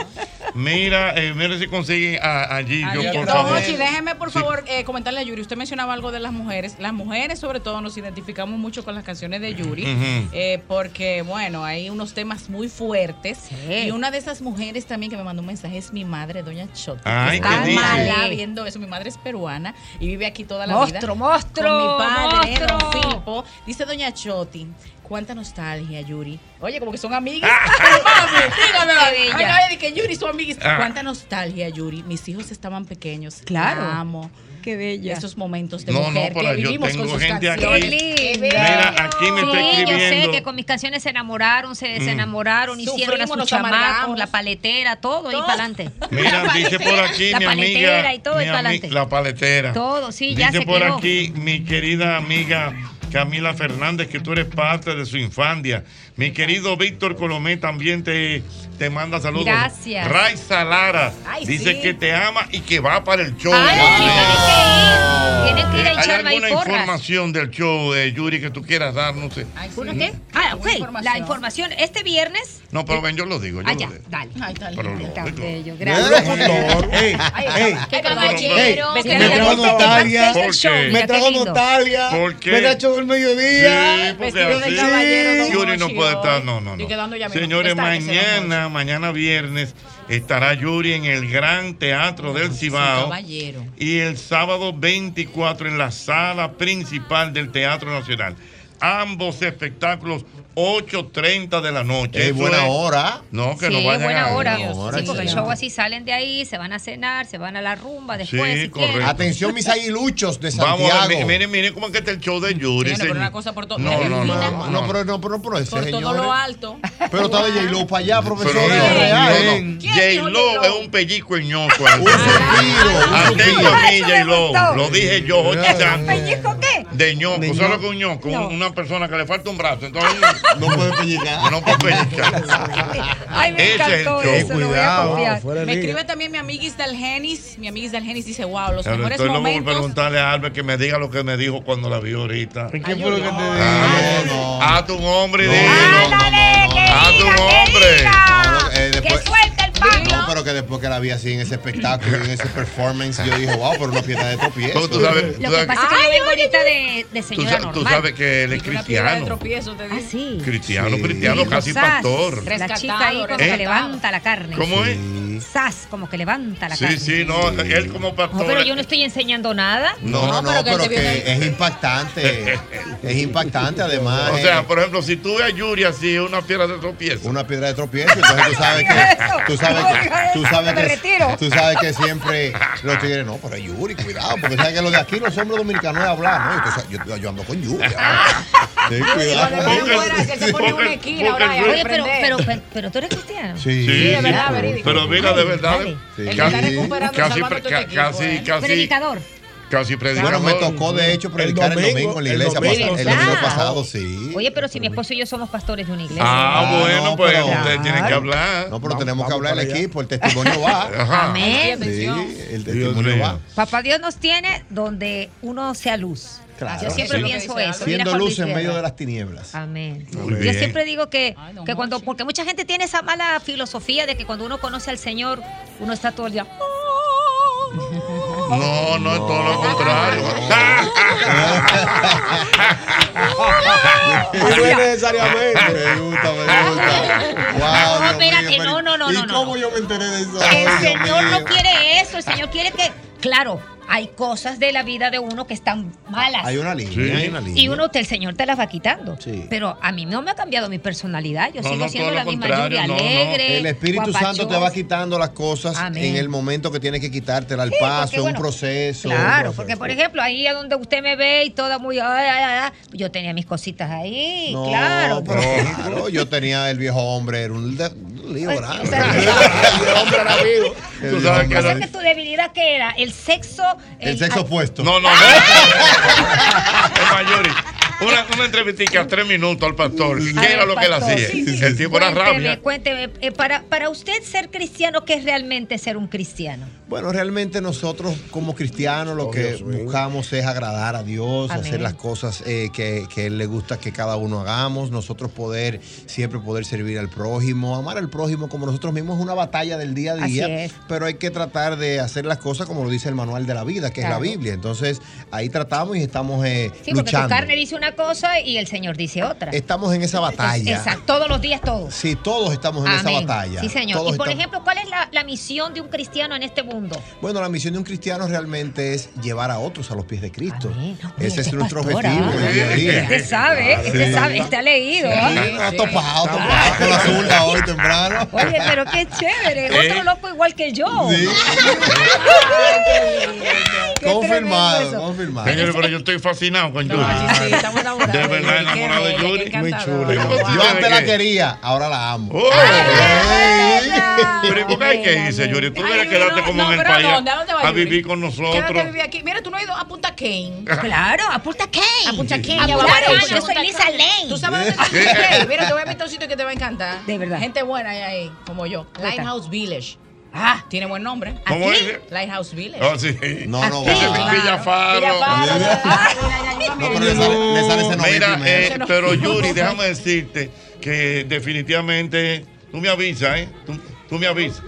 Mira, eh, mira si consiguen a, a Gillo,
Ay,
por
no,
favor.
Ochi,
déjeme por
Sí.
favor eh, comentarle a Yuri. Usted mencionaba algo de las mujeres. Las mujeres, sobre todo, nos identificamos mucho con las canciones de Yuri.
Ujú.
eh, porque, bueno, hay unos temas muy fuertes. Y una de esas mujeres también que me mandó un mensaje es mi madre, Doña Chota. que
Ay,
está
¿qué dice?
mala viendo eso. Mi madre es peruana y vive aquí toda la
Monstruo,
vida.
monstruo,
Con mi padre, don
monstruo.
Filpo. Dice Doña Choti. Cuánta nostalgia, Yuri. Oye, como que son amigas. Dígame,
Qué
ay,
bella.
ay, de que Yuri, su amiga.
Ah.
Cuánta nostalgia, Yuri. Mis hijos estaban pequeños.
Claro.
La amo. Qué bella. Estos momentos de
No, no,
mujer
pero
que
yo
vivimos con
tengo
sus
gente aquí.
canciones.
Qué
Mira,
aquí me está
Sí, yo sé
escribiendo. Mm.
que con mis canciones se enamoraron, se desenamoraron, hicieron a
Sufrimos,
sus
nos
chamacos,
amargamos.
la paletera, todo, y para adelante.
Mira, dice por aquí
La
mi
paletera
amiga.
y todo,
mi
y para
ami-
adelante.
la paletera.
Todo, sí, ya
Dice
se
por
quedó.
aquí mi querida amiga Camila Fernández, que tú eres parte de su infancia. Mi querido Víctor Colomé también te, te manda saludos.
Gracias.
Raiza Lara
Ay,
dice
sí.
que te ama y que va para el show.
Ay,
Sí.
tienen que ir. Tienen que ir a
Eh, ¿Hay
echar
alguna
vaiporras.
información del show, de Yuri, que tú quieras darnos?
¿Uno qué? Ah, ok. La información. Este viernes.
No, pero ven, yo lo digo. Yo
Ah,
lo
ya,
digo.
dale. Ay, está
Pero lindo.
Tan bello,
locutor.
gracias.
Ey, ey,
Qué
ey,
caballero.
ey,
Qué
me
lindo.
trajo Natalia.
Este es el show,
¿Por qué?
mira
Me
qué
trajo
lindo.
Natalia. ¿Por qué?
Me la echó el mediodía.
Sí, porque así- Yuri no puede estar. No, no,
Estoy
no.
quedando ya mismo.
Señores,
Esta tarde se nos
mañana, mañana viernes, estará Yuri en el Gran Teatro del Cibao.
Caballero.
Y el sábado 24 en la sala principal del Teatro Nacional. Ambos espectáculos, 8.30 de la noche.
Ey,
Eso
buena hora.
No, que
Sí,
no vayan
buena
a-
hora.
Buena
Sí, porque el
sí.
show así salen de ahí, se van a cenar, se van a la rumba después. si quieren.
Atención, mis aguiluchos de
Vamos
Santiago.
a ver, miren, miren cómo es que está el show de
Bueno,
Yuri.
pero
señor.
una
cosa por
todo-
No, no, no,
No,
no.
no, pero no, pero, pero ese
Por todo
señores.
lo alto.
Pero está de J-Lo para allá, profesor.
Pero no,
es real.
no, no. J-Lo es un pellico ñoco. Un
Ah,
Atento
suspiro.
a mí, J-Lo.
gustó.
Lo dije yo, Ochi Santos.
qué?
De ñoco,
De
solo
ñoco.
que un ñoco,
No.
una persona que le falta un brazo, entonces no puede pellicar. No puede pellicar.
Ay, me
Ese es el
encantó
show.
eso, no voy a
Cuidado,
confiar.
fuera de
Me
liga.
escribe también mi amiguis del Genis. Mi amiguis del Genis dice, wow, los
Pero
mejores
entonces no voy a
momentos.
preguntarle a Albert que me diga lo que me dijo cuando la vi ahorita. Ah, ¿Qué
fue lo que te dijo?
Hazte un hombre y dilo. Hazte un hombre.
No, eh, después- No, pero que después que la vi así en ese espectáculo, y en ese performance, yo dije, wow, pero una piedra de tropiezo.
Tú sabes-
Lo que pasa es que yo vengo ahorita de, de
Tú,
señora
sa- tú
normal.
sabes que él es
Piedra de
cristiano.
tropiezo, te digo.
Cristiano,
Sí.
cristiano,
Y
casi
Ah, Sas,
pastor.
La chica ahí como
¿Eh?
que levanta la carne.
¿Cómo es?
Sas, como que levanta la
Sí,
carne.
sí, no, él como
No, pero
pastor.
yo no estoy enseñando nada.
No, no, no, pero,
él te vio
que
ahí.
es impactante. es impactante, además.
O
eh,
sea, por ejemplo, si tú ves a Yuri así, es una piedra de tropiezo.
Una piedra de tropiezo. Entonces tú sabes que. Tú sabes que. Tú sabes
Me
que,
retiro.
tú sabes que siempre los tigres, no, pero Yuri, cuidado, porque sabes que los de aquí, los hombres dominicanos, es hablar, ¿no? Entonces, yo, yo ando con Yuri. Ten cuidado.
Oye, pero, pero, pero, pero tú eres cristiano.
Sí,
Sí,
de verdad,
sí,
verídico.
Pero mira, de verdad.
Sí.
Casi,
Él está
casi,
recuperando,
casi,
salvando tu equipo,
casi,
¿eh?
casi,
Predicador.
casi predicador.
Bueno, me tocó de hecho predicar el domingo, en la iglesia
domingo,
pasada- el
sí.
domingo pasado, sí.
Oye, pero si mi esposo y yo somos pastores de una iglesia.
Ah, bueno, pues
pero-
ustedes tienen que hablar.
No, pero tenemos que hablar el equipo, el testimonio va.
Ajá.
Amén.
Sí, el
Dios
testimonio
mío.
va.
Papá Dios nos tiene donde uno sea luz.
Claro.
Yo siempre pienso eso. mira,
Siendo
Juan
luz en
Luis
medio
Guerra.
de las tinieblas.
Amén.
Muy
Yo
bien.
siempre digo que, que cuando, porque mucha gente tiene esa "Oh, mala filosofía de que cuando uno conoce al Señor, uno está todo el día.
No, no, es todo lo contrario.
necesariamente.
Me gusta, me gusta.
No, espérate, no, no, no,
¿Y
no, no.
cómo yo me enteré de eso?
El
Ay, Dios
Señor
mío.
no quiere eso, el Señor quiere que, claro, hay cosas de la vida de uno que están malas.
Hay una línea, Sí. hay una línea.
Y uno, te- el Señor te las va quitando. Pero a mí no me ha cambiado mi personalidad, yo
No,
sigo
no,
siendo
todo
la
lo
misma
contrario,
lluvia
no, no.
alegre.
El Espíritu Santo te va
guapachosa.
quitando las cosas
Amén.
en el momento que tienes que quitártela al
Sí, porque,
paso, es un
bueno,
proceso.
Claro, porque por ejemplo, ahí a donde usted me ve y toda muy. ay, ay, ay, ay, yo tenía mis cositas ahí,
No,
claro.
pero claro, yo tenía el viejo hombre, era un de- un lío
Pues,
bravo.
o sea,
El
Tú
viejo
sabes que
hombre
O sea
era-
que tu debilidad que era el sexo.
El sexo opuesto.
No, no, no. Es Mayori. Una, una entrevistica, tres minutos al pastor.
A
¿Qué era
ver,
lo que él
ah, pastor,
hacía?
sí, sí,
El tipo era rabia.
Cuénteme, cuénteme, eh, para, para usted ser cristiano, ¿qué es realmente ser un cristiano?
Bueno, realmente nosotros como cristianos lo que buscamos es agradar a Dios,
Amén.
hacer las cosas eh, que, que Él le gusta que cada uno hagamos, nosotros poder siempre poder servir al prójimo, amar al prójimo como nosotros mismos es una batalla del día a
Así
día,
es.
pero hay que tratar de hacer las cosas como lo dice el manual de la vida, que
Claro.
es la Biblia. Entonces ahí tratamos y estamos eh,
Sí, porque tu
luchando.
carne dice una cosa y el Señor dice otra.
Estamos en esa batalla.
Exacto, todos los días, todos.
Sí, todos estamos en esa
Amén.
batalla.
Sí, señor.
Todos
y por
estamos-
ejemplo, ¿cuál es la, la misión de un cristiano en este mundo?
Bueno, la misión de un cristiano realmente es llevar a otros a los pies de Cristo. Ese
este
es nuestro
pastora.
objetivo. en el día a día.
Este sabe,
Ah,
este
sí.
sabe, este ha leído. ¿ah?
Sí, ha topado, ha topado con la zurda hoy temprano.
Oye, pero qué chévere.
¿Eh?
Otro loco igual que yo.
Sí.
Qué tremendo eso.
confirmado.
Señores, pero yo estoy fascinado con Yuri. de verdad enamorado de Yuri. Muy chulo.
Yo antes la quería, ahora la amo.
Pero ¿y por qué hay que irse, Yuri? Tú debes quedarte como
Ah, no,
en el
pero
país
no, ¿de dónde va
a
Yuri?
vivir con
Quédate a
nosotros.
vivir aquí. Mira, tú no has ido a Punta Cane.
Claro, a Punta Cane.
A Punta Cane.
A
ya
Punta
va a
Cane,
Punta
yo soy
Cane.
Lisa Lane.
Tú sabes dónde está Punta Cane. Mira, te voy a meter un sitio que te va a encantar.
De verdad.
Gente buena ahí, ahí como yo.
¿Dónde está?
Lighthouse Village.
Ah. Oh,
Tiene buen nombre.
¿Cómo
Aquí,
es?
Lighthouse Village.
No, Oh, sí.
No, no,
Ese es
va.
Villafaro. Mira, eh,
Ese no.
pero Yuri, déjame decirte que definitivamente, tú me avisas, ¿eh? Tú, tú me avisas.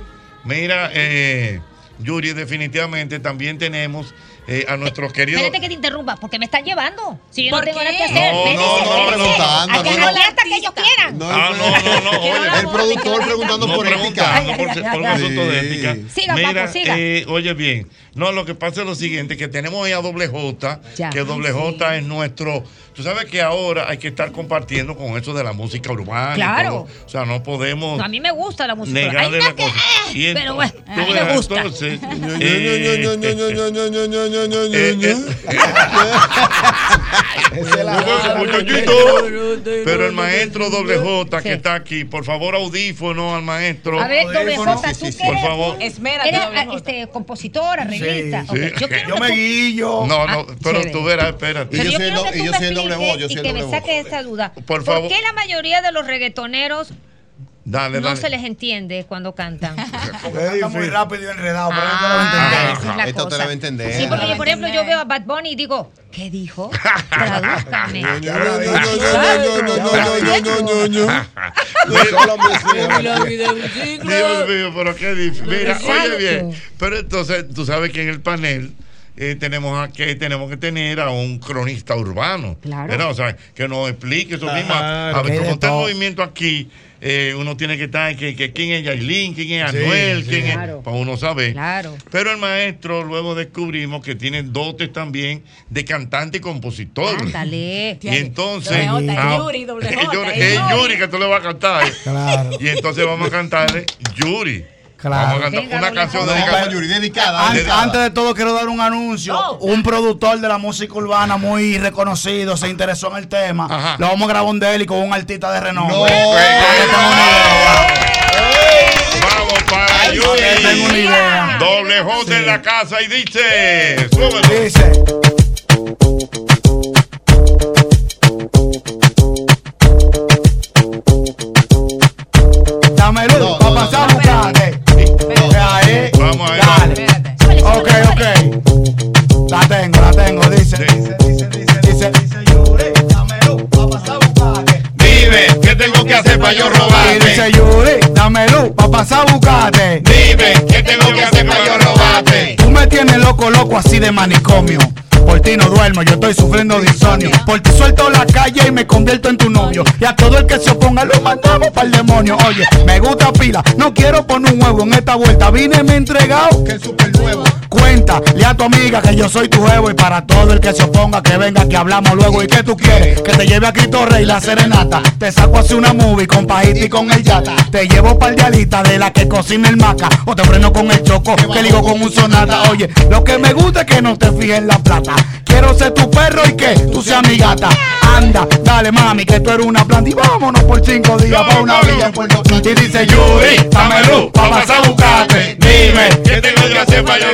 Mira, eh, Yuri, definitivamente también tenemos eh, a nuestros queridos...
Espérate que te interrumpa, porque me están llevando. Si yo no
¿Por
tengo
qué?
nada que hacer,
No, no,
espérense,
no,
espérense.
preguntando,
Aquí
no, no.
hablan hasta que ellos quieran.
Ah, no, no, no. Oye,
El productor preguntando
No
por ética.
preguntando por, por un asunto de ética.
Siga, Paco,
Mira,
siga.
eh, oye bien, no, lo que pasa es lo siguiente, que tenemos ahí a Doble J,
Ya.
que Doble
Ay, sí.
J es nuestro... Tú sabes que ahora hay que estar compartiendo con eso de la música urbana. y
Claro.
todo. O sea, no podemos...
No, a mí me gusta la música. Ay,
negarle
nada
la
que-
cosa. Y
eh,
ento-
Pero bueno,
tú
a mí me
ves,
gusta.
Entonces, eh, pero el maestro doble J que está aquí, por favor, audífono al maestro.
A ver, doble J, tú que
Por
eres-
favor.
Esmérate,
eres,
doble
ah, este, compositora, arreglista.
Sí.
Ok, Yo quiero que
me
tú-
guillo. No,
Ah,
no, pero
chévere.
tú verás, espérate.
Pero yo, quiero que tú me expliques y que me saques esa duda.
Por favor.
qué la mayoría de los reggaetoneros
Dale,
no
dale.
se les entiende cuando cantan?
Está muy rápido y enredado. pero esto lo va a
Ah,
entender.
esa es la
Esto te
cosa.
lo va a entender.
Sí, porque yo, por ejemplo, yo veo a Bad Bunny y digo, ¿qué dijo? Tradúzcame.
Dios mío, pero qué difícil. Mira,
Exacto.
oye bien. Pero entonces, tú sabes que en el panel eh, tenemos a que tenemos que tener a un cronista urbano.
Claro.
¿verdad? O sea, que nos explique eso mismo. A
Claro,
ver,
que
como
de
está el
todo.
movimiento aquí, eh, uno tiene que estar que, que quién es Yailin, quién es
Sí,
Anuel,
sí.
quién
Claro.
es. Para uno saber.
Claro.
Pero el maestro luego descubrimos que tiene dotes también de cantante y compositor.
Ándale.
Y entonces.
Doble J,
ah,
Yuri, doble
es
J,
Yuri,
es
es
Yuri.
Yuri que tú le vas a cantar.
Claro.
Y entonces vamos a cantarle Yuri. Vamos a cantar
Venga,
una
doble
canción
J.
dedicada
No,
Yuri,
An- Antes, de todo, quiero dar un anuncio. Un productor de la música urbana muy reconocido se interesó en el tema. Lo vamos a grabar un deli con un artista de renombre.
Vamos para Yuri. Doble J en la casa y dice. Súbelo.
Dice. Dame luz pa' pasar buscarte. Ahí.
Vamos ahí.
Dale. Ok, ok. La tengo, la tengo. Dice, dice, dice, dice, dice.
Dime, ¿qué tengo que hacer para yo
Y dice Yuri, dame luz pa' pasar a buscarte.
Dime, ¿qué tengo que hacer para yo robarte?
Tú me tienes loco, loco casi de manicomio. Por ti no duermo, yo estoy sufriendo de insomnio. Por ti suelto la calle y me convierto en tu novio. Y a todo el que se oponga lo mandamos para el demonio. Oye, me gusta pila, no quiero poner un huevo en esta vuelta. Vine me entregado que el super nuevo. Cuenta, le a tu amiga que yo soy tu jevo. Y para todo el que se oponga, que venga, que hablamos luego. ¿Y que tú quieres? Que te lleve a Cristo Rey la serenata. Te saco así una movie con pajita y con el yata. Te llevo par de alitas de la que cocina el maca. O te freno con el choco, que ligo con un sonata. Oye, lo que me gusta es que no te fijes en la plata. Quiero ser tu perro y que tú seas mi gata. Anda, dale mami, que tú eres una planta. Y vámonos por cinco días pa' una villa en Puerto Plata. Y dice Yuri, dame luz, pa' pasar a buscarte. Dime, ¿qué tengo que hacer para llegar?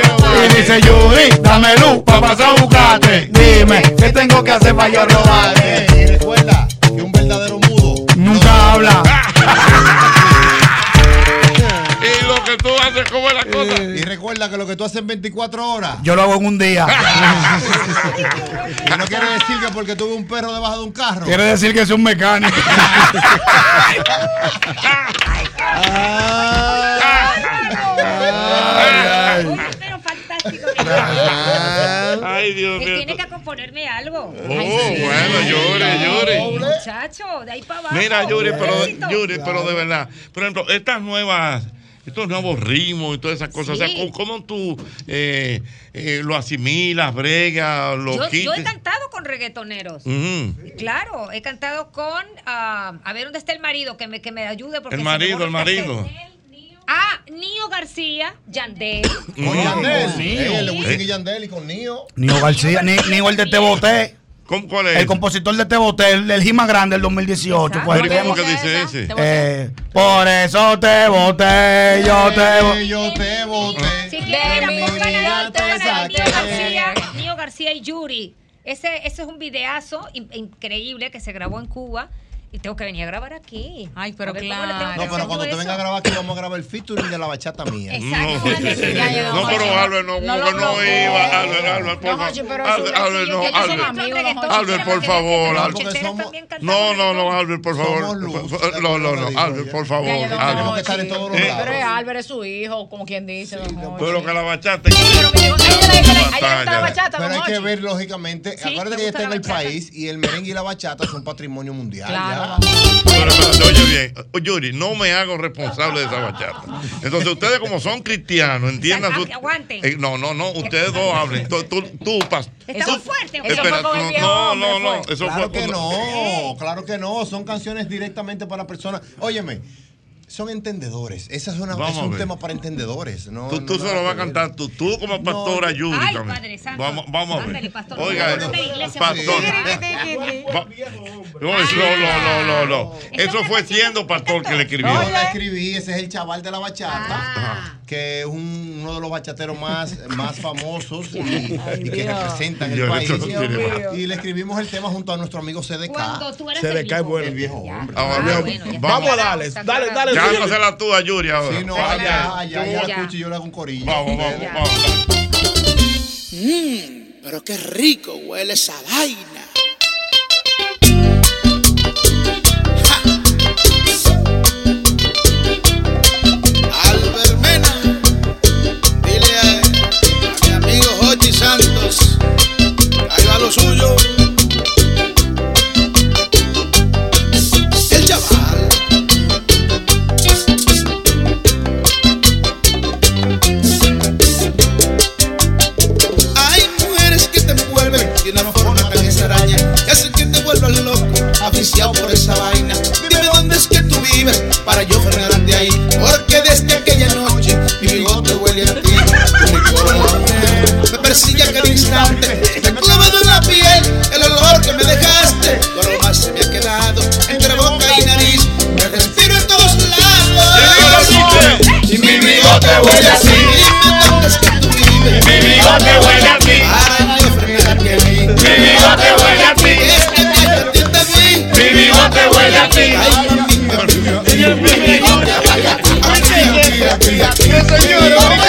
Y dice Yuri, dame luz, pa' pasar a buscarte. Dime, ¿qué tengo que hacer para yo robarte?
Y recuerda que un verdadero mudo
nunca habla.
Y lo que tú haces, ¿cómo es la cosa?
Y recuerda que lo que tú haces en 24 horas.
Yo lo hago en un día.
Que no quiere decir que porque tuve un perro debajo de un carro.
Quiere decir
Ah,
que es un mecánico.
Pero fantástico.
Ay, Dios
Él
mío.
tiene que componerme algo.
Oh, bueno, llore, llore.
Muchacho, de ahí para abajo.
Mira, Yuri, pero,
Éxito.
Yuri, pero de verdad. Por ejemplo, estas nuevas, estos nuevos ritmos y todas esas cosas. O sea, ¿cómo- ¿cómo tú eh, eh, lo asimilas, bregas, lo
Yo, yo
quitas?
he cantado con reggaetoneros.
Ujú.
Claro, he cantado con. ah, a ver, ¿dónde está el marido? Que me, que me ayude. Porque
El
se me
marido,
borra
el
café.
marido.
Ah, Nio García, Yandel.
Con Yandel.
Con Nio.
Eh, Luisín
Eh.
y Yandel y con Nio.
Nio García, ni, Nio el de Te Boté.
¿Cuál
es? El compositor de Te Boté, el, el Gima Grande del 2018. fue el
Pero ¿y cómo
tema.
que dice ese?
Eh, por eso te boté, yo te boté.
Eh, Yo te boté.
Si quieres,
mi
mira, pongan a-
vida te
pongan a Nio
saqué.
García, Nio García y Yuri. Ese, ese es un videazo in- increíble que se grabó en Cuba. Y tengo que venir a grabar aquí. Ay, pero
No, pero cuando te venga a grabar aquí vamos a grabar el featuring de la bachata mía.
Exacto.
No, pero Álvaro, no, no, iba. Álvaro, Álvaro, por favor. Álvaro, ah. Álvaro, no, Álvaro. Álvaro, por favor, Álvaro. No, no, no, Álvaro, por favor. No, no, no, Álvaro, por favor.
Ya, ya no
Álvaro.
tengo que estar en
todos
Pero es Álvaro, es su hijo, como quien dice. don Jorge.
Pero que la bachata.
Pero hay que ver, lógicamente, acuérdate que ella está en el país y el merengue y la bachata son patrimonio mundial.
Claro. Pero, pero, pero, oye bien, o- Yuri, no me hago responsable de esa bachata. Entonces, ustedes como son cristianos, entiendan su...
Aguanten.
Eh, no, no, no, ustedes dos hablen. Tú, tú, tú pas-
Está muy
tú-
fuerte.
Espera, no, no, no, no, eso
claro
fue...
que
cuando-
no, claro que no. Son canciones directamente para personas. Óyeme, son entendedores. Esa es, una,
Vamos
es
a
un
ver.
tema para entendedores. No,
Tú,
no
tú
nada
se lo vas a
que ver.
cantar tú, tú como pastora Yuri
Ay,
también.
Padre Santo.
Mm. Vamos, vamos a ver.
Ándale, pastor.
Oiga,
Vamos a la iglesia,
pastor. Va- No, eso- no, no, no, no, no. Eso fue siendo pastor que le escribió.
Yo la escribí, ese es el chaval de la bachata, que es un- uno de los bachateros más, más famosos y, y que
Dios.
representan
Yo
el
no
país.
sé dónde Dios va.
Y le escribimos el tema junto a nuestro amigo CDK.
Cuando
tú
eras CDK el viejo. es bueno.
El viejo hombre.
Ahora,
Vamos a darle, dale, dale.
Ya
Yuri.
no se la tú a Yuri ahora.
Sí, no, allá,
Vaya.
allá,
Tú-
yo la escucho y yo le hago un corillo.
Vamos, vamos, vamos.
Mmm, pero qué rico huele esa vaina. Ja. Albermena, dile a, a mi amigo Jochi Santos, ahí va lo suyo. El chaval. Hay mujeres que te envuelven de una forma tan extraña que hacen que te vuelvas loco, aficiado por esa vaina. Dime dónde es que tú vives para yo frenarte ahí, porque desde aquella noche mi bigote huele a ti. Tu bigote me persigue a cada instante, me clavado en la piel el olor que me dejaste. Tu aroma se me ha quedado entre boca y nariz, me respiro en todos lados. Y mi bigote huele así. Dime dónde es que tú vives. Mi bigote huele a ti. Para yo frenarte a mí. Mi bigote huele a ti. Es que te atendiste a mí. Mi bigote huele a ti. Ay, mi bigote huele a ti. Ay, mi bigote huele a ti.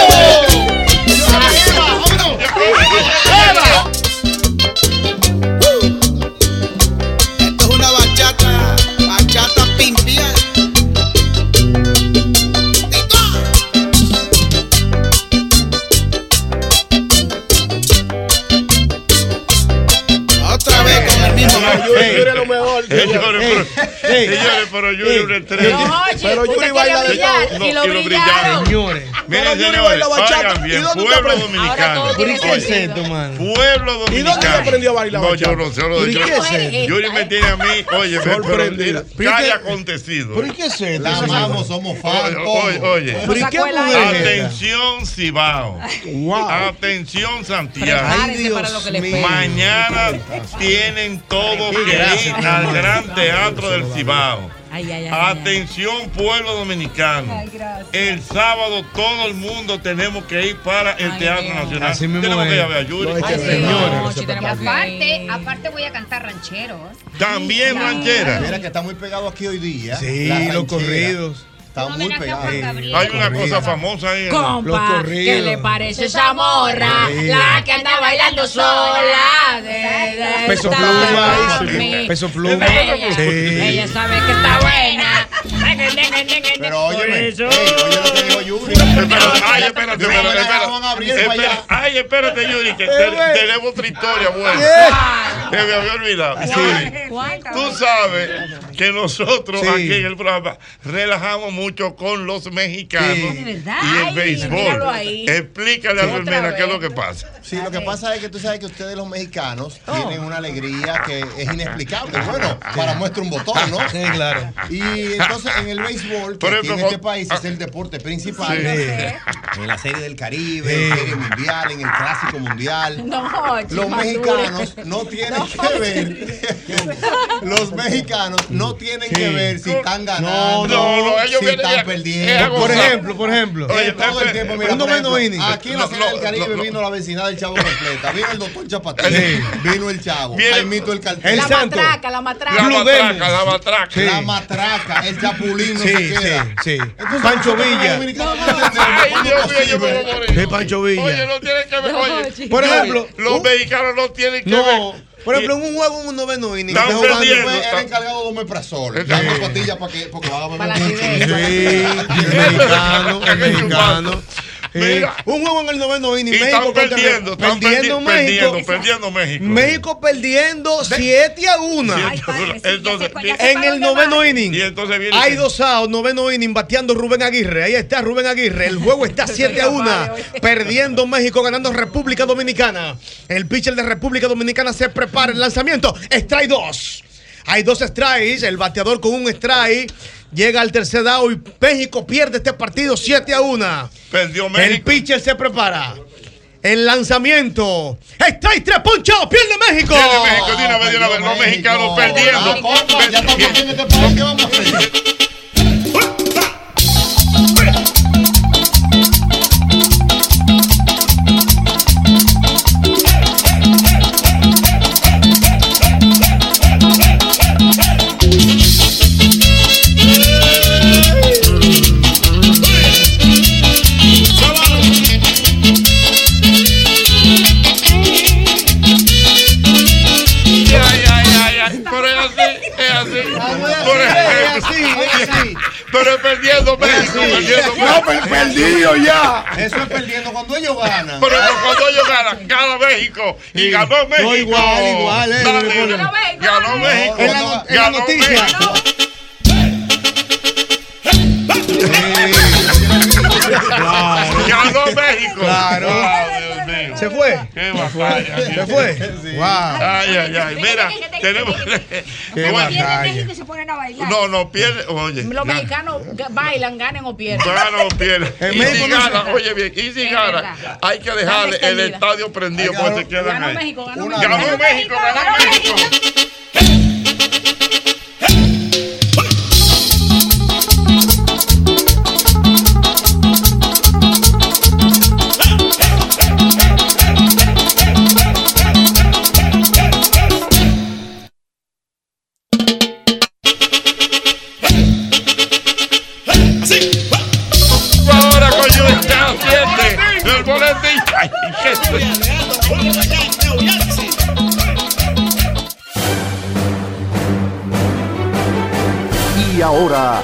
Esto es una bachata, bachata pimpia.
Yuri, Yuri es lo mejor.
Señores, pero- señores, pero Yuri una estrella.
No, oye, Pero usted Yuri quería baila de brillar todo. y lo brillaron.
Señores.
Pero
Miren,
Yuri
señores,
baila bachata.
oigan bien,
¿Y dónde usted
pueblo
aprendió?
dominicano.
Ahora todo tiene
Oye,
sentido.
Pueblo dominicano.
¿Y dónde usted aprendió a bailar
No,
bachata?
yo no sé. lo de-
¿Y
yo-
qué es esto?
Yuri me tiene a mí, oye, me
Sorprendida.
¿Qué haya acontecido?
¿Pero y qué es esto?
La
Esa señora.
amamos, somos
fan,
Oye,
¿cómo?
oye, oye.
¿Pero y qué mujer es esta?
Atención, Cibao. Atención, Santiago.
Prepárense para lo que le espera.
Mañana tienen todo que ir
Gracias,
al
mamá.
gran teatro del Cibao.
Ay, ay, ay, ay.
Atención, pueblo dominicano.
Ay, gracias.
El sábado todo el mundo tenemos que ir para el
Ay,
Teatro
Dios.
Nacional.
Así mismo
tenemos
es.
que ir a ver a Yuri.
No, es que Ay, señores, no, no se
Y aparte, aparte voy a cantar ranchero.
También ranchera.
Mira que está muy pegado aquí hoy día.
Sí,
La
los
ranchera.
corridos.
Está muy
homenaje a
pegado.
Juan
Sí.
Gabriel.
Hay una cosa famosa ahí. ¿eh?
Compa, ¿qué le parece esa morra?
Sí.
La que anda bailando sola. de- de-
Peso
está
pluma.
con mi-
Peso pluma.
Ella,
Sí.
ella sabe que está buena. Pero
óyeme, Ay, espérate, espérate, espérate. Espera- Ay, espérate, Yuri,
Eh,
que te- tenemos otra historia buena. Que me había olvidado. Yuri, Tú sabes que nosotros
Sí.
aquí en el programa relajamos mucho con los mexicanos
Sí.
y el
Ay, míralo ahí.
béisbol. Explícale a
Otra
Fermina qué es
vez.
lo que pasa.
Sí, lo que pasa es que tú sabes que ustedes los mexicanos tienen una alegría que es inexplicable. Bueno, para muestra un botón, ¿no?
Sí, claro.
Y entonces en el béisbol, que
Por
aquí
ejemplo, ah.
en este país es el deporte principal,
Sí.
en la Serie del Caribe, en la Serie Mundial, en el Clásico Mundial,
No,
los mexicanos no tienen que ver, los mexicanos no tienen que ver si están
no,
ganando,
no, ellos
si
vienen
están
ya-
perdiendo.
Por- por ejemplo, por ejemplo.
Oye, todo el tiempo, mira,
un
por
momento,
ejemplo,
Vini.
aquí en la Serie del Caribe vino la vecindad del Chavo completa, vino el doctor Chapatín, vino el Chavo, Jaimito el Cartel,
El La Santo.
matraca, la matraca.
Blue Demons. Sí.
la matraca, el Chapulín no
Sí,
se queda.
sí, sí. Pancho Villa.
Ay, Dios mío, yo me voy a morir.
Sí, Pancho Villa.
Oye, no tiene que ver.
No,
Oye,
chico. Por ejemplo,
los mexicanos no tienen que ver.
No, por ejemplo, en un juego en un noveno inning.
Están
está jugando,
perdiendo,
pues,
están-
eran
cargado de omeprazol. Dame pastillas para que, porque van a beber mucho.
Sí, el mexicano, el mexicano. Eh, un juego en el noveno inning.
Y
México
están
contra-
perdiendo, están perdiendo,
México.
perdiendo, perdiendo México.
México perdiendo 7 a 1.
Entonces,
En el noveno inning.
Y entonces viene
Hay dos outs, noveno inning, bateando Rubén Aguirre. Ahí está Rubén Aguirre. El juego está 7 a 1. Perdiendo México, ganando República Dominicana. El pitcher de República Dominicana se prepara el lanzamiento. Strike 2. Hay dos strikes. El bateador con un strike. Llega al tercer out y México pierde este partido 7 a 1.
Perdió
El pitcher se prepara. El lanzamiento. Strike 3, ponchado. Pierde México.
Viene México, de una vez, de una vez. Los mexicanos perdiendo. Ay, ay, ay, ay. Pero es así, es así.
Ah,
Pero es así, es así. Pero perdiendo México, perdiendo México.
Eso es perdiendo cuando ellos ganan.
Pero cuando ellos ganan, gana México. Y ganó México.
igual, igual, eh,
Dale,
igual.
ganó México. Ganó México.
En la no- en la
Ganó
noticia.
México. Ganó México.
Claro.
Wow, Dios mío.
Se fue.
Qué batalla.
Se fue. Wow.
Ay, ay, ay. Mira, tenemos.
Qué
Bueno,
batalla.
y se ponen a bailar.
No, no, pierde. Oye.
Los
ya.
mexicanos ga- bailan, ganen o pierden.
Gana o pierde.
En
Y
México
si
no se-
gana, oye bien, y si
Es
gana,
verdad.
hay que
Dale
dejarle el
extendida.
estadio prendido
Ganó-
porque se quedan
ganó
ahí.
México, ganó
Una-
México.
Ganó México, ganó
Ganó
México. Ahora coño, ya siente el boletín. Ay, ¿qué es esto?
Y ahora,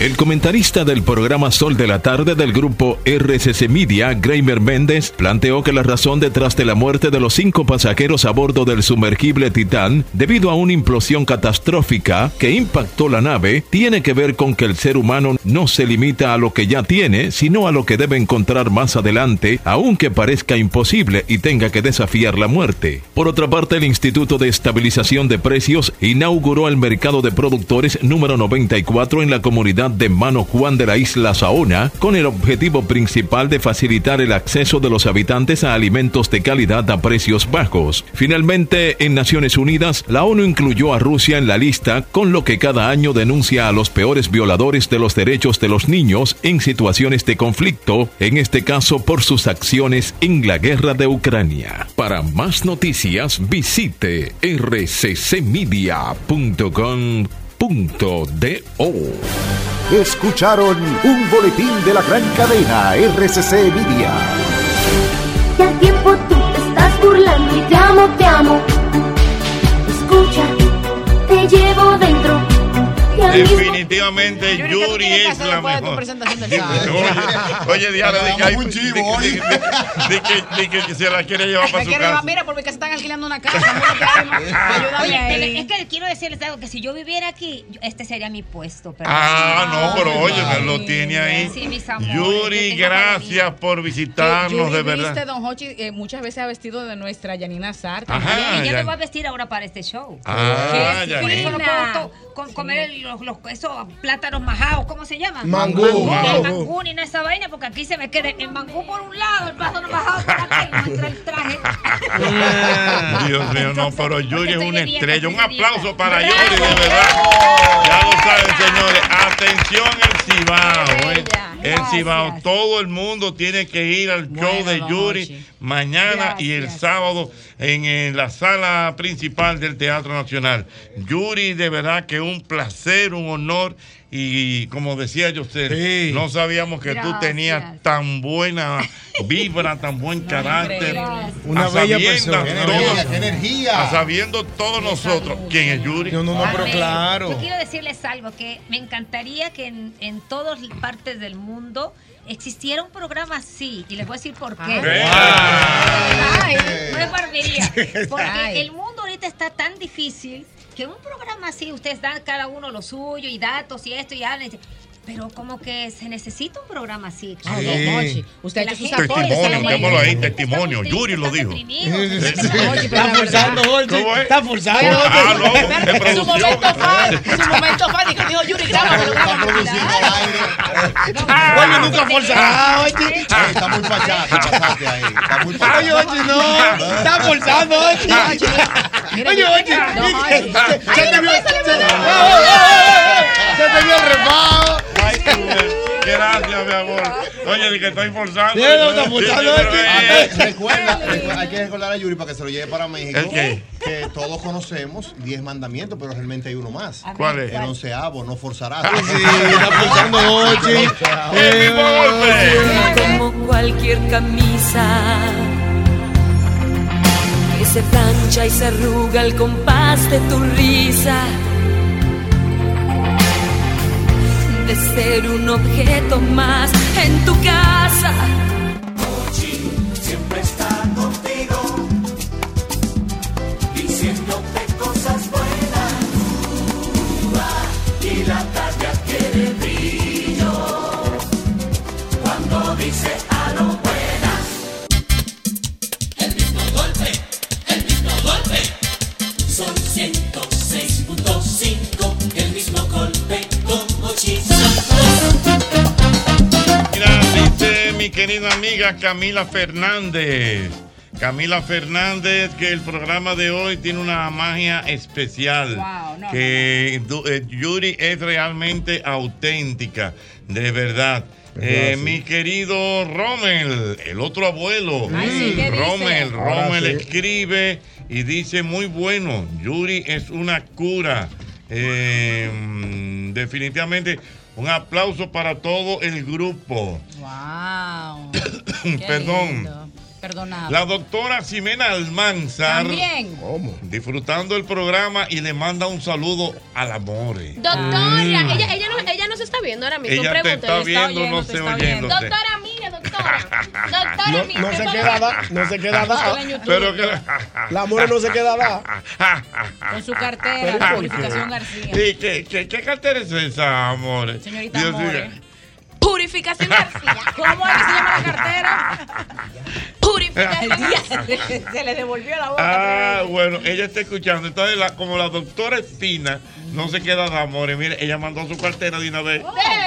El comentarista del programa Sol de la Tarde del grupo RCC Media, Gramer Méndez, planteó que la razón detrás de la muerte de los cinco pasajeros a bordo del sumergible Titán, debido a una implosión catastrófica que impactó la nave, tiene que ver con que el ser humano no se limita a lo que ya tiene, sino a lo que debe encontrar más adelante, aunque parezca imposible y tenga que desafiar la muerte. Por otra parte, el Instituto de Estabilización de Precios inauguró el mercado de productores número 94 en la comunidad de Mano Juan de la isla Saona, con el objetivo principal de facilitar el acceso de los habitantes a alimentos de calidad a precios bajos. Finalmente, en Naciones Unidas, la ONU incluyó a Rusia en la lista, con lo que cada año denuncia a los peores violadores de los derechos de los niños en situaciones de conflicto, en este caso por sus acciones en la guerra de Ucrania. Para más noticias, visite rccmedia.com
o Escucharon un boletín de la gran cadena RCC Media.
Ya tiempo tú te estás burlando y te amo, te amo. Escucha, te llevo dentro. y al mismo
Definitivamente Yuri es la mejor. Oye, oye, Diana,
Le
de
damos
que hay
un chivo,
de que-
oye.
de que- de que- de que se la quiere llevar para
Me
su
quiero llevar,
casa.
Mira, porque que están alquilando una casa. mira que hay, ma- ayúdame
Oye,
ahí.
pero es que quiero decirles algo, que si yo viviera aquí, yo- este sería mi puesto. pero-
Ah, no, pero oye, lo tiene ahí.
Sí, mis amores,
Yuri, gracias por visitarnos, de
Viste,
verdad.
don Hochi, eh, muchas veces ha vestido de nuestra Yanina Sartre.
Ajá,
Y yo
ya-
me voy a vestir ahora para este show.
Ah,
Sí,
ya
con
vi.
eso no puedo to- con- comer el- los, los- esos plátanos majados, ¿cómo se llaman?
Mangú.
Mangú,
Mangú.
el mangú ni nada de esa vaina, porque aquí se me queda el mangú por un lado, el plátano majado por acá, y no entra el traje.
Dios mío, no, pero Yuri es una
bien,
estrella. Un
estoy bien.
aplauso para Yuri, de verdad. Ya lo saben, señores. Atención, el Cibao. eh. El Cibao. Todo el mundo tiene que ir al show de
don
Yuri mañana y el sábado en, eh, la sala principal del Teatro Nacional. Yuri, de verdad que un placer, un honor. Y como decía yo, no sabíamos que tú
Gracias.
tenías tan buena vibra, tan buen carácter.
Una
A
bella
sabiendas
persona. Qué
todos-
energía, qué energía.
A sabiendo todos nosotros quién es Yuri. No,
no,
Amén. Yo quiero decirles algo, que me encantaría que en, en todas partes del mundo existiera un programa así. Y les voy a decir por qué.
Ah.
Ay, no es barbería. Porque
Ay.
el mundo ahorita está tan difícil que un programa así, ustedes dan cada uno lo suyo y datos y esto y hablan. y dicen, Pero como que se necesita un programa así.
Ah, don Mochi,
usted
ha hecho sus
Testimonio, metámoslo ahí, testimonio. Yuri lo dijo.
Está forzando, Jorge. Está forzando.
Ah, no, es
Es un momento
Ah,
producción.
Es un momento fánico, dijo Yuri, grábalo.
Oye, nunca forzará.
Eh,
Oye, está muy fachado. Oye, oye, no. Está forzando, oye. Oye, oye. Se se te vio. se- se- Se te vio el repago.
Ay, Gracias, mi amor. Oye, de que estoy forzando.
Mira, lo está forzando,
Sí, pero,
oye.
eh,
Eh, Recuerda, recuerda, hay que recordar a Yuri para que se lo lleve para México.
¿El qué?
Que todos conocemos 10 mandamientos, pero realmente hay uno más.
ver, ¿Cuál es?
El
Ah, ¿cuál?
onceavo, no forzarás.
está forzando, oye.
Eh,
El mismo golpe.
Como cualquier camisa que se plancha y se arruga al compás de tu risa. De ser un objeto más en tu casa.
siempre está contigo, diciéndote cosas buenas. Y la tarde adquiere brillo cuando dice a lo buenas. El mismo golpe, el mismo golpe. Son 106.5, el mismo golpe como chispa.
Mira, dice mi querida amiga Camila Fernández. Camila Fernández, que el programa de hoy tiene una magia especial.
Wow, no,
que du- eh, Yuri es realmente auténtica, de verdad. Eh,
sí.
mi querido Rommel, el otro abuelo.
Ay, sí, ¿qué dice?
Rommel,
Ahora
Rommel
sí.
escribe y dice muy bueno, Yuri es una cura. Eh, mm, definitivamente un aplauso para todo el grupo.
Wow.
Mm, Perdón.
Perdonado.
La doctora Ximena Almanzar.
También.
Disfrutando el programa y le manda un saludo al amor.
Doctora, ella, ella, no, ella no nos está viendo ahora mismo.
Mm. Ella te
Pregúntele.
está viendo, no sé, oyéndote.
Doctora, mire, doctora. doctora,
No,
mire.
no se
doctora.
queda da-
No se
Ah,
queda dada.
Pero que- ah,
La mora no se queda dada.
Con
su
Pues,
cartera, la Purificación García.
¿Y qué, qué, qué cartera es esa, amores?
Señorita
mío.
Amores.
Purificación García. ¿Cómo es que se llama la cartera? Purificación.
Se le devolvió la boca.
Ah, bueno, ella está escuchando. Entonces, la- como la doctora Espina no se queda de amores, mire, ella mandó su cartera de una vez.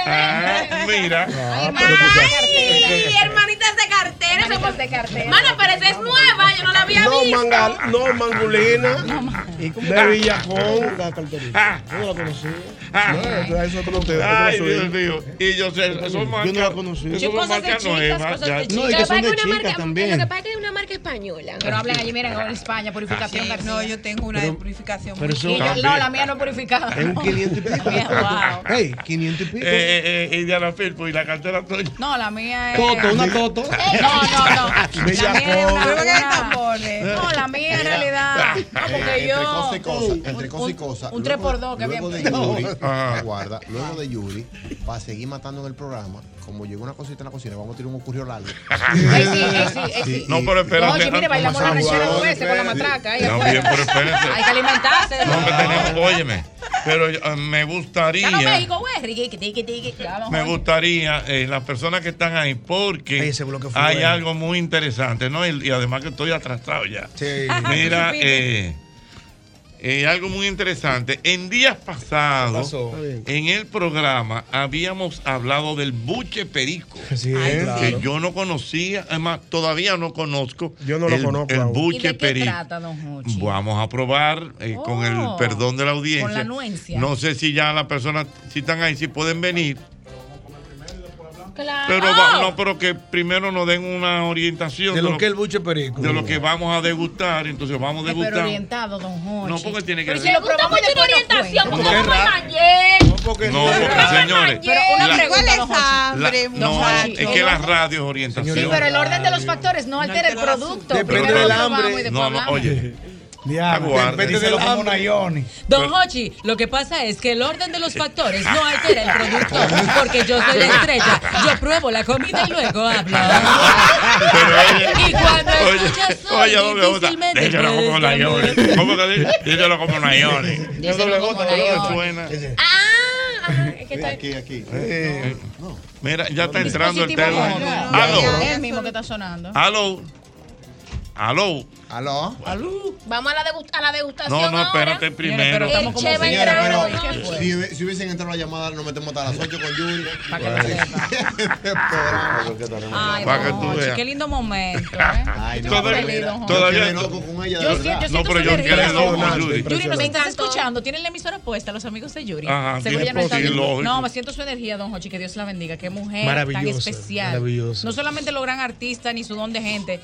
Ah, mira. pues,
Ay, hermanitas de cartera. Hermanitas de cartera. Mana, pero esa es nueva, yo no la había
No,
visto.
Ah,
mangal, no, mangulina. De
Ah,
Villacón. La carterita. Yo no la conocí. No, eso tú no te- eso no
Ah. Ay,
soy.
Dios mío. Y yo sé, eso
Yo no
marca-
la conocí.
Eso
Yo
son
cosas de
marcas
chicas,
nuevas.
cosas de
ya.
chicas. No, y que son de
Una
chicas
marca-
también.
Lo que pasa es que hay una marca española.
Pero hablen allí, miren, en España, purificación
Sí,
García.
no, yo tengo una de
Pero-
purificación.
pero
Y
eso-
ella-
También.
no, la mía no es purificada.
Es un 500 y pico.
Wow.
Ey, 500 y pico.
Eh, eh, eh, y Diana Firpo, y la cartera tuya.
No, la mía es.
Toto, una toto.
No, no, no.
Bella
La mía es una-
pobre.
una-
tambores.
No, la mía en realidad. No, porque
entre
yo.
cosas y cosas, entre cosas y cosas. luego-
un tres por dos, que
luego
bien
de
pegado.
Yuri,
Ah.
aguarda, luego de Yuri, para seguir matando en el programa, como llegó una cosita en la cocina, vamos a tirar un ocurrió largo.
Ay, sí, ay, sí, ay, sí.
No, pero espérate.
Oye, mire, bailamos la ranchera dos veces con la matraca. ahí
eh. No,
afuera.
bien, pero espérate.
Hay que alimentarse.
No, que tenemos, óyeme, pero yo, eh, me
Ya no
gustaría,
México, güey. Riqui, tiqui, tiqui. Ya, vamos,
me
oye.
gustaría eh, las personas que están ahí, porque
fue
hay
bueno.
algo muy interesante, ¿no? Y, y además que estoy atrasado ya. Mira, eh, eh, algo muy interesante. En días pasados,
Pasó.
en el programa, habíamos hablado del buche perico.
Sí, Ay, claro.
Que yo no conocía, además, todavía no conozco. Yo
no lo
el,
conozco
El
aún.
¿Y
buche
de qué
perico.
trata, don Hochi?
Vamos a probar eh, con el
Oh,
perdón de la audiencia.
con la anuencia.
No sé si ya las personas, si están ahí, si pueden venir.
Claro.
Pero
Oh.
va- no, pero que primero nos den una orientación
De lo que es el buche perico.
de lo que vamos a degustar. Entonces vamos a
Eh, Pero
degustar.
orientado, don Jorge.
No, porque tiene que
Pero
ver-
si lo
Me gusta
probamos
mucho la
después nos
orientación,
cuenta.
porque Porque vamos a es
No,
porque no, porque señores.
Pero una
la-
pregunta, don Hochi.
la- no, es que las radios orientación.
Sí, pero el orden de los factores no altera el producto. Primero lo probamos y después
No, no,
hablamos.
oye.
Diablo,
Aguarde.
depende del hambre.
Don Hochi, lo que pasa es que el orden de los factores no altera el producto, porque yo soy la estrella. Yo pruebo la comida y luego hablo. y cuando escuchas soy,
Oye, doble jota.
difícilmente
Díselo
puedes
como la
cambiar.
Ione. ¿Cómo que dice? Díselo como la Ione.
Díselo como la Ione.
Suena.
Aquí, aquí.
Eh, Mira, ya está entrando el
Dispositivo
tema.
móvil.
Aló.
Es el mismo que está sonando.
Aló. Aló.
Aló.
Vamos a la, degust- a la degustación.
No, no,
ahora.
espérate primero.
Eh,
El Che va a
Señores,
entrar
pero
hoy. Eh, ¿Qué fue?
si, hubi- si hubiesen entrado la llamada, nos metemos hasta las 8 con Yuri. Este
Ay,
Para que
don
tú
Hochi,
veas.
qué lindo momento. ¿eh?
no,
Todavía-
de verdad.
todavía-
Yo quedé loco con ella, de
Yo
verdad.
sí- yo
No,
siento
pero yo
solidaridad.
quedé loco con Yuri.
Yuri nos está escuchando. Tienen la emisora puesta, los amigos de Yuri.
Ajá,
Seguro
sí,
ya no está
sí,
bien.
lógico.
No, me siento su energía, don Hochi. Que Dios la bendiga. Qué mujer tan
Maravillosa,
especial.
maravillosa.
No solamente lo gran artista ni su don de gente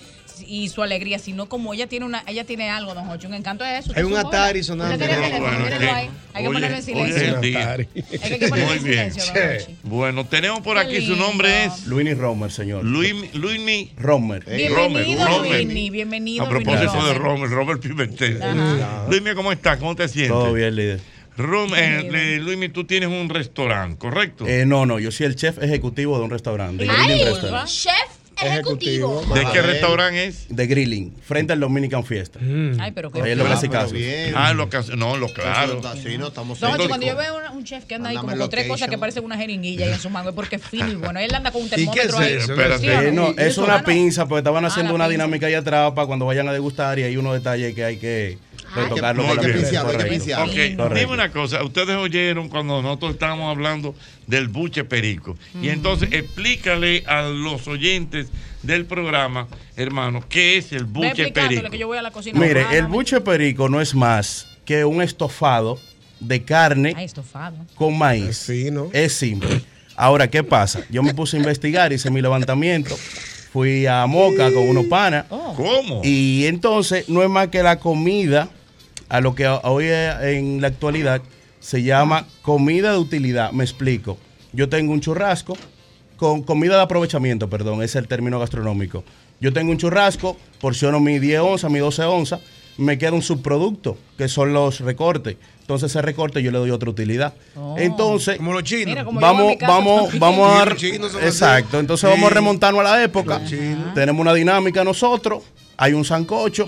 y su alegría, sino como ella tiene una, ella tiene algo, don Hochi. Un encanto es eso.
Hay un Atari sonando.
Usted tiene el teléfono,
Bueno,
míralo
sí.
ahí. Hay que
Oye,
ponerlo en
hoy es
silencio.
el día.
Hay que ponerlo
Muy
en
bien.
silencio, don Hochi.
Bueno, tenemos por aquí su
lindo.
nombre es
Luini Romer, señor.
Luis Luini
Romer.
Bienvenido,
Romer.
Luini, bienvenido.
A propósito
Luini.
de Romer, Robert Pimentel.
Ajá.
Luismi, ¿cómo estás? ¿Cómo te sientes?
Todo bien, líder.
Rom- eh, eh, Luismi, tú tienes un restaurante, ¿correcto?
Eh, no, no, yo soy el chef ejecutivo de un restaurante. de Grilling
Ay,
Restaurant.
chef ejecutivo.
¿De qué restaurante es?
De Grilling, frente al Dominican Fiesta.
Mm.
Ay, pero qué
Ahí en los
Ah,
casi
pero
casos.
bien. Ah, los casi- no, los claro.
Sí, no, estamos
Don Hochi,
cerca.
cuando yo veo una- un chef que anda ahí como
Mándame
con tres
location.
cosas que parecen una jeringuilla y en su mano, es porque es fino y bueno. Él anda con un
¿Y
termómetro ahí. ¿Sí o
Eh, no,
Y
es
eso,
una
mano,
pinza, porque estaban haciendo
la
una
pinza.
dinámica allá atrás para cuando vayan a degustar y hay unos detalles que hay que retocarlo con
Muy
la
bien.
pinza.
Ok,
Correcto.
dime
Correcto.
una cosa. Ustedes oyeron cuando nosotros estábamos hablando del buche perico.
Mm.
Y entonces explícale a los oyentes del programa, hermano, ¿qué es el
Ve
buche
explicándole que
perico?
yo voy a la cocina.
Mire,
Ah,
el buche perico no es más que un estofado de carne
Ay, estofado.
con maíz. Es simple. Ahora, ¿qué pasa? Yo me puse a investigar, hice mi levantamiento, fui a Moca con unos panas.
Oh.
¿Cómo?
Y entonces, no es más que la comida, a lo que hoy eh, en la actualidad se llama comida de utilidad. Me explico. Yo tengo un churrasco con comida de aprovechamiento, perdón, ese es el término gastronómico. Yo tengo un churrasco, porciono mi 10 onzas, mi 12 onzas, me queda un subproducto, que son los recortes. Entonces ese recorte yo le doy otra utilidad. Entonces,
como los chinos. Mira, como yo en
vamos,
mi casa
vamos,
también.
vamos a...
Sí, los chinos son
Exacto,
así.
entonces
Sí.
vamos a remontarnos a la época. Tenemos una dinámica nosotros, hay un sancocho,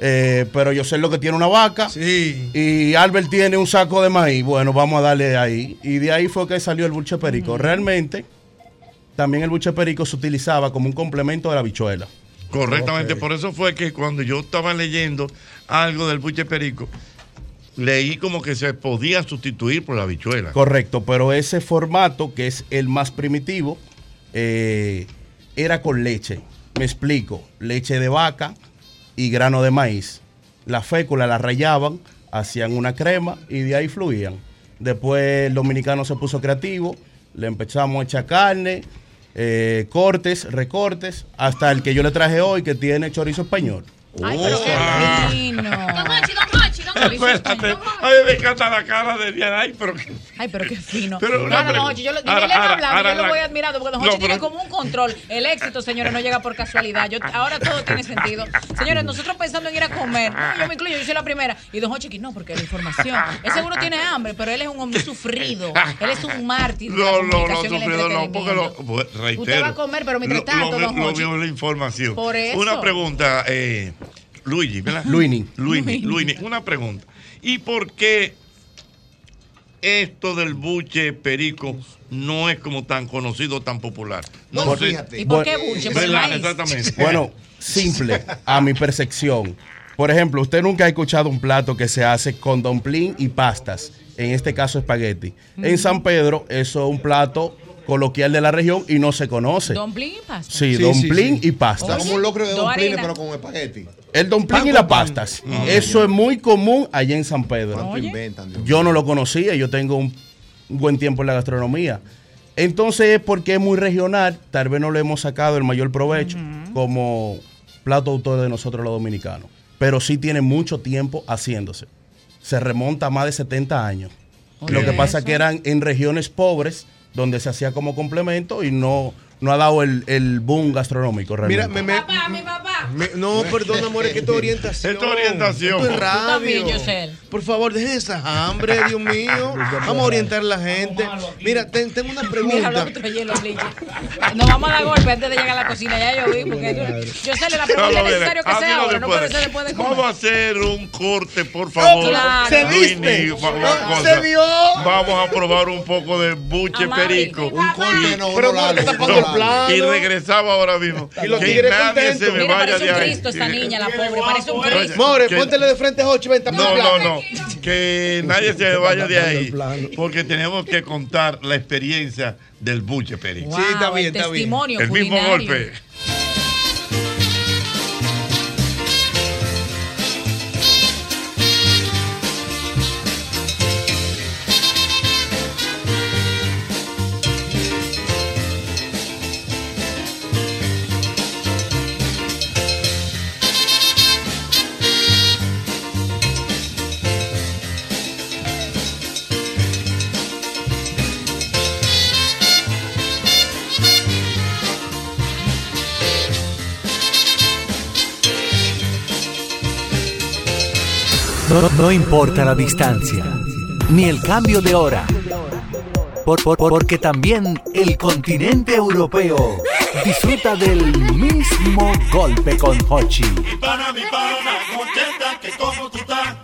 eh, pero yo sé lo que tiene una vaca. Y Albert tiene un saco de maíz. Bueno, vamos a darle ahí. Y de ahí fue que salió el buche perico. Realmente, también el buche perico se utilizaba como un complemento de la bichuela.
Correctamente, por eso fue que cuando yo estaba leyendo algo del buche perico, leí como que se podía sustituir por la bichuela.
Correcto, pero ese formato, que es el más primitivo, eh, era con leche. Me explico, leche de vaca y grano de maíz. La fécula la rayaban, hacían una crema y de ahí fluían. Después el dominicano se puso creativo, le empezamos a echar carne, eh, cortes, recortes, hasta el que yo le traje hoy que tiene chorizo español.
Ay, pero qué Ah.
Don Hochi, Don Hochi, Don Hochi.
Espérate, ay, me encanta la cara de Diana. Ay, pero qué.
Ay, pero qué fino.
Pero
no,
una
no, no,
pregunta.
Hochi, yo lo, ni
Ahora,
él va
ahora,
hablando,
ahora,
yo lo
ahora.
voy admirando, porque Don
No,
Hochi tiene
pero-
como un control. El éxito, señores, no llega por casualidad. Yo, ahora todo tiene sentido. Señores, nosotros pensando en ir a comer, no, yo me incluyo, yo soy la primera. Y Don Hochi, que no, porque la información. Él seguro tiene hambre, pero él es un hombre sufrido. Él es un mártir. de la
No, no, no,
comunicación y el
sufrido no,
entretenimiento.
porque lo bueno, reitero.
Usted va a comer, pero mientras
Lo-
tanto,
lo,
don
lo
Hochi.
vio la información.
Por eso.
Una pregunta, eh, Luigi, ¿verdad?
Luini.
Luini, Luini, una pregunta. ¿Y por qué esto del buche perico no es como tan conocido, tan popular? No
Por-
sé.
fíjate. ¿Y por qué buche? Por el
¿Verdad?
maíz.
Exactamente.
Bueno, simple, a mi percepción. Por ejemplo, usted nunca ha escuchado un plato que se hace con domplín y pastas, en este caso espagueti. En San Pedro, eso es un plato coloquial de la región y no se conoce.
Domplín y pasta.
Sí, domplín y pastas.
Como un locro de
Dos
domplines,
harinas.
pero con espagueti.
El domplín y las pastas. Eso es muy común allá en San Pedro.
Ah, ¿Cuánto inventan? Dios
Yo no lo conocía, yo tengo un, un buen tiempo en la gastronomía. Entonces, porque es muy regional, tal vez no le hemos sacado el mayor provecho como plato autor de nosotros los dominicanos. Pero sí tiene mucho tiempo haciéndose. Se remonta a más de 70 años.
Oye,
lo que pasa
eso.
que eran en regiones pobres donde se hacía como complemento y no, no ha dado el, el boom gastronómico realmente.
Mira, me, me-
Papá, mi papá.
me- no, perdón, amor, es que esto es orientación.
Esto es orientación.
Esto es
Tú
radio.
también,
Yosel.
Por favor, dejen esa hambre, Dios mío. Vamos a orientar a la gente. Mira, ten- tengo una
Mira,
pregunta.
lo otro hielo, Lichi. Nos vamos a dar golpe antes de llegar a la cocina. Ya yo vi, porque yo, yo sé la pregunta
Vamos a
es
ver,
necesario que
hazlo
sea ahora, no
después.
puede ser después de
Vamos a
comer.
hacer un corte, por favor.
claro. Se
Luini,
viste.
va- va-
Se
cosa.
vio.
Vamos a probar un poco de buche
Amari.
perico.
Un corte,
no, Pero no, amor, Lalo, tapando no, el Lalo. plano.
Y regresaba ahora mismo.
Y los
que
tigres
nadie se
contentos.
me
Mira,
vaya
parece
de
un
ahí.
Cristo
Esta niña, la pobre, parece un
Oye,
Cristo.
More,
que-
póntele de frente a Hochi, ven, tapa
No,
el
no,
plato.
no. Que nadie se me vaya de ahí. Porque tenemos que contar la experiencia del buche perico.
Sí, está Wow, bien, el está bien. testimonio
El mismo
culinario.
golpe.
No, no importa la distancia, ni el cambio de hora, por- por- porque también el continente europeo disfruta del mismo golpe con Hochi.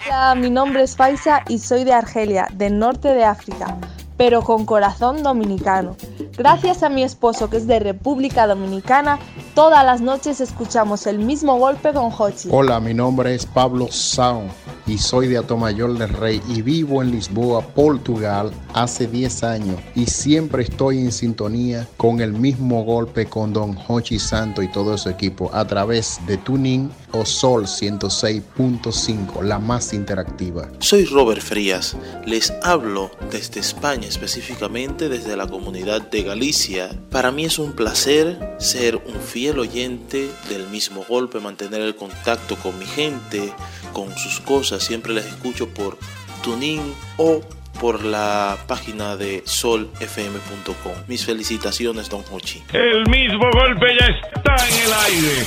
Hola, mi nombre es Faisa y soy de Argelia, del norte de África, pero con corazón dominicano. Gracias a mi esposo que es de República Dominicana, todas las noches escuchamos el mismo golpe con Hochi.
Hola, mi nombre es Pablo Saun y soy de Atomayor del Rey y vivo en Lisboa, Portugal, hace 10 años y siempre estoy en sintonía con el mismo golpe con Don Hochi Santo y todo su equipo a través de Tuning o Sol 106.5, la más interactiva.
Soy Robert Frías, les hablo desde España, específicamente desde la comunidad de Galicia. Para mí es un placer ser un fiel oyente del mismo golpe, mantener el contacto con mi gente, con sus cosas. Siempre les escucho por Tuning o por la página de solfm.com. Mis felicitaciones, don Hochi.
El mismo golpe ya está en el aire.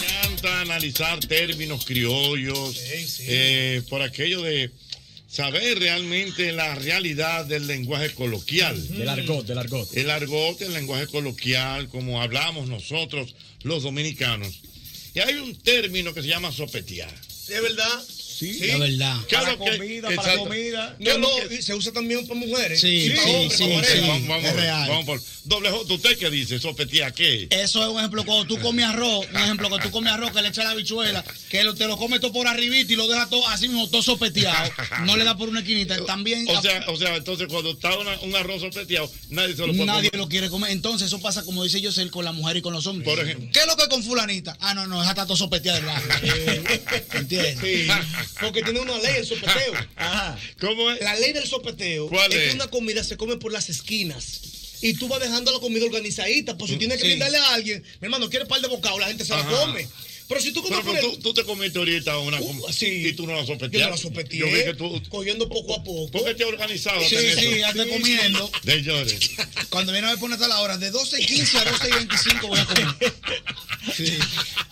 Me encanta analizar términos criollos eh, por aquello de saber realmente la realidad del lenguaje coloquial.
Del argot, del argot.
El argot, el lenguaje coloquial, como hablamos nosotros los dominicanos. Y hay un término que se llama sopetear.
¿Es verdad? Sí,
la verdad. Claro que- exacto.
No,
Yo
no,
lo que-
y se usa también para mujeres.
para hombres, para mujeres. Vamos, vamos,
es real.
vamos por- Doble J, ¿usted qué dice? ¿Sopetear qué?
Eso es un ejemplo, cuando tú comes arroz, un ejemplo, que tú comes arroz, que le echas la habichuela, que lo- te lo comes todo por arribita y lo dejas todo así mismo, todo sopeteado, no le da por una esquinita, también...
O sea, o sea, entonces cuando está una- un arroz sopeteado, nadie se lo puede
Nadie
comer.
lo quiere comer. Entonces eso pasa, como dice José, con la mujer y con los hombres.
Por ejemplo.
¿Qué es lo que con fulanita? Ah, no, no, es hasta todo sopeteado del bajo. ¿Entiendes?
Porque tiene una ley el sopeteo. Ajá.
¿Cómo es?
La ley del sopeteo
¿Cuál
es,
es?
que una comida se come por las esquinas. Y tú vas dejando la comida organizadita. Por si
Mm,
tienes que
sí.
brindarle a alguien, mi hermano, quiere par de bocados, la gente se la
Ajá.
come. Pero si tú comes
Pero
por el-
tú, tú te comiste ahorita una com- y tú no la sopeteaste.
Yo no la sopeteé.
Yo vi que tú.
Cogiendo poco a poco.
Porque te organizado.
Sí,
tenés
sí,
eso.
ande comiendo.
Señores.
Cuando viene a ver poner hasta la hora, de 12.15 a 12.25 voy a comer.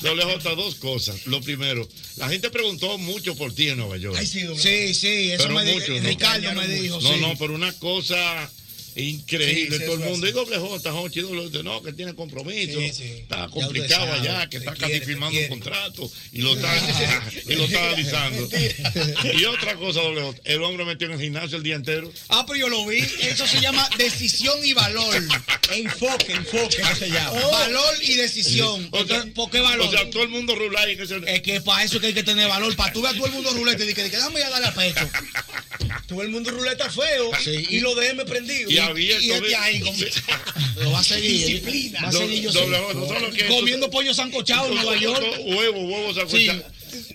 Doble J, dos cosas. Lo primero, la gente preguntó mucho por ti en Nueva York.
Sí, sí, eso
Pero
me dijo.
mucho, ¿no?
Ricardo me dijo,
No,
sí.
no, pero una cosa increíble.
Sí, sí,
Todo el
eso
mundo. Y doble J, Jochi, doble J, no, que tiene compromiso.
Sí, sí.
Está
Ya
complicado
usted sabe,
allá, que
te
está
quiere,
casi
te
firmando un
quiere.
contrato y lo está, y lo está analizando. y otra cosa, doble J, el hombre metió en el gimnasio el día entero.
Ah, pero yo lo vi. Eso se llama decisión y valor. Enfoque, enfoque, eso se llama. Valor y decisión.
O sea,
Entonces, ¿Por qué valor?
o sea, todo el mundo rular y que se...
Es que para eso que hay que tener valor. Para tú ver a todo el mundo rulete y que déjame ya darle a pecho.
Todo el mundo ruleta feo y lo déjeme prendido.
Y abierto,
Y este
¿ves?
ahí con-
Lo va a seguir.
Disciplina.
Va a seguir yo
Doble-
solo.
doble- no solo que-
Comiendo pollo sancochado en Nueva York.
Huevo, huevo sancochado.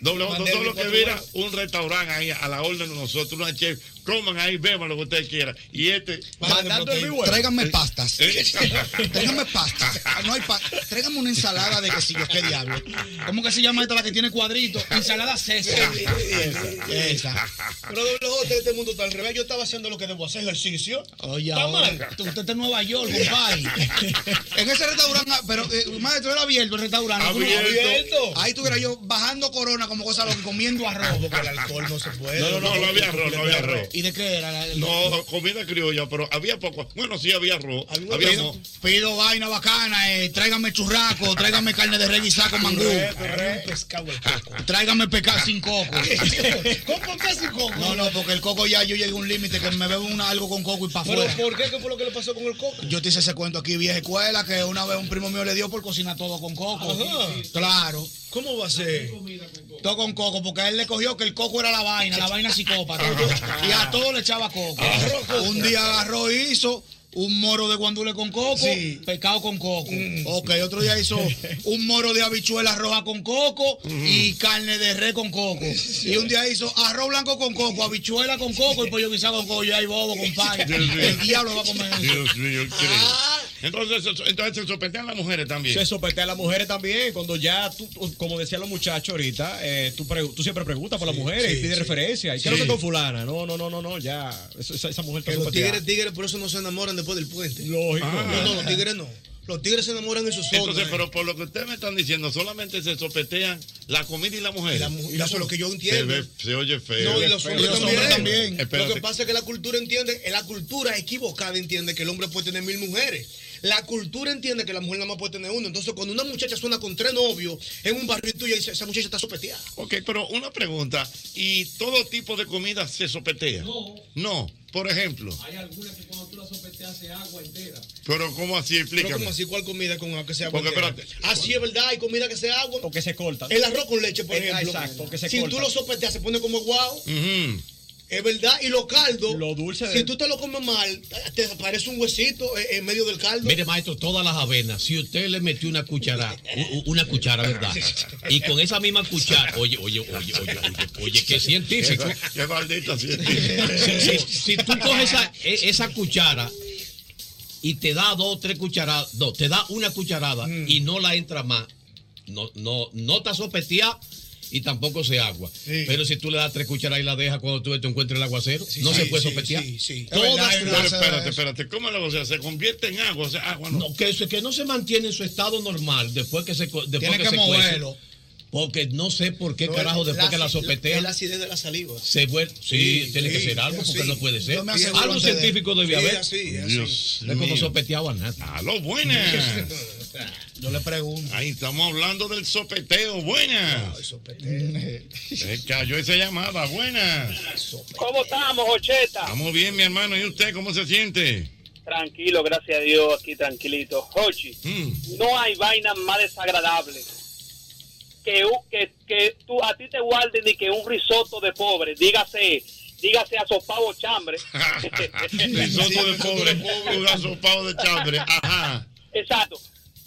Doble J,
Mandé
todo
mi
lo que
cuatro
mira
huevos.
un restaurante ahí a la orden de nosotros, una chef, coman ahí, beban lo que ustedes quieran. Y este.
Mandando el huevo. Tráiganme pastas. Tráigame pastas. Ah, No hay pastas. Tráigame una ensalada de quesillos. ¿Qué diablo? ¿Cómo que se llama esta la que tiene cuadrito? Ensalada César. Esa.
Pero doble J, este mundo está al revés. Yo estaba haciendo lo que debo hacer, ejercicio.
Oye,
Está
ahora,
mal.
tú- usted está en Nueva York, compadre. en ese restaurante, pero eh, maestro era abierto el restaurante. ¿no?
Ah, Abierto. Abierto.
Ahí tuviera yo bajando corona como cosa loca, comiendo arroz. Porque el alcohol no se puede.
No, no, no, no había arroz, no había arroz.
¿Y de qué era? La-
No, comida criolla, pero había poco. Bueno, sí había arroz. Había
Pido,
mo-
pido vaina bacana, eh, tráigame churraco, tráigame carne de rey y saco mangú. Tráigame pescado sin coco.
¿Cómo que sin coco?
No, no, porque el coco ya yo llegué a un límite que me bebo una, algo con coco y para
¿Pero
afuera.
por qué? ¿Qué fue lo que le pasó con el coco?
Yo te hice ese cuento aquí, vieja escuela, que una vez un primo mío le dio por cocinar todo con coco.
Ajá.
Claro.
¿Cómo va a ser?
Todo con coco, porque a él le cogió que el coco era la vaina, la vaina psicópata. y a todo le echaba coco.
Ah,
Un día agarró y hizo un moro de guandule con coco, pescado con coco.
Mm.
Ok, otro día hizo un moro de habichuela roja con coco
Mm.
y carne de res con coco. Y un día hizo arroz blanco con coco, habichuela con coco y pollo guisado con coco. Y ahí bobo, compadre.
Dios mío.
El diablo va a comer. Ah.
Dios mío, increíble. Entonces, entonces se sopetean las mujeres también.
Se sopetea a las mujeres también. Cuando ya tú, como decían los muchachos ahorita, eh, tú, pre- tú siempre preguntas por las mujeres
sí,
y pides
sí.
referencia. ¿Y qué es
Sí.
lo que con fulana? No, no, no, no, no, ya. Esa, esa- esa mujer está
Los
sopeteada.
tigres, tigres, por eso no se enamoran después del puente.
Lógico.
No, no, los
Ah.
tigres no. Los tigres se enamoran en sus
Entonces,
zonas.
pero por lo que ustedes me están diciendo, solamente se sopetean la comida y la mujer.
Y la mu- y eso es lo que yo entiendo.
Se, ve- se oye feo.
No, y los
Pero
hombres también. Lo
Espérate.
que pasa es que la cultura entiende, eh, la cultura equivocada entiende que el hombre puede tener mil mujeres. La cultura entiende que la mujer nada más puede tener uno. Entonces, cuando una muchacha suena con tres novios en un barrio tuyo, dice, esa muchacha está sopeteada.
Ok, pero una pregunta. ¿Y todo tipo de comida se sopetea? No. por ejemplo.
Hay algunas que cuando tú la sopeteas hace agua entera.
Pero ¿cómo así?
Pero
Explícame.
como así, ¿cuál comida con que sea
Porque,
cualquiera?
espérate.
Así es verdad, hay comida que sea agua.
O que se corta.
El arroz con leche, por
Eh,
ejemplo.
exacto, que se
si
corta.
tú lo sopeteas, se pone como guau.
Ujú.
Es verdad, y los caldos. Lo
dulce
Si tú te lo comes mal, te aparece un huesito eh, en medio del caldo.
Mire, maestro, todas las avenas, si usted le metió una cuchara, u- u- una cuchara, ¿verdad? Y con esa misma cuchara, oye, oye, oye, oye, oye, oye, qué científico.
Qué maldita científica.
Si, si- si tú coges esa, e- esa cuchara y te da dos, tres cucharadas, no, te da una cucharada
Mm.
y no la entra más, no, no, no te sopetía y tampoco se agua. Pero si tú le das tres cucharadas y la dejas cuando tú te encuentres el aguacero, no se puede sopetear. Todas
Todas, pero
las-
espérate, espérate, ¿cómo la cosa se convierte en agua? O sea, agua no.
no, que, eso- que no se mantiene en su estado normal después que se co- después
Tiene que
se cuece.
moverlo.
porque no sé por qué
No,
carajo después que la
aci-
sopetea
El acidez de la saliva.
se vuelve sí, tiene que
sí,
ser algo
sí.
porque no puede ser
Yo me aseguro
algo
antes de-
científico debía
Sí,
haber
así, así.
Dios no es como
mío.
sopeteado a nada
Aló, buenas. Yo le pregunto. Ahí estamos hablando del sopeteo, buenas. Se cayó Eh, esa llamada, buenas.
¿Cómo estamos, Jocheta?
Estamos bien, mi hermano. ¿Y usted cómo se siente?
Tranquilo, gracias a Dios, aquí tranquilito. Jochi,
Mm,
no hay vaina más desagradable que, un- que, que tú, a ti te guarden ni que un risotto de pobre, dígase, dígase asopado chambre.
Risotto de pobre, un asopado de chambre. Ajá.
Exacto.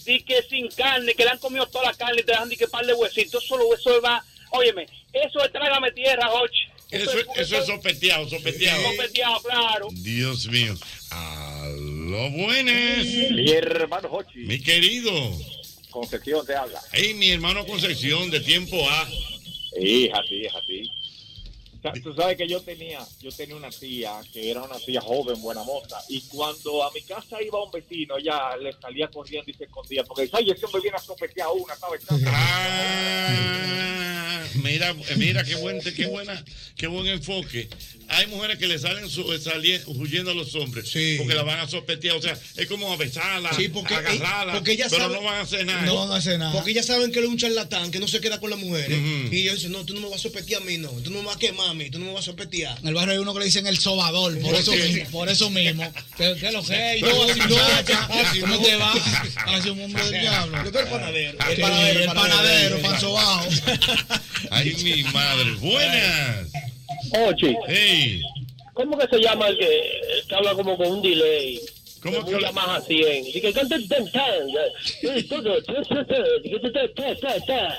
Di que sin carne, que le han comido toda la carne y te dejan di que par de huesitos, solo eso va. Óyeme, eso es trágame tierra, Jochi.
Eso, eso es sopeteado, sopeteado.
sopeteado, claro.
Dios mío. Aló, buenas.
Mi hermano Jochi.
Mi querido.
Concepción te habla.
Ey, mi hermano Concepción, de tiempo A.
Hija, sí, hija, sí. O sea, Tú sabes que yo tenía, yo tenía una tía que era una tía joven, buena moza, y cuando a mi casa iba un vecino, ella le salía corriendo y se escondía, porque dice, ay, ese hombre viene a sopetear a una, ¿sabes?
Mira, eh, mira qué buen, qué buena, qué buen enfoque. Hay mujeres que le salen su, sali- huyendo a los hombres porque la van a sopetear, o sea, es como a besarla,
Sí, porque, eh,
agarrarla,
porque ella
pero
sabe-
no van a hacer nada.
Porque ya saben que él es un charlatán, que no se queda con las mujeres. Y ellos dicen, no, tú no me vas a sopetear a mí, no. Tú no me vas a quemar a mí, tú no me vas a sopetear.
En el barrio hay uno que le dicen el sobador, por
Sí,
eso
sí.
mismo, por eso mismo. Que, que lo que y
No,
todo,
así no,
muchacha,
así
¿cómo
no.
te va? Hace un hombre del diablo.
Yo soy el panadero.
El panadero, el panadero, panzo bajo.
Ay, mi madre, buenas.
Ochi,
Hey,
¿cómo que se llama el que, el que habla como con un delay?
¿Cómo
que habla más a 100? Dice que canta el tan, tan, eh, todo, ta, ta, ta, dice que ta, ta, ta, ta.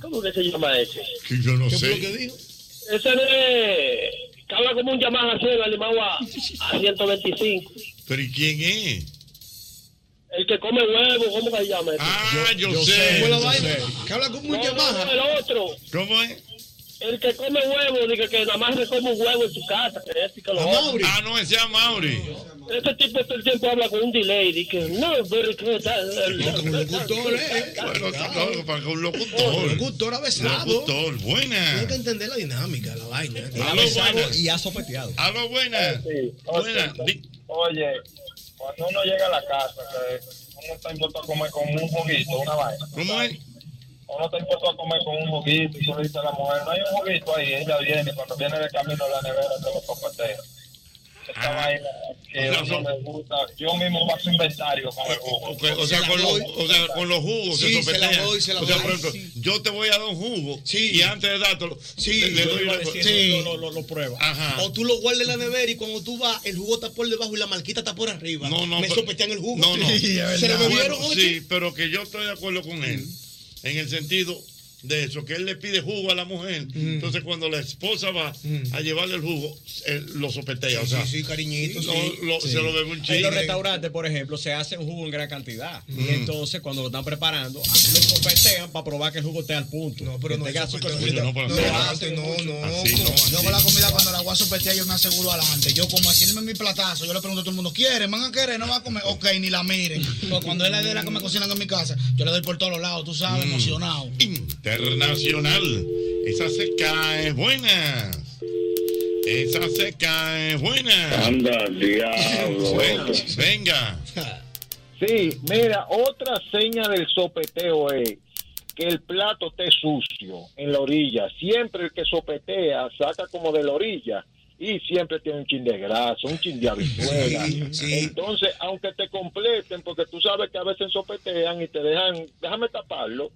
¿Cómo que se llama ese?
que yo no
¿Qué fue
sé.
lo que dijo? Ese de que habla como un Yamaha 100, animado a, a 125.
Pero ¿y quién es?
El que come huevo, ¿cómo que se llama ese?
Ah, yo, sé.
¿Cómo es la
yo
vaina?
sé.
Que habla como un Yamaha. el otro.
¿Cómo es?
El que come huevo, dice que nada más se come un huevo en su casa. Que este y que lo otro.
Ah, no, ese es Mauri.
Este tipo todo el tiempo habla con un delay. Dice que no, pero que tal. Como locutor,
¿eh?
Bueno, no, para que un locutor.
Locutor avesado.
Locutor, buena.
Hay que entender la dinámica, la vaina.
A lo buenas.
Y ha sopeteado.
A lo buenas. Buenas.
Oye, cuando uno llega a la casa, que uno está impuesto a comer con un juguito, una vaina.
¿Cómo es?
Uno está impuesto a comer con un juguito y yo le dice a la mujer, no hay un juguito ahí, ella viene, cuando viene de camino a la nevera se lo sopetea. Esta vaina que
Ah. O sea,
uno le gusta, yo mismo hago inventario con el jugo.
Ok, pues, o, sea, con los, o sea, con los jugos
Sí,
se
se
sopetean.
la doy, se la
o sea,
doy.
por ejemplo, yo te voy a dar un jugo y antes de dártelo,
Sí,
le
yo
doy
iba
una
a decir
cosa.
eso,
Sí.
lo- lo- lo
prueba. Ajá.
O tú lo guardas en la nevera y cuando tú vas, el jugo está por debajo y la marquita está por arriba.
No, no,
Me
pero-
sopetean el jugo.
No, no.
Se lo bebieron
Bueno,
oye.
Sí, pero que yo estoy de acuerdo con él. En el sentido de eso, que él le pide jugo a la mujer. Entonces, cuando la esposa va a llevarle el jugo, él lo sopetea. o
Sí,
sea,
sí, sí, cariñito.
lo-
sí.
lo-
Sí.
Se lo bebe un chico.
En los restaurantes, por ejemplo, se hace un jugo en gran cantidad. Y
Mm.
entonces, cuando lo están preparando, ah, lo sopetean para probar que el jugo esté al punto. No, pero no
es
No,
No, antes, no, no. yo con la comida cuando la voy a sopetear, yo me aseguro adelante. Yo como decirme mi platazo, yo le pregunto a todo el mundo, ¿quieren? ¿Van a querer? ¿No van a comer? Ok, ni la miren. Pues cuando es la idea de la que me cocinan en mi casa, yo le doy por todos los lados, tú sabes,
Mm.
emocionado.
Internacional. Esa se cae buena. Esa se cae buena.
Anda, diablo.
Venga, Venga.
Sí, mira, otra seña del sopeteo es que el plato esté sucio en la orilla. Siempre el que sopetea saca como de la orilla y siempre tiene un chin de grasa, un chin de habichuela. Entonces, aunque te completen, porque tú sabes que a veces sopetean y te dejan, déjame taparlo,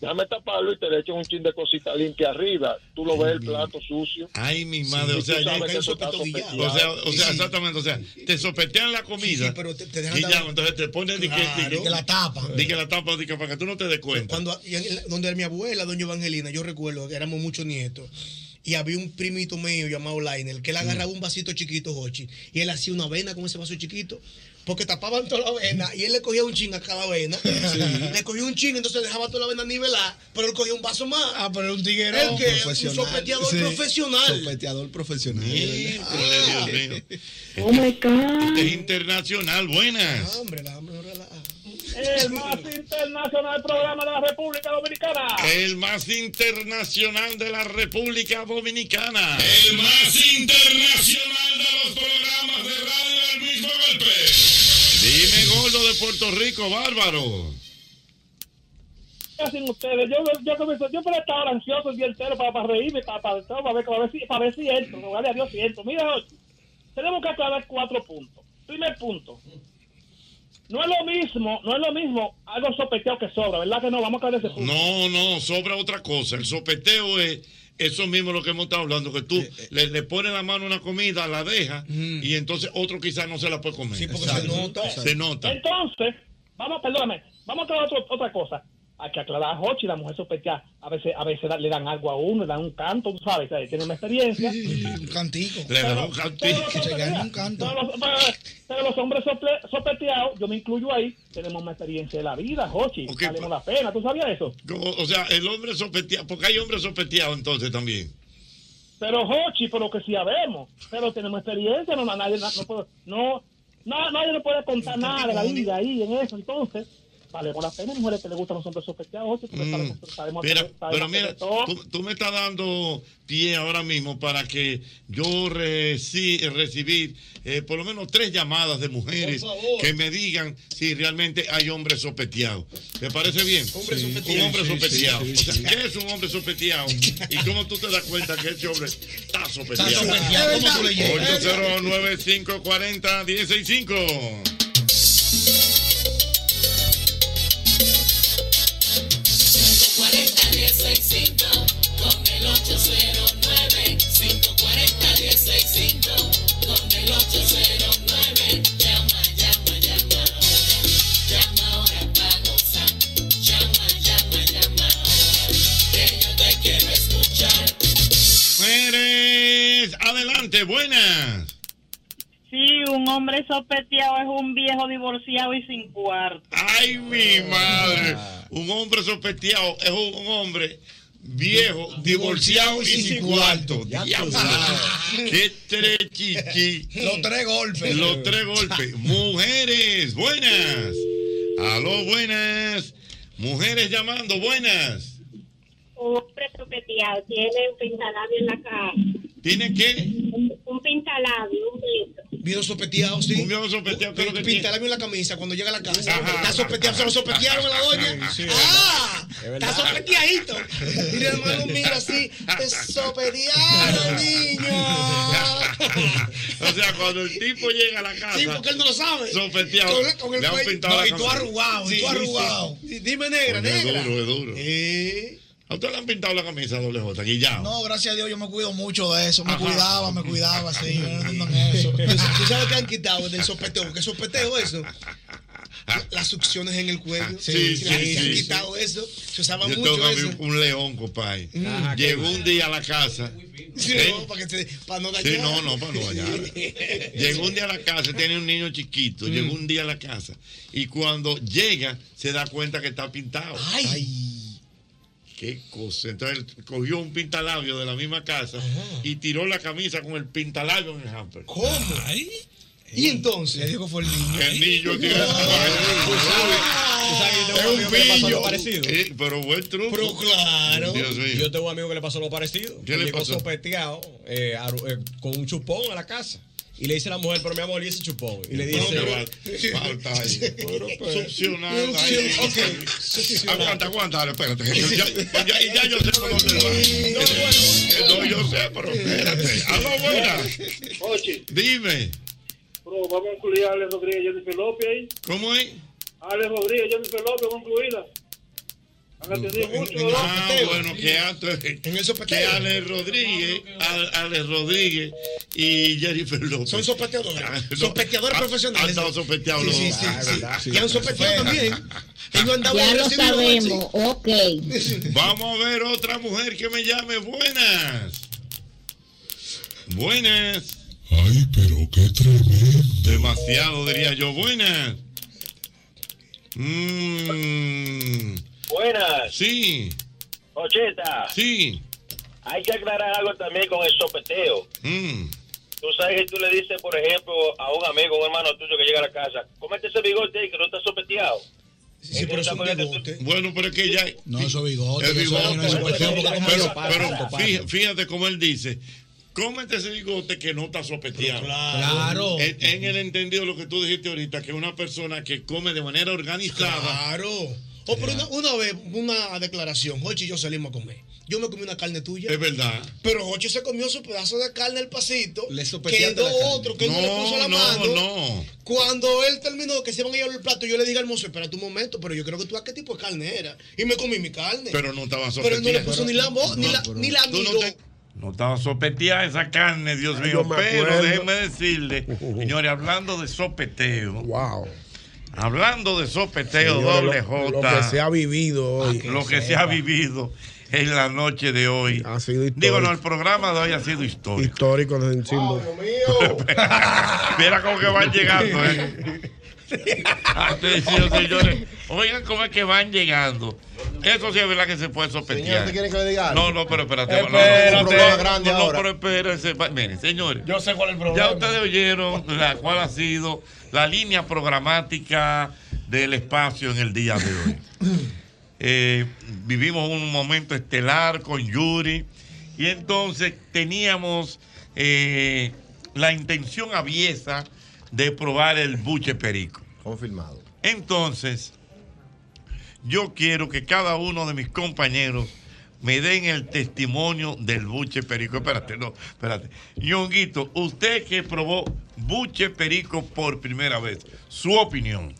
déjame taparlo y te le echan un chin de cosita limpia arriba. Tú lo ves el plato sucio.
Ay, mi madre, o sea, ya- o sea, o sea, exactamente, o sea, te sopetean la comida y ya, entonces te ponen de que,
Claro, que la
tapa, de que la tapa, de que para que tú no te des cuenta.
Cuando, y en la- donde mi abuela, doña Evangelina, yo recuerdo que éramos muchos nietos. Y había un primito mío llamado Lainer, que él agarraba un vasito chiquito, Jochi, y él hacía una avena con ese vaso chiquito, porque tapaban toda la avena, y él le cogía un ching a cada avena, le cogía un ching, entonces dejaba toda la avena nivelada, pero él cogía un vaso más. Ah, pero un tiguero. El que es un sopeteador
Sí,
profesional.
Sopeteador profesional.
Híjole, Dios mío.
Oh my
Es internacional, buenas.
El más internacional programa de la República Dominicana.
El más internacional de la República Dominicana. El más internacional de los programas de radio del mismo golpe. Dime, Gordo de Puerto Rico, bárbaro.
¿Qué hacen ustedes? Yo, yo, comienzo- yo por estar ansioso el día entero para, para reírme, para, para, para ver, para ver si, para ver si entro, rogarle a Dios si entro. Mira, Jochi, tenemos que aclarar cuatro puntos. Primer punto. No es lo mismo, no es lo mismo algo sopeteado que sobra, ¿verdad que no? Vamos a aclarar ese punto.
No, no, sobra otra cosa. El sopeteo es eso mismo lo que hemos estado hablando, que tú le, le pones la mano a una comida, la dejas y entonces otro quizás no se la puede comer. Sí, porque se nota. Se nota.
Entonces, vamos, perdóname, vamos a aclarar otro- otra cosa. Hay que aclarar a Hochi, la mujer sospechada. A veces, a veces da- le dan algo a uno, le dan un canto, tú sabes, ¿sabes? tienen experiencia.
Un cantico.
Le dan un cantico.
Que se gane un canto.
Pero los, pero- pero los hombres sople- sopeteados, yo me incluyo ahí, tenemos más experiencia de la vida, Hochi. valemos la pena, ¿tú sabías eso?
Como, o sea, el hombre sopeteado, porque hay hombres sopeteados entonces también.
Pero Hochi, pero que sí sabemos, pero tenemos experiencia, no, nadie, no, no puedo- no, no, nadie le puede contar nada de la vida ahí en eso, entonces... Valemos la pena, mujeres que le gustan los hombres sospechado, Hochi, porque sabemos, sabemos
Mira,
hacer- sabemos
pero
hacer
mira,
de todo.
tú, tú me estás dando pie ahora mismo para que yo reci- recibir eh, por lo menos tres llamadas de mujeres
Por favor.
que me digan si realmente hay hombres sopeteados. ¿Te parece bien?
Hombre
Sí.
sopeteado.
Un hombre
Sí, sí,
sopeteado.
sí,
O
sí.
sea, ¿qué es un hombre sopeteado? ¿Y cómo tú te das cuenta que ese hombre está sopeteado?
Está sopeteado, ¿cómo tú le llegas?
809 540 165
540 165 con el 809 540 165 con el 809 llama llama llama ahora llama ahora para gozar llama llama llama ahora que yo te quiero escuchar
Mujeres, adelante, buenas.
Sí, un hombre sopeteado es un viejo divorciado y sin cuarto.
Ay, mi madre.
Ah.
Un hombre sospeteado es un un hombre viejo, divorciado y sin cuarto. Diablo. Qué tres chichi.
Los tres golpes.
Los tres golpes. Mujeres, buenas. Aló, buenas. Mujeres llamando, buenas.
Un hombre sopeteado tiene un pintalabio en la cara.
¿Tiene qué?
Un pintalabio, un beso.
Vieron sopeteado, sí. Un
viejo sopeteado,
pero que Pintarle en la camisa cuando llega a la casa. Está sopeteado, se lo sopetearon a la doña. ¡Ah! Está sopeteadito. Y el hermano mira así, te sopetearon, niño.
O sea, cuando el tipo llega a la casa.
Sí, porque él no lo sabe.
Sospeteado.
Con el- con el
le han
cuello.
pintado
No,
la
y tú
casa.
arrugado, y tú arrugado. Dime negra,
Coño,
negra.
Es duro, es duro.
Eh.
¿A usted le han pintado la camisa doble J, Guillao?
No, gracias a Dios yo me cuido mucho de eso. Me
Ajá.
cuidaba, me cuidaba, sí. Yo no entiendo en eso.
¿Tú sabes qué han quitado del sopeteo? ¿Qué sopeteo eso?
las succiones en el cuello.
Ah, Sí,
Si la-
sí,
se han
sí,
quitado eso. Se usaba
Yo tengo
mucho Mm.
a mí
eso.
un león, compadre.
Ajá,
Llegó
qué-
un día a la casa.
Sí,
¿eh?
no, para, que se- para no dañar.
Sí, no, no, para no dañar. Llegó un día a la casa, tiene un niño
Mm.
chiquito, llegó un día a la casa y cuando llega se da cuenta que está pintado. ¡Ay! Qué cosa. Entonces él cogió un pintalabio de la misma casa y tiró la camisa con el pintalabio en el hamper. ¿Cómo?
Y entonces. Le dijo que fue el niño.
El niño que-
Es un pillo.
Eh, Pero buen truco.
Pero
claro.
Yo tengo un amigo que le pasó lo parecido.
¿Qué le
Llegó
pasó?
sopeteado eh, aru- eh, con un chupón a la casa. Y le dice a la mujer, pero mi amor, ¿y ese chupón? Y le
Pero
dice...
me va- falta ahí. Pero, pero- Succionando ahí.
Succion-
Ok, Aguanta, aguanta, dale, espérate. que Ya, ya- ya- ya yo sé por dónde va. No, yo sé, pero espérate. Aló, buenas.
Oye,
Dime,
bro, vamos a incluir a Alex Rodríguez y Jennifer López ahí.
¿cómo es?
Alex Rodríguez y Jennifer López, vamos a incluirla. Han atendido mucho, ¿verdad?
Ah, bueno, que antes. Que Alex Rodríguez, Al- Alex Rodríguez y Jennifer López. Son
sopeteadores.
Sopeteadores profesionales. Han estado sopeteados
Sí,
los
sí,
dos.
sí,
Ah, es
sí.
verdad.
Y han sopeteado también. Ellos andaban
Ya lo
recibiendo leche.
sabemos, ok.
Vamos a ver otra mujer que me llame. Buenas. Buenas.
Ay, pero qué tremendo.
Demasiado, diría yo. Buenas.
Buenas.
Mm. Sí.
Ocheta.
Sí.
Hay que aclarar algo también con el sopeteo.
Mm.
Tú sabes que tú le dices, por ejemplo, a un amigo, un hermano tuyo que llega a la casa, comete ese bigote ahí que no está sopeteado. Sí, pero es un bigote.
Bueno, pero es que ya.
No, eso es bigote.
Es
eso
bigote.
no es sopeteo, porque como
Pero,
eso-
pero fí- fíjate cómo él dice. Cómete ese bigote que no está sopeteado.
Claro.
En, en el entendido de lo que tú dijiste ahorita, que una persona que come de manera organizada.
Claro. Oh, pero una, una vez, una declaración, Jochi y yo salimos a comer. Yo me comí una carne tuya.
Es verdad.
Pero Jochi se comió su pedazo de carne al pasito.
Le sopeteaste
Quedó
la carne.
otro que no,
No,
le puso la
no,
mano.
no.
Cuando él terminó, que se van a llevar el plato, yo le dije al mozo, espera un momento, pero yo creo que tú a qué tipo de carne era. Y me comí mi carne.
Pero no estaba sopeteado.
Pero él no le puso ni la voz, ni
No,
la,
pero-
ni la
Tú no
miró.
te- No estaba sopeteada esa carne, Dios
Ay,
mío.
yo me
Pero
acuerdo.
déjeme decirle, señores, hablando de sopeteo. Wow. Hablando de sopeteo,
Señores,
doble
lo-
J.
Lo que se ha vivido hoy.
lo Ah, que se ha vivido en la noche de hoy. Ha sido Digo, no, el programa de hoy ha sido histórico.
Histórico, no sin duda.
Mira cómo que van llegando. ¿eh? Atención, señores. Oigan cómo es que van llegando. Eso sí es verdad que se puede
Señor,
sospechar.
¿te quieren que le diga algo?
No, no, pero espérate.
Espérate.
No, no,
Un
no,
programa
no,
grande
no,
ahora.
pero espérense. Va- Miren, señores.
Yo sé cuál es el
Ya
problema.
ustedes oyeron la cual ha sido la línea programática del espacio en el día de hoy. Eh, vivimos un momento estelar con Yuri y entonces teníamos eh, la intención aviesa de probar el buche perico.
Confirmado.
Entonces, yo quiero que cada uno de mis compañeros me den el testimonio del buche perico. Espérate, no, espérate. Ñonguito, usted que probó buche perico por primera vez, su opinión.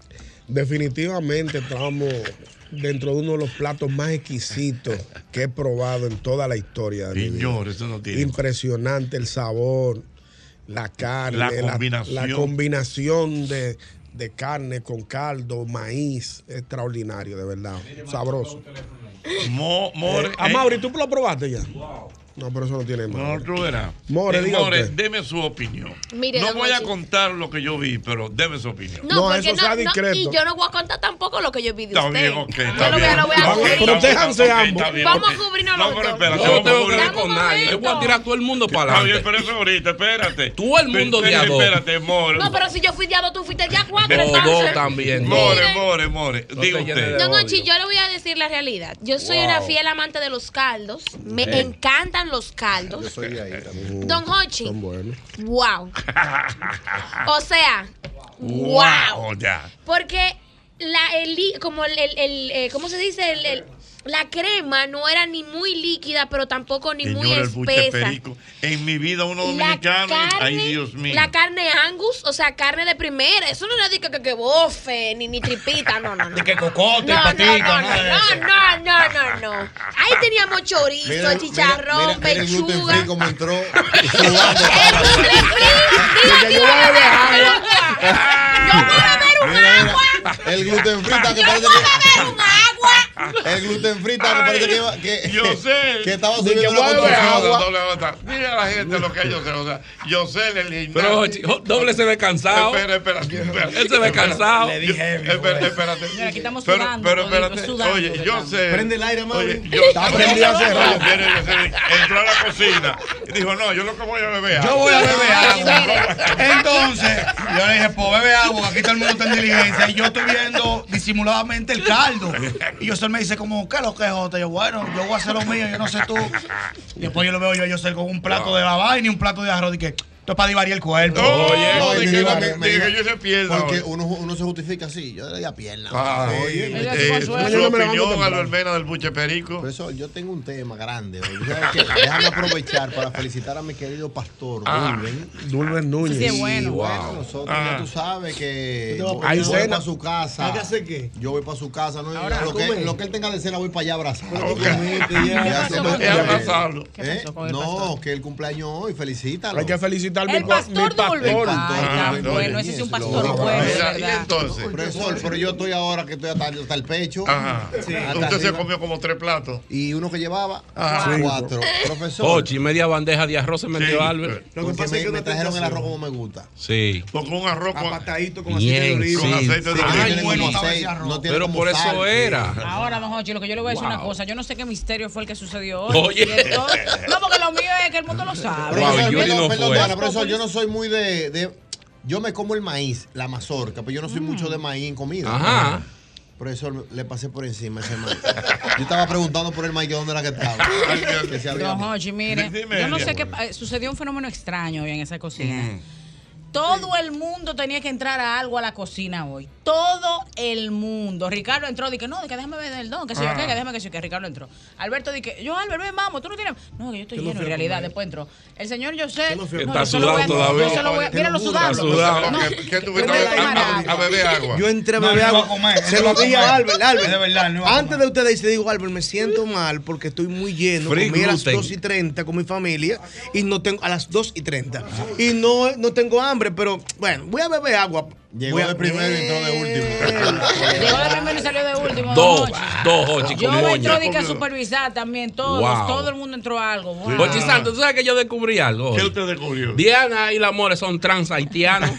Definitivamente estamos dentro de uno de los platos más exquisitos que he probado en toda la historia de mi vida.
Señor, eso no tiene.
Impresionante el sabor, la carne,
La combinación.
la combinación de, de carne con caldo, maíz, extraordinario, de verdad, sabroso.
More,
Eh, a
eh.
Mauri, ¿tú lo probaste ya? No, pero eso no tiene
No,
más.
tú verás.
More,
Eh,
diga
More,
usted.
deme su opinión.
Mire,
no
don
voy a
Mochi.
contar lo que yo vi, pero deme su opinión.
No, porque no, no, y yo no voy a contar tampoco lo que yo vi de
Está
usted.
bien, ok,
Yo
está
lo voy a-
bien.
lo voy a
Ok,
cubrir.
está bien,
Protéjanse
ok,
ambos.
está bien,
Vamos a
ok.
cubrirnos
No,
los
pero
dos.
espérate,
Yo
vamos
tengo
a cubrir-
que- con nadie. Yo voy a tirar
a todo el mundo para
Está bien,
adelante.
pero eso ahorita, espérate.
Todo el mundo de a dos.
Espérate, More.
No, pero si yo fui de a dos, tú fuiste de a cuatro,
More,
entonces.
More, more, more. Diga
te llenes
usted.
No, Gonchi, yo le voy a decir la realidad. Yo soy
Wow.
una fiel amante de los caldos. Me
Bien.
encantan los caldos.
soy de ahí también.
Don Hochi.
Son buenos.
Wow. O sea, wow.
ya.
Porque la el li- como el, el- el, eh, ¿cómo se dice? El- el- la crema no era ni muy líquida, pero tampoco ni muy
Señor, el buche
espesa.
perico. En mi vida uno
La
dominicano. ay, Dios mío.
La carne Angus, o sea, carne de primera. Eso no era de que, que, que bofe, ni, ni tripita, no, no, no.
Que cocote,
No, no,
patita,
no,
nada de
no,
eso.
no, no, no, no. Ahí teníamos chorizo,
Mira, mira,
chicharrón,
mira, mira el gluten
pechuga.
free
como entró.
Yo voy a beber un agua.
El gluten frita que parece que. El gluten frita que parece que iba- que.
Yo sé.
Que estaba
Ni que
subiendo una
voy a
gota de
ver ahora,
agua.
doble gota. Dile a la gente lo que ellos sé. O sea, yo sé en el gimnasio.
Pero Jochi, jo- doble se ve cansado.
Espera, espera. espera.
Él se ve
Espera.
cansado.
Le dije, espérate, espérate.
Señora, aquí estamos
pero,
sudando,
pero
Rodrigo,
espérate,
sudando
oye,
de
yo
tanto.
sé.
Prende el aire, Mauri.
Oye,
Está prendido hace rato.
Oye, viene, viene, Entró a la cocina y dijo, no, yo lo que voy a beber. Ah,
Yo voy a beber agua. Entonces, yo le dije, pues bebe agua, que aquí todo el mundo está en diligencia. Y yo estoy viendo disimuladamente el caldo. Y Yosel me dice, como, ¿qué es lo que es Jota? Yo, bueno, yo voy a hacer lo mío, yo no sé tú. Después yo lo veo yo a Yosel con un plato de la vaina y un plato de arroz. Y que esto es para divariar el cuerpo.
No, y me iba- me iba-
yo se pierda.
Porque uno, uno se justifica así. Yo le doy a pierna.
Ah,
Sí.
oye, eh, su opinión a lo almena del buche perico.
Profesor, yo tengo un tema grande. hoy. ¿Tú sabes qué? Déjame aprovechar para felicitar a mi querido pastor
Ah.
Rubén.
Dulben Núñez.
Sí, bueno. nosotros
Ah.
ya tú sabes que
¿Tú te vas
yo
pa'
yo
allá?
voy
cena?
para su casa.
¿Hay que hacer
qué? Yo voy para su casa. No,
Ahora,
lo,
¿cómo
que,
es?
lo que él tenga de cena voy para allá a abrazarlo.
Ok. ¿Qué
Ya
pasó
se
con
me-
el pastor?
ya me-
abrazarlo?
¿Eh?
¿Qué pasó con el
No, que el cumpleaños hoy. Felicítalo.
Hay que felicitar
mi
El mi pa- pastor mi pastor. Dulben.
pastor
Ay, tan
Dulben.
bueno, ese sí es un
Lo
pastor
adoro.
bueno, de
Mira,
verdad.
entonces?
Profesor, pero yo estoy ahora que estoy hasta, hasta el pecho.
Ajá. Usted
Hasta
se
arriba.
comió como tres platos.
Y uno que llevaba
Ah, sí.
cuatro. Profesor.
Ochi, media bandeja de arroz se metió Albert.
Lo que pasa es que me trajeron el arroz como me gusta.
Sí.
Con un arroz con
patadito
con aceite de oliva. Con aceite de oliva.
Ay,
No
bueno,
tiene como
aceite,
aceite, no tiene
Pero
como
por
sal.
eso era.
Ahora, don Jochi, lo que yo le voy a decir
Wow.
una cosa. Yo no sé qué misterio fue el que sucedió hoy.
Oye.
Y esto- No, porque lo mío es que el mundo lo sabe.
Profesor,
Wow, Yuri
Ah, perdón,
no
perdón,
fue.
Diana, profesor, yo no soy muy de, de- Yo me como el maíz, la mazorca, pero yo no soy mucho de maíz en comida.
Ajá.
Profesor, le pasé por encima ese maíz. Yo estaba preguntando por el maíz que dónde era que estaba. Que si había
Don
más.
Jochi, mire,
Dime,
yo no sé
Elia.
qué... eh, Sucedió un fenómeno extraño hoy en esa cocina. Todo el mundo tenía que entrar a algo a la cocina hoy. Todo el mundo. Ricardo entró, dije, no, que déjame ver el don, que se yo
Ah.
qué, que déjame que se yo qué. Ricardo entró. Alberto dije, yo, Albert, ven, vamos, tú no tienes. No, que yo estoy
Yo no
lleno
fui
en
a
realidad,
comer.
después entró. El señor José. no,
Está
yo se lo voy
sudado
a-
todavía.
yo se lo voy a-
Qué
Míralo
locura.
sudado.
Está sudado.
No,
¿Qué- qué
yo
tuviste
voy
a- a-
tomar
a-
agua.
a beber agua?
Yo entré a
No,
beber
no iba a
agua.
comer,
se
no
lo
iba a
dije
comer.
a Albert. Albert.
De verdad, no iba a
Antes de usted dice, digo, Albert, me siento mal porque estoy muy lleno.
Free
comí a las
gluten.
2 y 30 con mi familia y no tengo a las 2 y 30. Y no, no tengo hambre, pero bueno, voy a beber agua.
Llegó
Voy a-
de primero y entró de último.
Llegó de primero y salió de último.
Dos,
Jochi.
dos,
Jochi,
Yo
con
entró
moña.
dije a supervisar también, todos,
Wow.
todo el mundo entró a algo. Wow.
Jochi Santos, ¿tú sabes que yo descubrí algo? hoy?
Ah. ¿Qué usted descubrió?
Diana y la More son trans haitianos.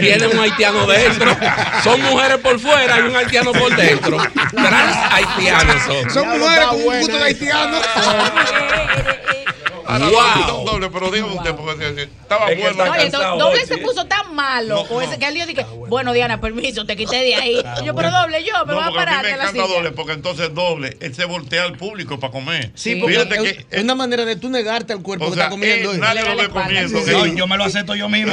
Tienen un haitiano dentro. Son mujeres por fuera y un haitiano por dentro. Trans haitianos son.
Son mujeres con un gusto de haitiano.
Eh,
Ahora,
Wow.
Doble, pero dígame usted, porque estaba
Ah,
Es que
bueno.
está
Oye, do- doble se puso tan malo. o ese que él dijo, dije, bueno, Diana, permiso, te quité de ahí. yo, pero doble, yo, me
No,
voy a
porque
parar
mí me
de la
encanta
silla.
doble, porque entonces doble, él se voltea al público para comer.
Sí, porque
Fíjate
es, es una manera de tú negarte al cuerpo
O
que
sea,
está comiendo.
eh,
hoy.
nadie lo ve comiendo.
Sí.
¿eh?
No,
yo me lo acepto yo mismo.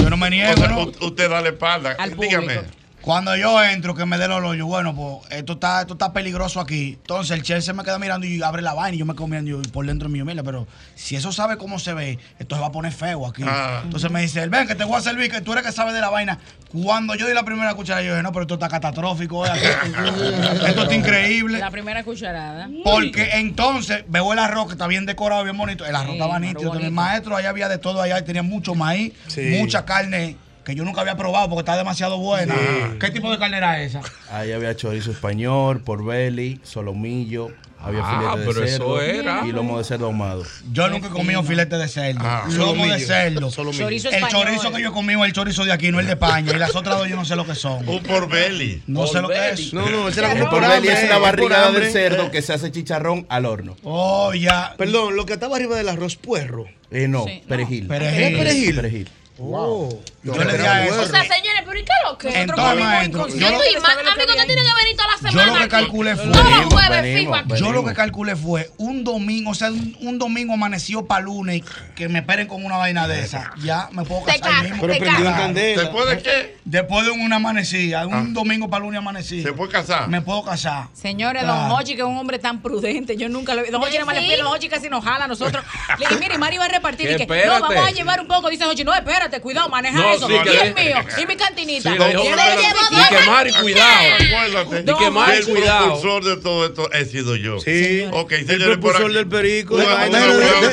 Yo no me niego. usted da la espalda. Dígame.
Cuando yo entro, que me dé el olor, yo, bueno, pues esto está, esto está peligroso aquí. Entonces el chef se me queda mirando y abre la vaina y yo me quedo mirando y yo, y por dentro mío, mira, pero si eso sabe cómo se ve, esto se va a poner feo aquí.
Ah.
Entonces me dice, él, ven, que te voy a servir, que tú eres que sabes de la vaina. Cuando yo di la primera cuchara, yo dije, no, pero esto está catastrófico, eh, aquí. esto está increíble.
La primera cucharada.
Porque entonces veo el arroz que está bien decorado, bien bonito. El arroz
Sí,
estaba
arroz
nítido.
bonito.
El maestro allá había de todo allá y tenía mucho maíz,
Sí.
mucha carne que yo nunca había probado porque está demasiado buena.
Sí.
¿Qué tipo de carne era esa?
Ahí había chorizo español, porbeli, solomillo, había
Ah,
filete de
pero eso
cerdo
era.
y lomo de cerdo ahumado.
Yo nunca he comido
eh,
este
filete de cerdo,
ah.
Ah,
lomo
Solomillo.
de cerdo,
Solomillo. Chorizo
el
español.
chorizo que yo he comido es el chorizo de aquí, no el de España. Y las otras dos yo no sé lo que son.
Un porbelli.
No sé lo que es.
No, no, esa
El
la como por
porbelli
hambre,
es una
eh, por
barrigada de
hambre.
cerdo que se hace chicharrón al horno.
Oh, ya.
Perdón, lo que estaba arriba del arroz puerro.
Eh, no,
Sí, no.
perejil.
Perejil. ¿Era perejil?
Wow.
Yo
le di a eso.
O sea, señores, pero ¿y qué lo que?
Entonces,
Nosotros comimos
maestro,
inconsciente
yo lo-
y más. Amigo, tú tienes que venir toda la
Yo
semana.
lo que
aquí.
calculé fue.
Todos los jueves, fijo aquí.
Yo lo que calculé fue un domingo, o sea, un, un domingo amaneció para lunes que me esperen con una vaina de esa. Ya me puedo
Te
casar.
casas,
ahí mismo.
Pero te prendió en casas. candela.
¿Después de qué?
Después de una amanecida, un domingo para lunes amanecida. ¿Se
puede casar?
Me puedo casar.
Señores, don
Claro.
Hochi, que es un hombre tan prudente, yo nunca lo he Don Hochi nada más le
Sí.
pide, don Hochi casi nos jala a nosotros. Le dije, mire, Mari va a repartir.
Que
Y que, no,
espérate.
vamos a llevar un poco. Dice Hochi, no, espérate, cuidado, maneja
No,
eso.
sí,
y
que
es
le-
mío, y mi cantinita.
Sí, le dijo,
Y él
"Pero-
llevó
y
dos
que Mari,
cantinas.
cuidado. Acuérdate.
Don
que Mari,
Hochi.
cuidado. El propulsor de todo esto he sido yo. Sí. Ok, señores,
El
por
propulsor
aquí.
del perico.
Un
Déjame
aplauso para el
decir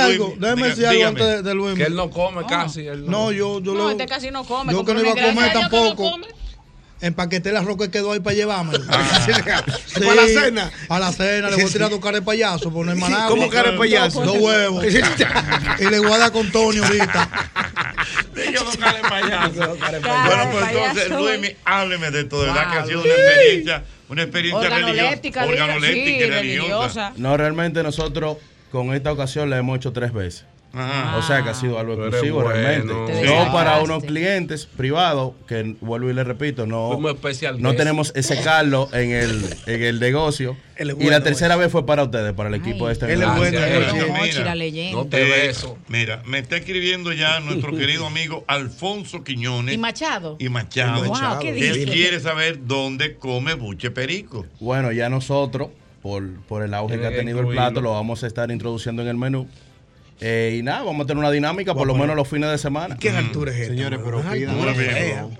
amigo
algo.
Luis.
Déjame decir algo
Dígame.
antes de- de Luis.
Que él no come casi. él
No, yo, yo
No,
lo-
este casi no come.
yo que no
compró
iba a
una
comer
grasa.
tampoco.
empaqueté el arroz que quedó ahí para llevarme. Sí,
¿Para la cena?
Para la cena, le voy a tirar tu cara de payaso, porque no hay managua.
¿Cómo cara de payaso?
Dos huevos. y le voy a dar con Tony ahorita.
Yo no cara de payaso. Bueno, pues entonces, Luis, hábleme de esto. De verdad que ha sido
Wow.
una experiencia, una experiencia
Organoléptica,
religiosa.
diga,
Organoléptica
sí,
y religiosa.
religiosa.
No, realmente nosotros con esta ocasión la hemos hecho tres veces.
Ajá.
O sea que ha sido algo
Pero
exclusivo
bueno.
realmente.
Te
No para
desgastaste.
unos clientes privados, que vuelvo y le repito, no,
Fuimos especial
no
guest.
tenemos ese Carlos en el, en el negocio.
Él es
y
bueno,
la tercera vez fue para ustedes, para el equipo de este
Él es
negocio.
bueno, él es bueno.
Mira,
Chira leyenda.
No te
eh,
beso.
Mira, me está escribiendo ya nuestro querido amigo Alfonso Quiñones
Y Machado.
y Machado.
Wow, ¿qué
Él
dice?
quiere saber dónde come buche perico.
Bueno, ya nosotros, por, por el auge que ha
Tiene que
tenido el
incluirlo.
plato, lo vamos a estar introduciendo en el menú. Eh, y nada, vamos a tener una dinámica por lo
Vamos a
menos los fines de semana.
¿Qué altura es esta? Señores, pero
Mm.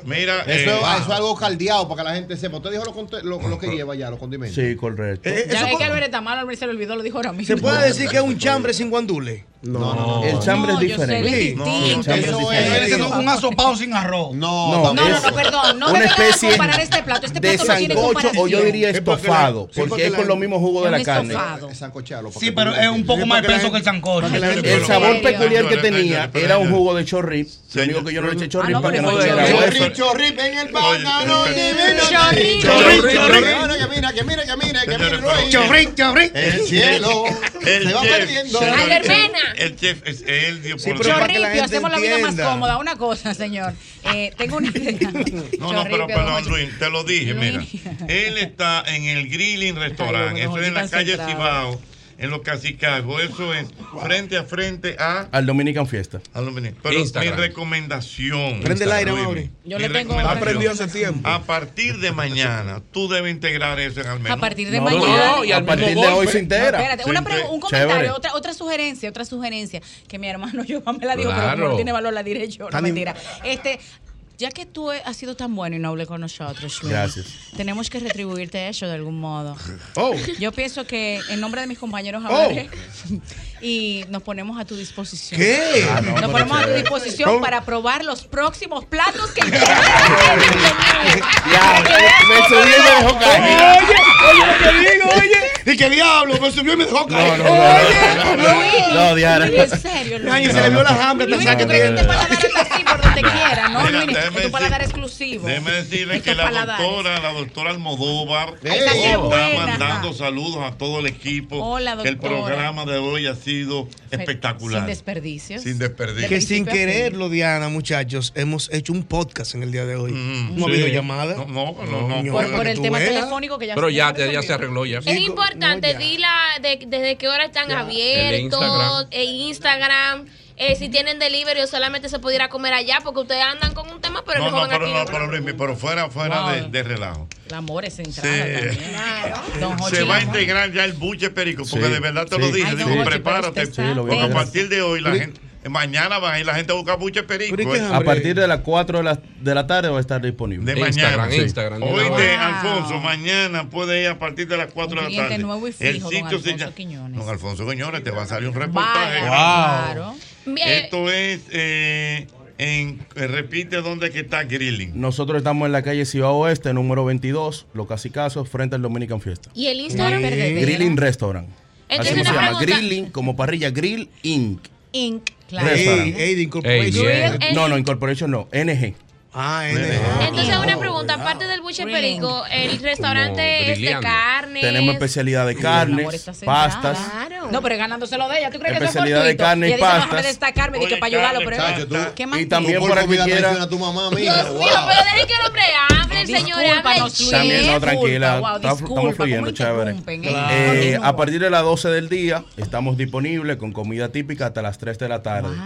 Mira,
eso, es- eso es algo caldeado para que la gente sepa. Usted dijo lo, conte- lo- lo que lleva ya, los condimentos.
Sí,
Eh,
correcto.
ya ve que Albert está malo, Albert se lo olvidó, lo dijo ahora mismo.
¿Se puede decir que es un chambre sin guandule?
No, no, no. El chambre es
No, yo sé,
diferente.
es
Sí.
distinto.
Sí, el chambre
Eso
es
es,
diferente.
un asopado sin arroz.
No,
No, no,
es
no, perdón. No
una
me vengas a
especie
comparar este plato.
de
Este plato no tiene
sancocho
comparación.
o yo diría estofado,
Sí, porque
porque es
la-
con los mismos jugos de
Es
la
un
carne.
estofado.
Sancocharlo, para
Sí,
que
pero
todo el
es
mundo
un poco más espeso que el sancocho.
El sabor peculiar que tenía era un jugo de chorrip. Lo único que yo no le eché
Ah,
chorrip para que no quisiera
Chorri,
hueso.
chorri, ven el banano, divino.
Chorri,
Chorri,
chorri, chorri.
Mira que mira, que mira, que mira, que mira. Luis.
Chorri, chorri.
El cielo
El
se va
chef,
perdiendo.
señor,
Ay, hermana.
El chef es él, Dios por
Chorripio,
Dios.
hacemos la vida más cómoda. Una cosa, señor. Eh, tengo una idea.
No, no, pero perdón, Luis, te lo dije,
Luis.
mira. Él está en el Grilling Restaurant, eso es en la
tan
calle
centrado.
Cibao, en los Cacicagos, eso es frente a frente a...
Al Dominican Fiesta.
Al Dominican. Pero
Instagram.
mi recomendación...
Prende el aire,
Luis,
Mauri.
Yo
mi
le tengo-
recomendación,
Aprendió hace tiempo.
A partir de mañana, tú debes integrar eso en al menos.
A partir de mañana.
no, y al A partir mismo de golpe. hoy se integra.
No, espérate, una
Se inte-
pregu- un
Chévere.
comentario, otra, otra sugerencia, otra sugerencia que mi hermano yo me la dijo, pero como
Claro.
no tiene valor la diré yo, no
Tan im-
mentira. Este, ya que tú he- has sido tan bueno y noble con nosotros, Shmuel,
Gracias.
tenemos que retribuirte eso de algún modo.
Oh.
Yo pienso que en nombre de mis compañeros
Oh.
hablaré y nos ponemos a tu disposición.
¿Qué? Ah, no,
nos
pero
ponemos a tu
chévere.
disposición
¿Cómo?
para probar los próximos platos que
Ya, me subí y me dejó caer.
Oye, oye lo que digo, oye. Y que diablo, me subió y me dejó caer.
No, no, no, no, no, no, no, Diana.
Luis, en serio, Luis.
Ay, se le vio la hambre tan
Luis,
sangre
tú crees que
tiene.
te puedes hablar así por donde quiera, ¿no?
Eh. Mira,
Luis,
déjeme
es tu paladar
decir-
exclusivo.
Déjeme decirle
Estos
que la
paladares.
doctora, la doctora Almodóvar,
Ay, está
está
buena.
mandando saludos a todo el equipo.
Hola,
que el
doctora.
programa de hoy ha sido
Sin
espectacular.
desperdicios.
Sin desperdicio.
Que sin quererlo, Diana, muchachos, hemos hecho un podcast en el día de hoy. Una
sí.
videollamada.
No,
no, no.
Ñonga,
Por- por
que
el
tú
tema
veas.
telefónico que ya
Pero
se-
ya, ya se arregló ya.
Es importante, di la, de- desde qué hora están abiertos,
Instagram.
en Instagram, eh, si tienen delivery o solamente se pudiera comer allá, porque ustedes andan con un tema, pero
No,
no,
no,
van
pero,
aquí.
no, pero, Luis, pero fuera, fuera
Wow.
de, de relajo.
El amor es central
Se-
Ah, también. Don Jochi,
Se va a
¿no?
integrar ya el buche perico, porque
Sí,
de verdad te
sí,
lo dije.
Ay, don
digo,
Jochi, pero
prepárate.
usted está Sí, lo voy a
porque a
integrar.
partir de hoy, la gente, mañana va a ir la gente a buscar buche perico. ¿eh?
A partir de las 4 de la, de la tarde va a estar disponible.
De mañana.
Sí.
Hoy de Alfonso, mañana puede ir a partir de las 4 de la
cliente
tarde.
nuevo y fijo,
el
don
sitio
Alfonso
se llama- Don Alfonso Quiñones, te va a salir un reportaje.
Vaya, claro.
Esto es, eh, en, eh, repite dónde que está Grilling.
Nosotros estamos en la calle Ciudad Oeste, número 22, Los Casicazos, frente al Dominican Fiesta.
Y el Instagram,
Grilling Restaurant.
Entonces,
Así como
una
se llama,
pregunta.
Grilling, como parrilla, Grill Inc.
Inc. Claro.
Restaurant.
Ey, de Incorporation.
Ey, bien.
No, no, Incorporation no, NG.
Ah,
Entonces, una pregunta, aparte del buche perico, el restaurante es de carne.
Tenemos especialidad de carnes, pastas.
No, pero es ganándoselo de ella. ¿Tú crees que eso es
Especialidad
fortuito?
de carne y
ella dice,
pastas.
déjame destacarme, dije que para ayudarlo, pero ¿qué más?
Y también
Tú por
para que
comida
quiera.
traiciona a tu mamá,
Dios
mira.
mío,
Wow.
pero dejen que el hombre hable, el señor hable.
Discúlpanos, Luis.
También, no, tranquila,
Disculpa,
está-
wow,
estamos
disculpa,
fluyendo,
¿cómo
chévere.
interrumpen, eh?
Eh,
Continúa.
a partir de las 12 del día estamos disponibles con comida típica hasta las 3 de la tarde.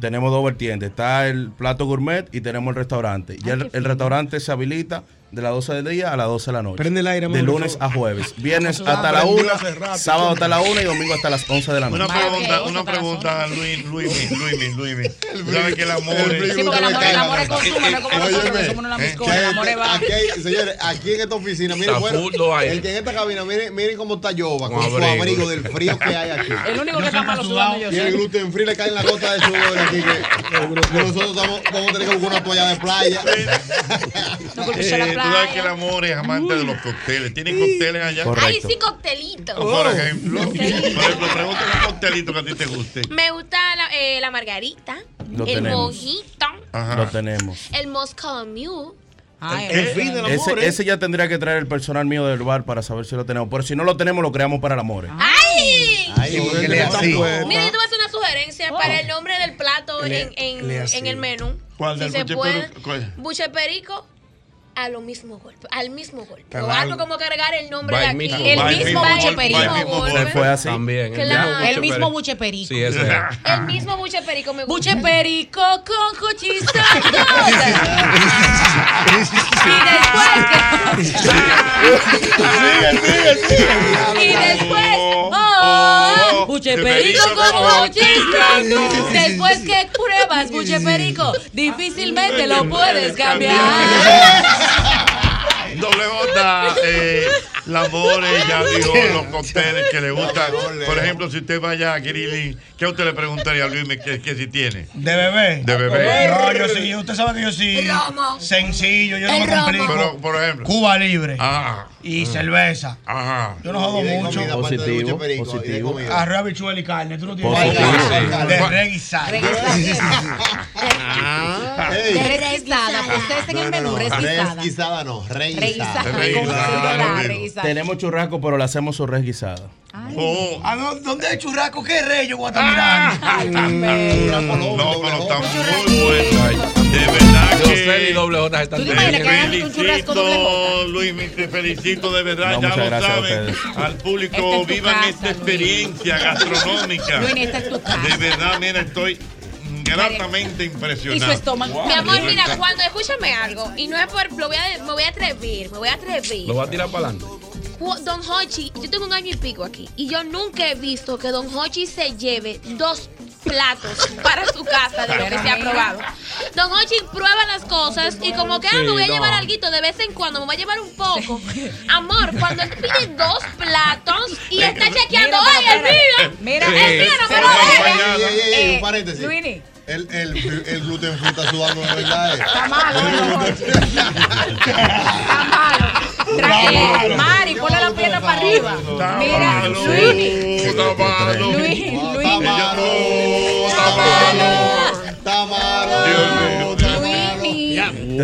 Tenemos dos vertientes, está el plato gourmet y tenemos el restaurante. Ya el, el restaurante se habilita de las 12 del día a las 12 de la noche.
Prende el aire,
De
Mauricio.
lunes a jueves, viernes
Estamos
hasta la
aprendiendo
1,
hace rato,
sábado
chombo.
hasta la 1 y domingo hasta las 11 de la noche.
Una pregunta, una pregunta, Luis, Luis, Luis, Luis. ¿Sabes que el amor es-
Sí, porque el amor, el amor es consumo, no es como nosotros que
Óyeme,
somos una
¿eh?
miscola, el amor es
aquí hay- señores, aquí en esta oficina, miren,
Está
bueno,
full lo hay.
el que en esta cabina, miren, miren cómo está Yoba
Con
con su
abrigo.
abrigo del frío que hay aquí.
El único que está malo sudando yo
Y el
soy.
gluten free le cae en la gota de sudor aquí. Que, que nosotros estamos, vamos a tener que buscar una toalla de playa.
No golpes a la
Eh, tú sabes que el
playa. Mm.
amor es amante de los cócteles. ¿Tienen cócteles allá?
Ay, sí, coctelito.
Por ejemplo, por ejemplo, pregúntale un coctelito que a ti te guste.
Me gusta la, eh, la margarita,
Lo
el
tenemos.
mojito,
Lo tenemos.
el Moscow Mule.
Eh, ese, ese ya tendría que traer el personal mío del bar para saber si lo tenemos. Pero si no lo tenemos, lo creamos para el amor. ¿eh?
Ah,
¡Ay!
Ay, porque le así.
Mira, yo te voy a hacer una sugerencia
Oh.
para el nombre del plato
Le-
en, en-
le
en
así.
el menú.
¿Cuál
si
del
se
buche
puede.
peru- cuál?
Buche perico a lo mismo golpe, al mismo golpe.
Tan
O algo
largo.
como cargar el nombre de
Va
aquí.
el mismo
el
golpe.
mismo
Va el
buche
mismo golpe.
perico.
Va el mismo
golpe.
golpe.
Fue así.
También.
Claro.
El mismo buche perico.
Sí, ese. es.
El mismo buche perico me gusta.
Buche perico con cuchizado. Y después, oh, oh, oh, buche perico con cuchizado. Después que pruebas buche perico, difícilmente lo puedes cambiar.
Doble bota, eh, las mores, ya digo, los cócteles que le gustan. Por ejemplo, si usted vaya a Kirili, ¿qué usted le preguntaría a Luis que, que si tiene?
¿De bebé? Ah,
De bebé.
No, yo sí, usted sabe que yo sí.
Romo.
Sencillo, yo no
El
me
romo.
complico.
Pero, por ejemplo.
Cuba libre.
Ah.
Y cerveza.
Ajá.
Yo no jodo mucho.
Positivo, positivo.
Arroz, habichuela y carne. Tú no tienes
Positivo.
Ay, De
Positivo.
reguisar.
Ey.
Reguisada, que ustedes estén en menú,
Res
reguisada.
guisada no, rey guisada.
Reguisada, Rey con guisada, guisada, rey rey guisada.
Tenemos churrasco, pero lo hacemos su res guisada. Oh.
Ah, no, ¿Dónde hay churrasco? ¿Qué rey yo voy a estar mirando? Ay,
No, pero está muy buena. De verdad que.
doble J están
Te felicito, Luis, mi- te felicito de verdad.
No,
ya
muchas
lo
gracias a
saben. Al
Esta
público,
es tu
vivan
casa,
esta experiencia gastronómica.
Luis, esta es tu casa.
De verdad, mira, estoy gratamente impresionado.
Y su estómago.
Mi amor, mira, cuando escúchame algo, y no es por. Lo voy a, me voy a atrevir, me voy a atrevir.
Lo va a tirar para adelante.
Cu- Don Hochi, yo tengo un año y pico aquí y yo nunca he visto que Don Hochi se lleve dos platos para su casa de lo que se ha probado. Don Hochi prueba las cosas y como que ah, me voy a
Sí, no.
llevar alguito de vez en cuando, me voy a llevar un poco. Amor, cuando él pide dos platos y está chequeando,
Mira,
¡ay, el
pero
mío!
Mira,
el
Sí.
mío no me
Pero
lo
acompañado.
deja!
Ey, ey, ey, ey,
Eh,
un paréntesis.
Luini.
El, el, el gluten free está sudando de verdad. eh.
Está malo, Tranquilo. Mari, ponle la pierna para arriba. Mira, Luini. Luis, Luis.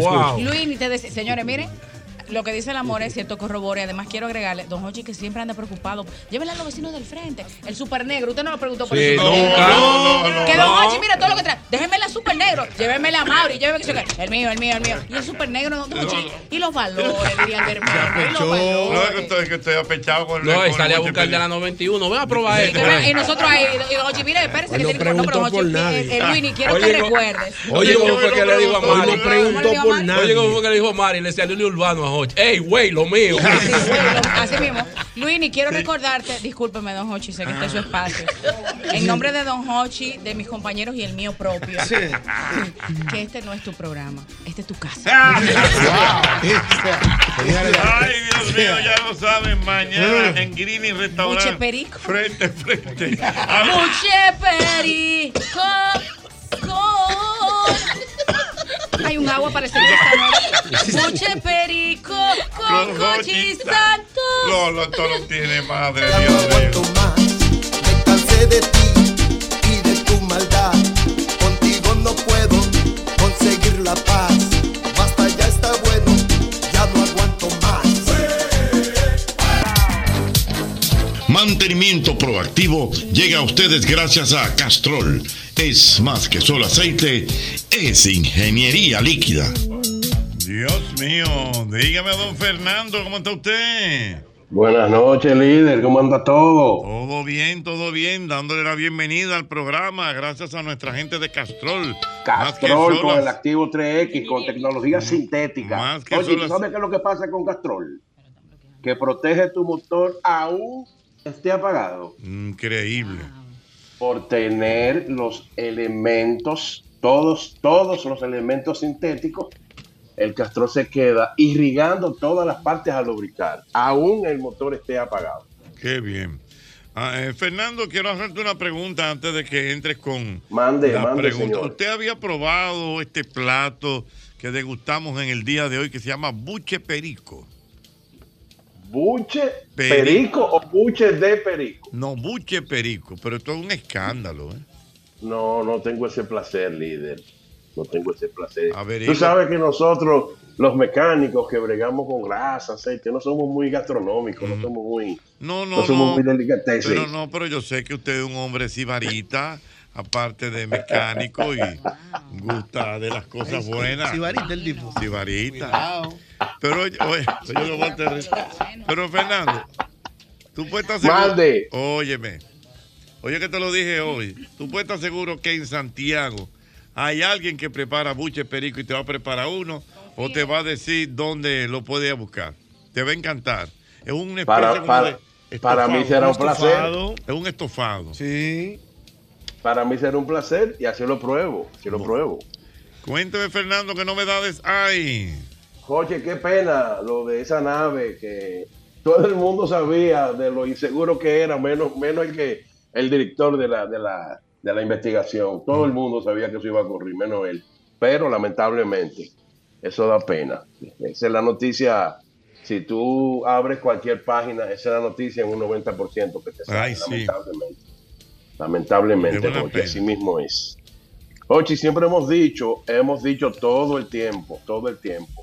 Wow.
Luini, te dice, señores, miren. Lo que dice el amor es cierto, corrobore. Además, quiero agregarle, don Hochi, que siempre anda preocupado. Llévele a los vecinos del frente. El super negro, usted no lo preguntó por
Sí,
el super negro.
nunca. No, no, no,
que
no.
don Hochi, mira todo lo que trae. Déjeme la super negro, lléveme la Mauri, lléveme que se El mío, el mío, el mío. Y el super negro, don Hochi. Y los valores, diría el hermano. Y los valores.
No, es que estoy, que estoy apechado con
No, y
con
sale a
mucho
buscar de la 91. Ven a probar este, esto.
Espera, Y nosotros ahí, y don Hochi, mire, espérese que
Hoy no
tiene que no, pero don
preguntó por
Hochi,
nadie. Ah,
eh, eh, Luini, quiero
Oye,
que
no-
recuerdes.
Oye, ¿cómo fue que le digo a Mari?
no preguntó ¿Cómo le digo a por Mari? nadie.
Oye, ¿cómo fue que le dijo a Mari? Le salió el urbano a Jorge. ¡Ey, güey, lo mío!
Así mismo. Luini, quiero recordarte, discúlpeme, don Hochi, sé que
Ah.
este es su espacio. En nombre de don Hochi, de mis compañeros y el mío propio, que este no es tu programa, este es tu casa.
Ah.
Ay, Dios mío, ya lo saben. Mañana en Green
Buche
Restaurant.
perico.
Frente, frente. A los
Buche perico. Con... Hay un agua para el servicio esta noche. Buche perico con
Con
cochi
Hochi.
santo.
No, no, esto no tiene madre, Dios mío.
cansé de ti y de tu maldad. Contigo no puedo conseguir la paz. Basta, ya está bueno, ya no aguanto más.
Mantenimiento proactivo llega a ustedes gracias a Castrol. Es más que solo aceite, es ingeniería líquida. Dios mío, dígame don Fernando, ¿cómo está usted?
Buenas noches, líder. ¿Cómo anda todo?
Todo bien, todo bien, dándole la bienvenida al programa gracias a nuestra gente de Castrol. Más que
Castrol
solo
con el
aceite.
activo 3X, con tecnología sintética.
Mm, Más que
Oye,
solo
¿tú ¿sabes qué es lo que pasa con Castrol? Que protege tu motor aún esté apagado.
Increíble.
Por tener los elementos, todos, todos los elementos sintéticos, el Castrol se queda irrigando todas las partes a lubricar, aún el motor esté apagado.
Qué bien. Ah, eh, Fernando, quiero hacerte una pregunta antes de que entres con
Mande,
la
mande,
pregunta.
señor.
¿Usted había probado este plato que degustamos en el día de hoy que se llama buche perico.
¿Buche perico o buche de perico?
No, buche perico, pero esto es un escándalo. ¿eh?
No, no tengo ese placer, líder. No tengo ese placer.
Averigua.
Tú sabes que nosotros, los mecánicos que bregamos con grasa, aceite, no somos muy gastronómicos, no somos muy.
No, no,
no somos
no.
muy delicatessen.
Pero no, pero yo sé que usted es un hombre sibarita, aparte de mecánico y gusta de las cosas buenas.
Sibarita el tipo.
Sibarita.
Cuidado.
Pero oye, oye, yo lo voy a tener- Pero Fernando, tú puedes estar seguro.
Mande.
Óyeme. Oye que te lo dije hoy. Tú puedes estar seguro que en Santiago hay alguien que prepara buche perico y te va a preparar uno o te va a decir dónde lo puedes ir a buscar. Te va a encantar. Es un especie
Para-
como
para-
de
para mí
estofado.
será un placer.
estofado. Es un estofado. Sí.
Para mí será un placer y así lo pruebo. Así lo pruebo.
Cuénteme, Fernando, qué novedades hay.
Oye, qué pena lo de esa nave que todo el mundo sabía de lo inseguro que era, menos, menos el que el director de la, de la, de la investigación. Todo el mundo sabía que eso iba a ocurrir, menos él. Pero lamentablemente, eso da pena. Esa es la noticia. Si tú abres cualquier página, esa es la noticia en un 90% que te sale,
Ay, sí.
lamentablemente. Lamentablemente, porque así mismo es. Ochi, siempre hemos dicho, hemos dicho todo el tiempo, todo el tiempo,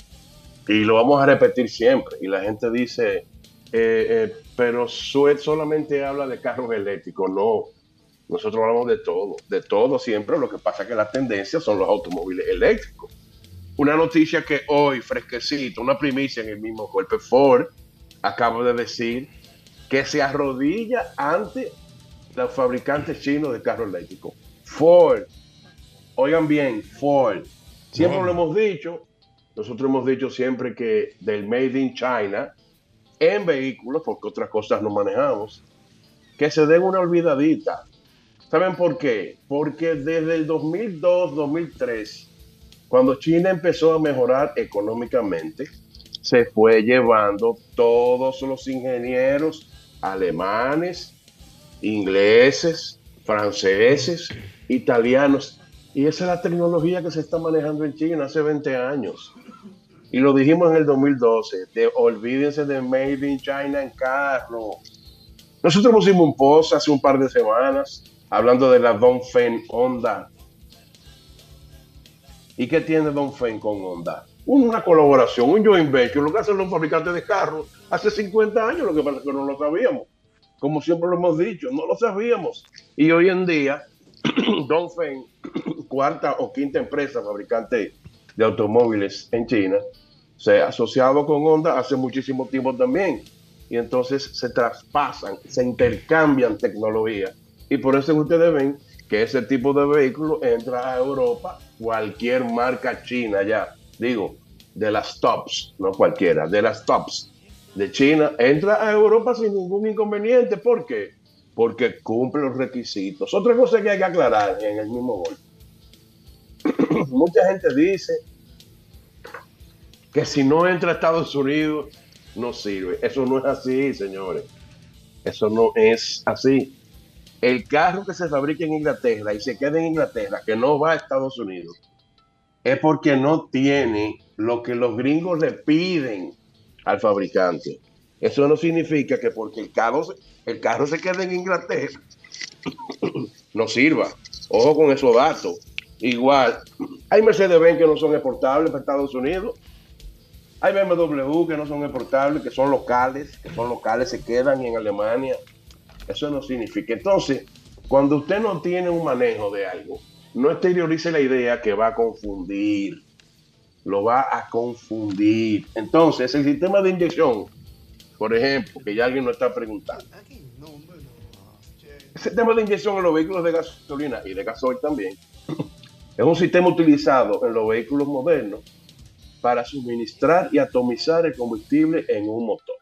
y lo vamos a repetir siempre. Y la gente dice, eh, eh, pero Suez solamente habla de carros eléctricos. No, nosotros hablamos de todo, de todo siempre. Lo que pasa es que las tendencias son los automóviles eléctricos. Una noticia que hoy, fresquecita, una primicia en el mismo golpe, Ford acabo de decir que se arrodilla ante los fabricantes chinos de carros eléctricos. Ford, oigan bien, Ford. Siempre
Wow.
lo hemos dicho, nosotros hemos dicho siempre que del Made in China, en vehículos, porque otras cosas no manejamos, que se den una olvidadita. ¿Saben por qué? Porque desde el 2002-2003, cuando China empezó a mejorar económicamente, se fue llevando todos los ingenieros alemanes, ingleses, franceses, italianos. Y esa es la tecnología que se está manejando en China hace 20 años. Y lo dijimos en el 2012, de, olvídense de Made in China en carro. Nosotros pusimos un post hace un par de semanas hablando de la Dongfeng Honda. ¿Y qué tiene Dongfeng con Honda? Una colaboración, un joint venture, lo que hacen los fabricantes de carros hace 50 años, lo que pasa es que no lo sabíamos. Como siempre lo hemos dicho, no lo sabíamos. Y hoy en día, Dongfeng, cuarta o quinta empresa fabricante de automóviles en China, se ha asociado con Honda hace muchísimo tiempo también. Y entonces se traspasan, se intercambian tecnología. Y por eso que ustedes ven que ese tipo de vehículo entra a Europa, cualquier marca china ya, digo, de las tops, no cualquiera, de las tops de China, entra a Europa sin ningún inconveniente. ¿Por qué? Porque cumple los requisitos. Otra cosa que hay que aclarar en el mismo golpe. Mucha gente dice que si no entra a Estados Unidos, no sirve. Eso no es así, señores. Eso no es así. El carro que se fabrica en Inglaterra y se queda en Inglaterra, que no va a Estados Unidos, es porque no tiene lo que los gringos le piden al fabricante. Eso no significa que porque el carro, se- el carro se quede en Inglaterra, no sirva. Ojo con esos datos. Igual, hay Mercedes-Benz que no son exportables para Estados Unidos. Hay BMW que no son exportables, que son locales, que son locales, se quedan en Alemania. Eso no significa. Entonces, cuando usted no tiene un manejo de algo, no exteriorice la idea que va a confundir. Lo va a confundir. Entonces, el sistema de inyección, por ejemplo, que ya alguien nos está preguntando. El sistema de inyección en los vehículos de gasolina y de gasoil también es un sistema utilizado en los vehículos modernos para suministrar y atomizar el combustible en un motor.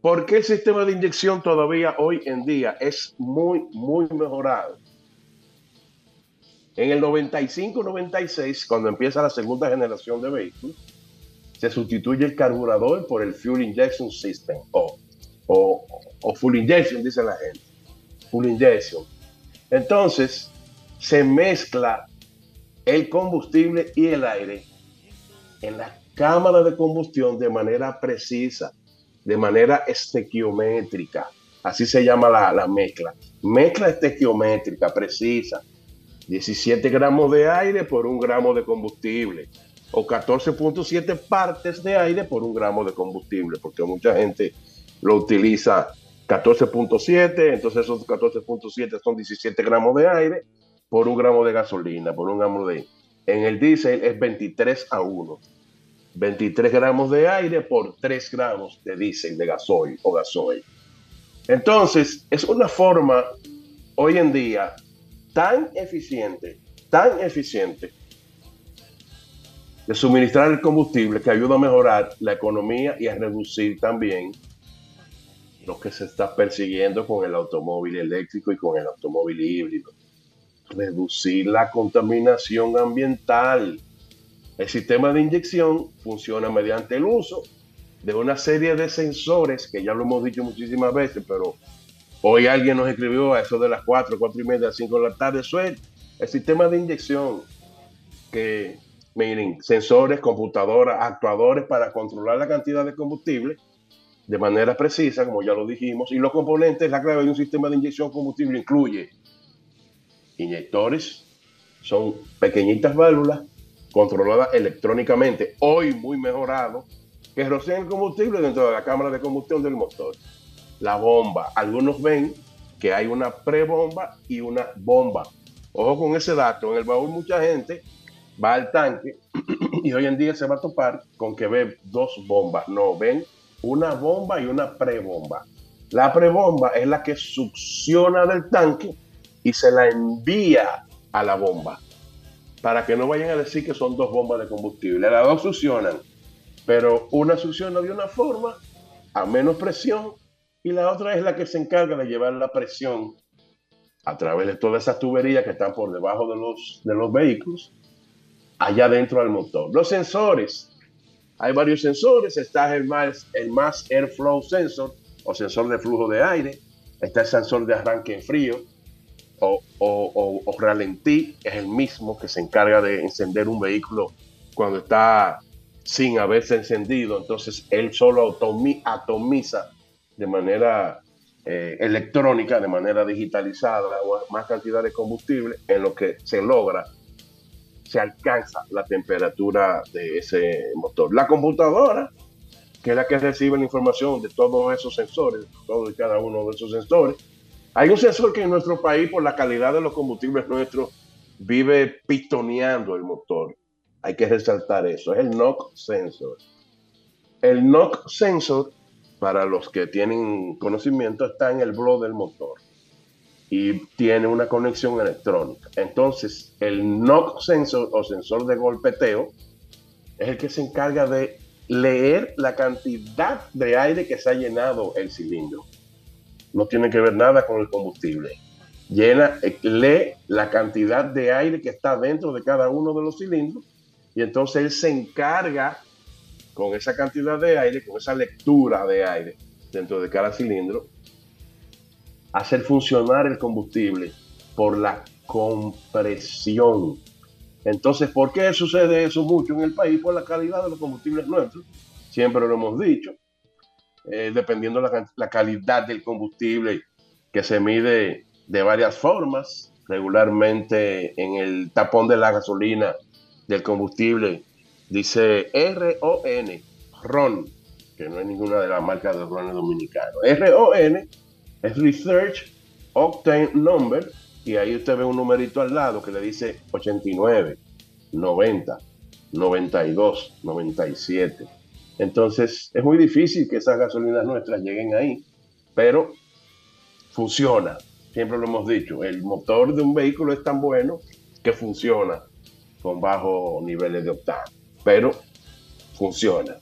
¿Por qué el sistema de inyección todavía hoy en día es muy, muy mejorado? En el 95-96, cuando empieza la segunda generación de vehículos, se sustituye el carburador por el Fuel Injection System o, o, o Full Injection, dice la gente. Full Injection. Entonces, se mezcla el combustible y el aire en la cámara de combustión de manera precisa, de manera estequiométrica. Así se llama la, la mezcla. Mezcla estequiométrica, precisa. 17 gramos de aire por un gramo de combustible. O 14.7 partes de aire por un gramo de combustible, porque mucha gente lo utiliza 14.7, entonces esos 14.7 son 17 gramos de aire por un gramo de gasolina, por un gramo de... En el diésel es 23 a 1. 23 gramos de aire por 3 gramos de diésel, de gasoil o gasoil. Entonces, es una forma hoy en día tan eficiente, tan eficiente de suministrar el combustible que ayuda a mejorar la economía y a reducir también lo que se está persiguiendo con el automóvil eléctrico y con el automóvil híbrido. Reducir la contaminación ambiental. El sistema de inyección funciona mediante el uso de una serie de sensores, que ya lo hemos dicho muchísimas veces, pero hoy alguien nos escribió a eso de las 4, 4 y media, 5 de la tarde, suel el sistema de inyección, que miren, sensores, computadoras, actuadores para controlar la cantidad de combustible de manera precisa, como ya lo dijimos, y los componentes, la clave de un sistema de inyección combustible incluye inyectores, son pequeñitas válvulas controladas electrónicamente, hoy muy mejorado, que rocían el combustible dentro de la cámara de combustión del motor. La bomba, algunos ven que hay una prebomba y una bomba. Ojo con ese dato, en el baúl mucha gente va al tanque y hoy en día se va a topar con que ve dos bombas, no, ven una bomba y una prebomba. La prebomba es la que succiona del tanque y se la envía a la bomba. Para que no vayan a decir que son dos bombas de combustible. Las dos succionan, pero una succiona de una forma a menos presión y la otra es la que se encarga de llevar la presión a través de todas esas tuberías que están por debajo de los, de los vehículos allá dentro del motor. Los sensores hay varios sensores, está el más, el más Airflow Sensor o sensor de flujo de aire, está el sensor de arranque en frío o, o, o, o ralentí, es el mismo que se encarga de encender un vehículo cuando está sin haberse encendido, entonces él solo atomiza de manera eh, electrónica, de manera digitalizada, más cantidad de combustible en lo que se logra se alcanza la temperatura de ese motor. La computadora, que es la que recibe la información de todos esos sensores, todos y cada uno de esos sensores. Hay un sensor que en nuestro país, por la calidad de los combustibles nuestros, vive pitoneando el motor. Hay que resaltar eso. Es el knock sensor. El knock sensor, para los que tienen conocimiento, está en el blog del motor y tiene una conexión electrónica. Entonces, el knock sensor o sensor de golpeteo es el que se encarga de leer la cantidad de aire que se ha llenado el cilindro. No tiene que ver nada con el combustible. Llena, eh, lee la cantidad de aire que está dentro de cada uno de los cilindros y entonces él se encarga con esa cantidad de aire, con esa lectura de aire dentro de cada cilindro, hacer funcionar el combustible por la compresión. Entonces, ¿por qué sucede eso mucho en el país? Por la calidad de los combustibles nuestros. Siempre lo hemos dicho. Eh, dependiendo la, la calidad del combustible que se mide de varias formas, regularmente en el tapón de la gasolina del combustible dice RON, RON, que no es ninguna de las marcas de RON dominicano. RON es Research Octane Number y ahí usted ve un numerito al lado que le dice 89, 90, 92, 97. Entonces es muy difícil que esas gasolinas nuestras lleguen ahí, pero funciona. Siempre lo hemos dicho, el motor de un vehículo es tan bueno que funciona con bajos niveles de octavo, pero funciona.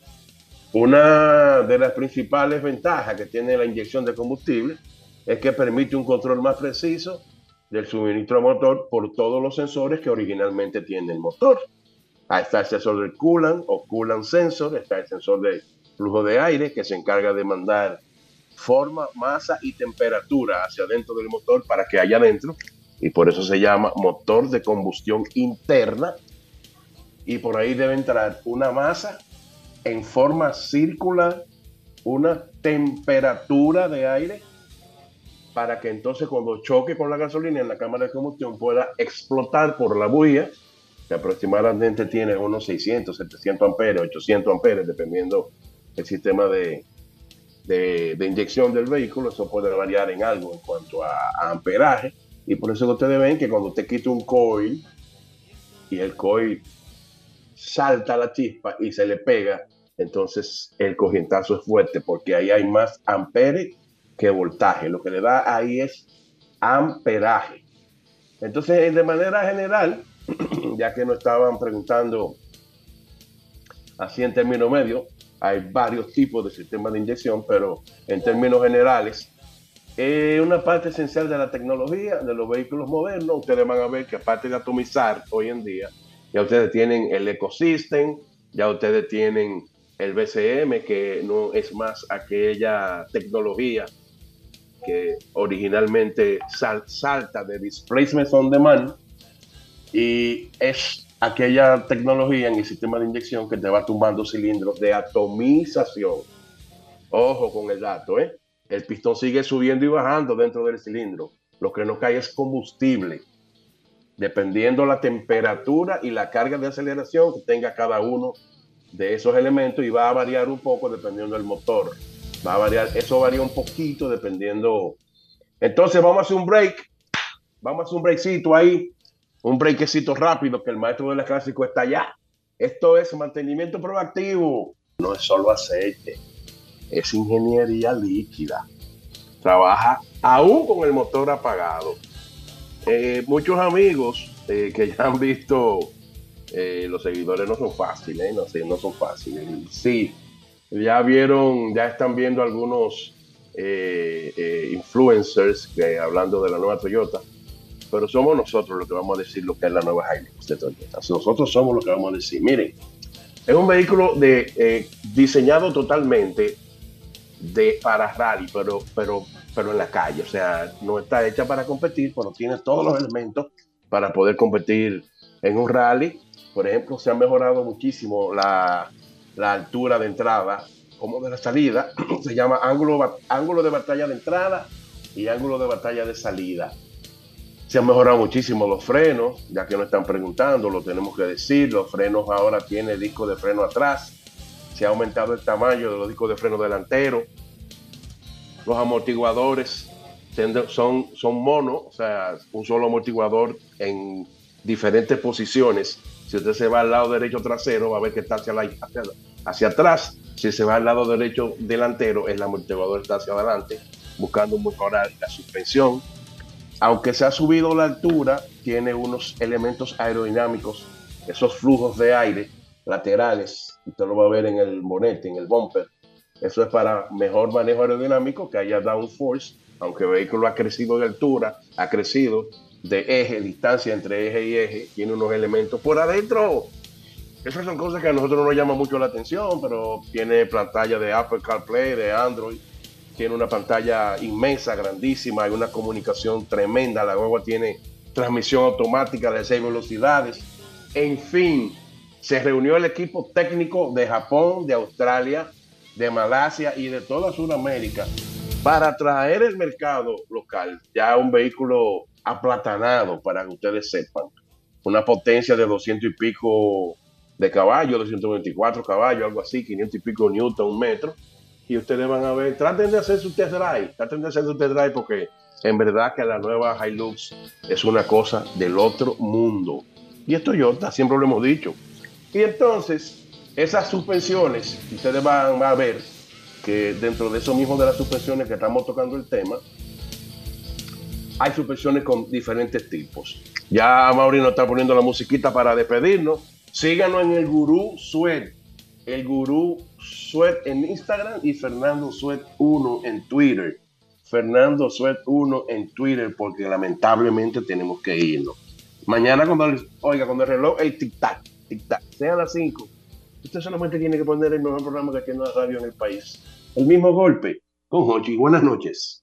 Una de las principales ventajas que tiene la inyección de combustible es que permite un control más preciso del suministro motor por todos los sensores que originalmente tiene el motor. Ahí está el sensor del coolant o coolant sensor, está el sensor de flujo de aire que se encarga de mandar forma, masa y temperatura hacia adentro del motor para que haya adentro y por eso se llama motor de combustión interna y por ahí debe entrar una masa en forma circular, una temperatura de aire para que entonces cuando choque con la gasolina en la cámara de combustión pueda explotar por la bulla, que aproximadamente tiene unos 600, 700 amperes, 800 amperes, dependiendo el sistema de, de, de inyección del vehículo, eso puede variar en algo en cuanto a, a amperaje, y por eso que ustedes ven que cuando usted quita un coil y el coil salta la chispa y se le pega, entonces el corrientazo es fuerte porque ahí hay más amperes que voltaje. Lo que le da ahí es amperaje. Entonces, de manera general, ya que nos estaban preguntando así en términos medios, hay varios tipos de sistemas de inyección, pero en términos generales, eh, una parte esencial de la tecnología de los vehículos modernos, ustedes van a ver que aparte de atomizar hoy en día, ya ustedes tienen el ecosystem, ya ustedes tienen el BCM, que no es más aquella tecnología que originalmente sal- salta de displacement on demand y es aquella tecnología en el sistema de inyección que te va tumbando cilindros de atomización. Ojo con el dato, ¿eh? El pistón sigue subiendo y bajando dentro del cilindro. Lo que no cae es combustible, dependiendo la temperatura y la carga de aceleración que tenga cada uno de esos elementos y va a variar un poco dependiendo del motor. Va a variar, eso varía un poquito dependiendo. Entonces vamos a hacer un break. Vamos a hacer un breakcito ahí. Un breakcito rápido que el maestro de la clásico está allá. Esto es mantenimiento proactivo. No es solo aceite. Es ingeniería líquida. Trabaja aún con el motor apagado. Eh, muchos amigos eh, que ya han visto eh, los seguidores no son fáciles, ¿eh? no, sé, no son fáciles. Sí, ya vieron, ya están viendo algunos eh, eh, influencers que, hablando de la nueva Toyota, pero somos nosotros los que vamos a decir lo que es la nueva Hilux de Toyota. Nosotros somos los que vamos a decir, miren, es un vehículo de, eh, diseñado totalmente de para rally, pero, pero, pero en la calle, o sea, no está hecha para competir, pero tiene todos los elementos para poder competir en un rally por ejemplo, se ha mejorado muchísimo la, la, altura de entrada como de la salida. Se llama ángulo, ángulo de batalla de entrada y ángulo de batalla de salida. Se han mejorado muchísimo los frenos, ya que nos están preguntando, lo tenemos que decir. Los frenos ahora tiene disco de freno atrás. Se ha aumentado el tamaño de los discos de freno delantero. Los amortiguadores son, son mono, o sea, un solo amortiguador en diferentes posiciones. Si usted se va al lado derecho trasero, va a ver que está hacia, la, hacia, hacia, atrás. Si se va al lado derecho delantero, el amortiguador está hacia adelante, buscando mejorar la suspensión. Aunque se ha subido la altura, tiene unos elementos aerodinámicos, esos flujos de aire laterales. Usted lo va a ver en el bonete, en el bumper. Eso es para mejor manejo aerodinámico, que haya downforce, aunque el vehículo ha crecido de altura, ha crecido, de eje, distancia entre eje y eje, tiene unos elementos por adentro. Esas son cosas que a nosotros no nos llama mucho la atención, pero tiene pantalla de Apple CarPlay, de Android, tiene una pantalla inmensa, grandísima, hay una comunicación tremenda, la guagua tiene transmisión automática de seis velocidades. En fin, se reunió el equipo técnico de Japón, de Australia, de Malasia y de toda Sudamérica para traer el mercado local ya un vehículo aplatanado, para que ustedes sepan. Una potencia de 200 y pico de caballo, 224 caballos, algo así, 500 y pico newton, un metro. Y ustedes van a ver, traten de hacer su test drive, traten de hacer su test drive porque en verdad que la nueva Hilux es una cosa del otro mundo. Y esto Toyota, siempre lo hemos dicho. Y entonces, esas suspensiones, ustedes van, van a ver que dentro de eso mismo de las suspensiones que estamos tocando el tema, hay suspensiones con diferentes tipos. Ya Mauri nos está poniendo la musiquita para despedirnos. Síganos en el Gurú Suet. El Gurú Suet en Instagram y Fernando Suet 1 en Twitter. Fernando Suet 1 en Twitter porque lamentablemente tenemos que irnos. Mañana cuando el, oiga, cuando el reloj, el tic-tac, tic-tac, sea a las 5. Usted solamente tiene que poner el mejor programa que tiene la radio en el país. El mismo golpe con Hochi. Buenas noches.